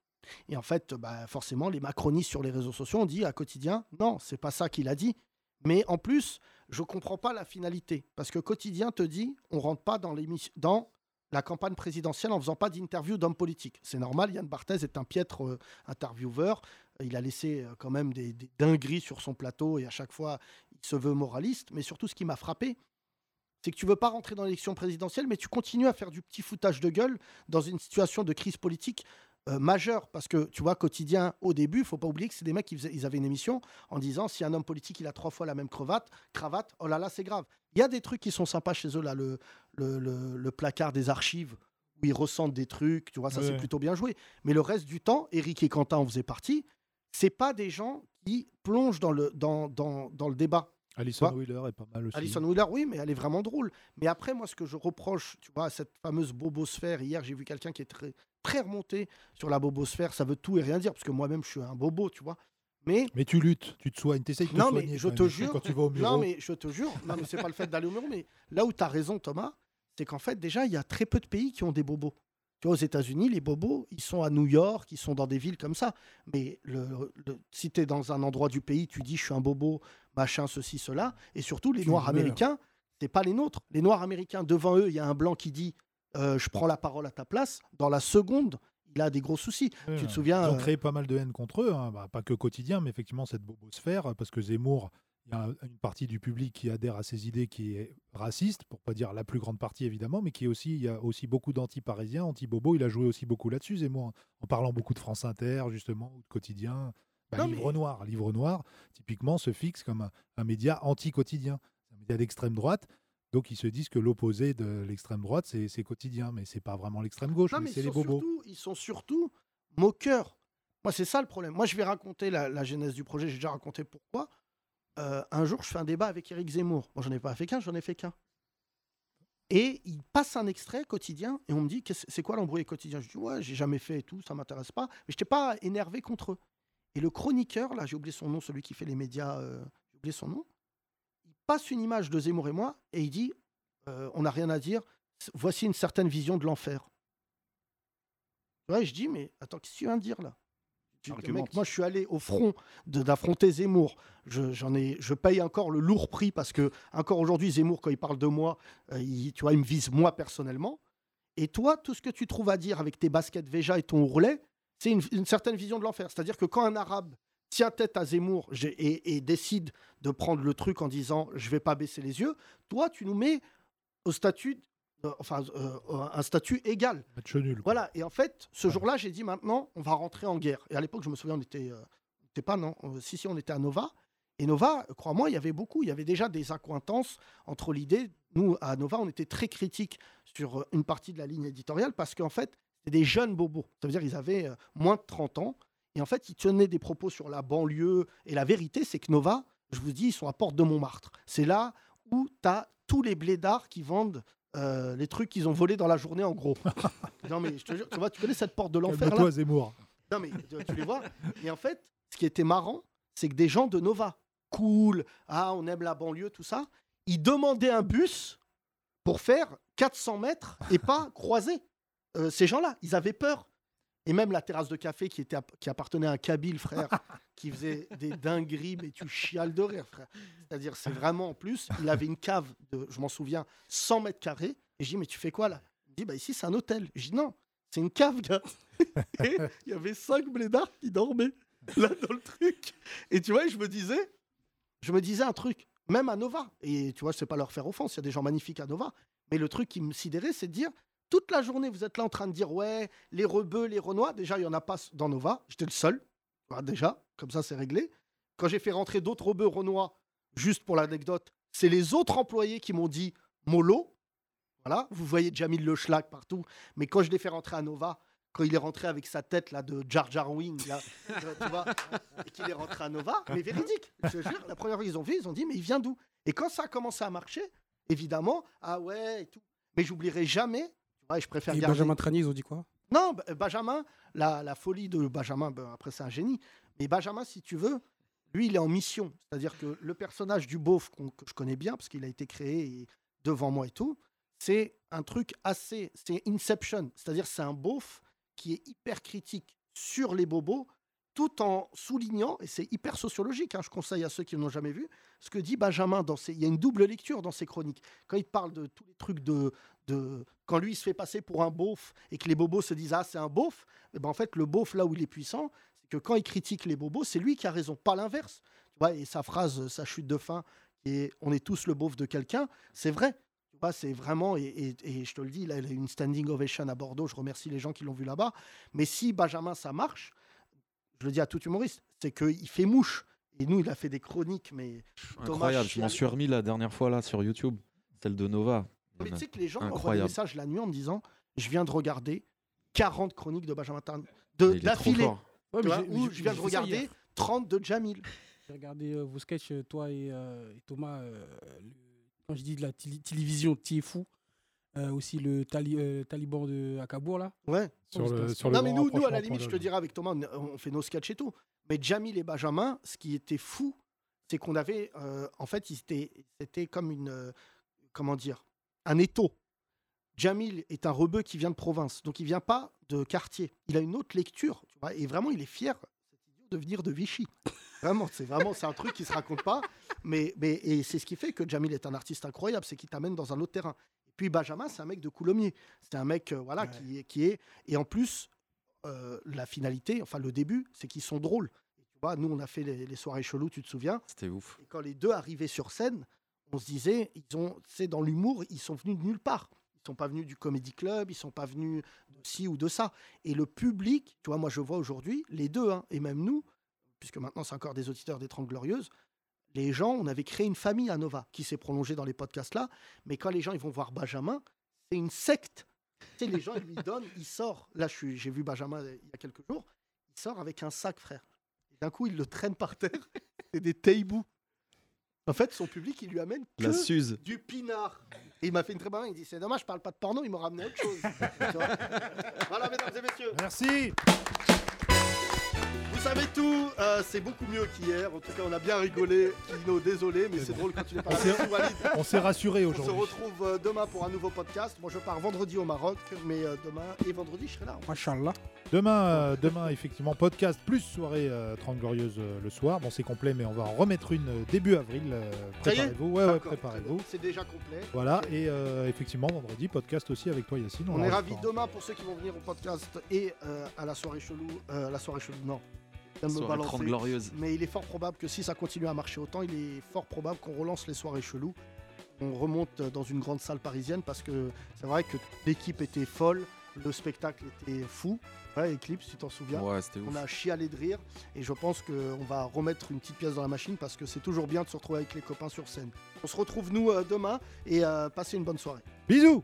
Speaker 3: Et en fait, bah, forcément, les macronistes sur les réseaux sociaux ont dit à quotidien, non, c'est pas ça qu'il a dit. Mais en plus, je comprends pas la finalité. Parce que quotidien te dit, on rentre pas dans, l'émission- dans la campagne présidentielle en faisant pas d'interview d'hommes politiques. C'est normal, Yann Barthès est un piètre euh, intervieweur. Il a laissé euh, quand même des, des dingueries sur son plateau et à chaque fois, il se veut moraliste. Mais surtout, ce qui m'a frappé, c'est que tu veux pas rentrer dans l'élection présidentielle, mais tu continues à faire du petit foutage de gueule dans une situation de crise politique euh, majeure. Parce que, tu vois, quotidien, au début, faut pas oublier que c'est des mecs qui faisaient- ils avaient une émission en disant si un homme politique, il a trois fois la même cravate, cravate oh là là, c'est grave. Il y a des trucs qui sont sympas chez eux, là, le, le, le- le placard des archives où ils ressentent des trucs, tu vois, ça
Speaker 4: Ouais,
Speaker 3: c'est
Speaker 4: ouais.
Speaker 3: plutôt bien joué. Mais le reste du temps, Eric et Quentin en faisaient partie, c'est pas des gens qui plongent dans le, dans, dans, dans le débat.
Speaker 4: Alison
Speaker 3: Tu vois
Speaker 4: Wheeler est pas mal aussi.
Speaker 3: Alison Wheeler, oui, mais elle est vraiment drôle. Mais après, moi, ce que je reproche, tu vois, à cette fameuse bobosphère, hier, j'ai vu quelqu'un qui est très, très remonté sur la bobosphère, ça veut tout et rien dire, parce que moi-même, je suis un bobo, tu vois. Mais
Speaker 4: Mais tu luttes, tu te soignes, t'essayes de te
Speaker 3: non,
Speaker 4: soigner.
Speaker 3: mais je
Speaker 4: quand
Speaker 3: te
Speaker 4: même,
Speaker 3: jure.
Speaker 4: Quand tu vas au bureau.
Speaker 3: Non, mais je te jure. Non, mais c'est pas le fait d'aller au bureau. Mais là où tu as raison, Thomas, c'est qu'en fait, déjà, il y a très peu de pays qui ont des bobos. Tu vois, aux États-Unis, les bobos, ils sont à New York, ils sont dans des villes comme ça. Mais le, le- si tu es dans un endroit du pays, tu dis je suis un bobo, machin, ceci, cela. Et surtout, les
Speaker 4: Tu
Speaker 3: Noirs
Speaker 4: meurs.
Speaker 3: américains, c'est pas les nôtres. Les Noirs américains, devant eux, il y a un blanc qui dit euh, je prends la parole à ta place. Dans la seconde, il a des gros soucis.
Speaker 4: Ouais,
Speaker 3: tu te souviens.
Speaker 4: Ils ont
Speaker 3: euh,
Speaker 4: créé pas mal de haine contre eux, hein, bah, pas que quotidien, mais effectivement cette bobosphère, euh, parce que Zemmour, il y a une partie du public qui adhère à ses idées qui est raciste, pour pas dire la plus grande partie évidemment, mais qui est aussi, il y a aussi beaucoup d'anti-parisiens, anti-bobos, il a joué aussi beaucoup là-dessus, Zemmour, hein, en parlant beaucoup de France Inter, justement, ou de quotidien. Bah,
Speaker 3: Non,
Speaker 4: livre noir, livre noir, typiquement se fixe comme un, un média anti-quotidien, un média d'extrême droite. Donc ils se disent que l'opposé de l'extrême droite, c'est c'est quotidien, mais c'est pas vraiment l'extrême gauche,
Speaker 3: Non,
Speaker 4: mais,
Speaker 3: mais
Speaker 4: c'est
Speaker 3: ils
Speaker 4: les
Speaker 3: sont
Speaker 4: bobos.
Speaker 3: surtout- ils sont surtout moqueurs. Moi, c'est ça le problème. Moi, je vais raconter la, la genèse du projet. J'ai déjà raconté pourquoi. Euh, un jour, je fais un débat avec Éric Zemmour. Moi, j'en ai pas fait qu'un, j'en ai fait qu'un. Et il passe un extrait quotidien et on me dit Qu'est-ce- c'est quoi l'embrouille quotidien Je dis ouais, j'ai jamais fait et tout, ça m'intéresse pas. Mais j'étais pas énervé contre eux. Et le chroniqueur, là, j'ai oublié son nom, celui qui fait les médias, euh, j'ai oublié son nom. Il passe une image de Zemmour et moi et il dit euh, on n'a rien à dire. Voici une certaine vision de l'enfer. Ouais, je dis, mais attends, qu'est-ce que tu viens de dire là Je dis, Le
Speaker 14: Argumente.
Speaker 3: mec, Moi, je suis allé au front de- d'affronter Zemmour. Je, j'en ai, je paye encore le lourd prix parce que, encore aujourd'hui, Zemmour, quand il parle de moi, euh, il, tu vois, il me vise moi personnellement. Et toi, tout ce que tu trouves à dire avec tes baskets Véja et ton ourlet, c'est une, une certaine vision de l'enfer. C'est-à-dire que quand un arabe tient tête à Zemmour j'ai- et, et décide de prendre le truc en disant je vais pas baisser les yeux, toi, tu nous mets au statut, euh, enfin, euh, euh, un statut égal. Voilà, et en fait, ce jour-là, j'ai dit maintenant, on va rentrer en guerre. Et à l'époque, je me souviens, on était, euh, on était pas, non, euh, si, si, on était à Nova. Et Nova, euh, crois-moi, il y avait beaucoup, il y avait déjà des accointances entre l'idée. Nous, à Nova, on était très critiques sur euh, une partie de la ligne éditoriale parce qu'en fait, c'était des jeunes bobos. Ça veut dire qu'ils avaient euh, moins de 30 ans. Et en fait, ils tenaient des propos sur la banlieue. Et la vérité, c'est que Nova, je vous dis, ils sont à Porte de Montmartre. C'est là où tu as tous les blédards qui vendent euh, les trucs qu'ils ont volés dans la journée, en gros. euh, non, mais je te jure, tu vois, tu connais cette porte de l'enfer
Speaker 4: Calme-toi,
Speaker 3: là
Speaker 4: Zemmour.
Speaker 3: non, mais tu, tu les vois. Et en fait, ce qui était marrant, c'est que des gens de Nova, cool, ah, on aime la banlieue, tout ça, ils demandaient un bus pour faire 400 mètres et pas croiser euh, ces gens-là. Ils avaient peur. Et même la terrasse de café qui, était, app- qui appartenait à un Kabyle, frère, qui faisait des dingueries, mais tu chiales de rire, frère. C'est-à-dire, c'est vraiment en plus, il avait une cave de, je m'en souviens, 100 mètres carrés. Et je dis, mais tu fais quoi là Il me dit, bah ici, c'est un hôtel. Je dis, non, c'est une cave, gars. Et il y avait cinq blédards qui dormaient là dans le truc. Et tu vois, je me disais, je me disais un truc, même à Nova. Et tu vois, c'est pas leur faire offense, il y a des gens magnifiques à Nova. Mais le truc qui me sidérait, c'est de dire, toute la journée, vous êtes là en train de dire, ouais, les rebeux, les renois. Déjà, il y en a pas dans Nova. J'étais le seul. Bah, déjà, comme ça, c'est réglé. Quand j'ai fait rentrer d'autres rebeux renois, juste pour l'anecdote, c'est les autres employés qui m'ont dit mollo. Voilà, vous voyez Jamil Le Schlag partout. Mais quand je l'ai fait rentrer à Nova, quand il est rentré avec sa tête là de Jar Jar Wing, là, euh, tu vois, et qu'il est rentré à Nova, mais véridique. Je te jure, la première fois qu'ils ont vu, ils ont dit, mais il vient d'où Et quand ça a commencé à marcher, évidemment, ah ouais, et tout. Mais j'oublierai jamais, tu vois, et je préfère
Speaker 11: Et
Speaker 3: garder.
Speaker 11: Benjamin Tranier, ils ont dit quoi
Speaker 3: Non, B- Benjamin, la, la folie de Benjamin, ben, après c'est un génie, mais Benjamin, si tu veux, lui, il est en mission. C'est-à-dire que le personnage du beauf qu'on- que je connais bien, parce qu'il a été créé et- devant moi et tout, c'est un truc assez... C'est Inception. C'est-à-dire c'est un beauf qui est hyper critique sur les bobos, tout en soulignant, et c'est hyper sociologique, hein, je conseille à ceux qui n'ont jamais vu, ce que dit Benjamin. Dans ses, il y a une double lecture dans ses chroniques. Quand il parle de tous les trucs de, de. Quand lui, il se fait passer pour un beauf et que les bobos se disent Ah, c'est un beauf, eh ben, en fait, le beauf, là où il est puissant, c'est que quand il critique les bobos, c'est lui qui a raison, pas l'inverse. Tu vois, et sa phrase, euh, sa chute de fin, qui est On est tous le beauf de quelqu'un, c'est vrai. Tu vois, c'est vraiment, et, et- et je te le dis, là, il y a une standing ovation à Bordeaux, je remercie les gens qui l'ont vu là-bas. Mais si Benjamin, ça marche, je le dis à tout humoriste, c'est qu'il fait mouche. Et nous, il a fait des chroniques, mais. Thomas
Speaker 7: Incroyable, je m'en
Speaker 3: chiale.
Speaker 7: suis remis la dernière fois là sur YouTube, celle de Nova.
Speaker 3: Mais tu sais que les gens m'envoient des
Speaker 7: Incroyable.
Speaker 3: messages la nuit en me disant Je viens de regarder 40 chroniques de Benjamin Tarn,
Speaker 7: Mais
Speaker 3: de
Speaker 7: il est
Speaker 3: d'affilée.
Speaker 7: trop fort.
Speaker 3: Tu
Speaker 11: Ouais, mais
Speaker 3: vois,
Speaker 11: j'ai-
Speaker 3: Ou
Speaker 11: j'ai-
Speaker 3: je viens
Speaker 11: j'ai
Speaker 3: de
Speaker 11: fait ça
Speaker 3: regarder
Speaker 11: hier.
Speaker 3: 30 de Jamil.
Speaker 11: J'ai regardé euh, vos sketchs, euh, toi et, euh, et Thomas, euh, le- quand je dis de la télé- télévision, petit et fou. Euh, aussi le tali- euh, taliban de Akabour, là.
Speaker 3: Ouais.
Speaker 4: Sur le- sur
Speaker 3: non, mais nous, nous, à
Speaker 4: rapprochement
Speaker 3: la limite, je te
Speaker 4: point de-
Speaker 3: dirai avec Thomas, on, on fait nos sketchs et tout. Mais Jamil et Benjamin, ce qui était fou, c'est qu'on avait. euh, en fait, ils étaient- c'était comme une. euh, comment dire Un étau. Jamil est un rebeu qui vient de province, donc il vient pas de quartier. Il a une autre lecture, tu vois, et vraiment, il est fier de venir de Vichy. Vraiment, c'est vraiment c'est un truc qui se raconte pas. Mais, mais et c'est ce qui fait que Jamil est un artiste incroyable, c'est qu'il t'amène dans un autre terrain. Et puis Benjamin, c'est un mec de Coulommiers. C'est un mec euh, voilà qui, est- qui est et en plus euh, la finalité, enfin le début, c'est qu'ils sont drôles. Et tu vois, nous on a fait les, les soirées cheloues, tu te souviens
Speaker 7: C'était ouf.
Speaker 3: Et quand les deux arrivaient sur scène, on se disait ils ont c'est dans l'humour, ils sont venus de nulle part. Ils sont pas venus du comedy club, ils sont pas venus de ci ou de ça. Et le public, tu vois, moi je vois aujourd'hui les deux hein, et même nous puisque maintenant c'est encore des auditeurs des 30 Glorieuses, les gens, on avait créé une famille à Nova qui s'est prolongée dans les podcasts là, mais quand les gens ils vont voir Benjamin, c'est une secte. Tu sais, les gens, ils lui donnent, il sort. Là, je suis- j'ai vu Benjamin euh, il y a quelques jours, il sort avec un sac, frère. Et D'un coup, il le traîne par terre, c'est des teibous. En fait, son public, il lui amène que
Speaker 7: La Suze.
Speaker 3: du pinard. Et il m'a fait une très bonne main, il dit C'est dommage, je parle pas de porno, il m'a ramené autre chose. Tu vois voilà, mesdames et messieurs.
Speaker 4: Merci.
Speaker 3: Vous savez tout, euh, c'est beaucoup mieux qu'hier. En tout cas, on a bien rigolé. Kino, désolé, mais c'est drôle quand tu n'es pas là.
Speaker 4: On s'est-
Speaker 3: Merci, Walid.
Speaker 4: on s'est rassurés
Speaker 3: On se
Speaker 4: aujourd'hui.
Speaker 3: retrouve euh, demain pour un nouveau podcast. Moi, je pars vendredi au Maroc, mais euh, demain et vendredi, je serai là.
Speaker 4: Inch'Allah. Demain, euh, demain, effectivement, podcast plus soirée euh, 30 Glorieuses euh, le soir. Bon, c'est complet, mais on va en remettre une euh, début avril. euh,
Speaker 3: Ça y est
Speaker 4: préparez-vous. Ouais, ouais,
Speaker 3: D'accord,
Speaker 4: préparez-vous.
Speaker 3: C'est déjà complet.
Speaker 4: Voilà, et euh, effectivement, vendredi, podcast aussi avec toi, Yacine.
Speaker 3: On est
Speaker 4: l'enregistre
Speaker 3: ravis
Speaker 4: en-
Speaker 3: demain pour ceux qui vont venir au podcast et euh, à la soirée chelou. euh, la soirée chelou, non. Je viens de me
Speaker 7: Soirée
Speaker 3: balancer.
Speaker 7: 30 glorieuse.
Speaker 3: Mais il est fort probable que si ça continue à marcher autant, il est fort probable qu'on relance les soirées chelou. On remonte dans une grande salle parisienne parce que c'est vrai que l'équipe était folle, le spectacle était fou. Ouais, Eclipse, tu t'en souviens
Speaker 7: Ouais, c'était ouf.
Speaker 3: On a chialé de rire et je pense qu'on va remettre une petite pièce dans la machine parce que c'est toujours bien de se retrouver avec les copains sur scène. On se retrouve nous euh, demain et euh, passez une bonne soirée.
Speaker 4: Bisous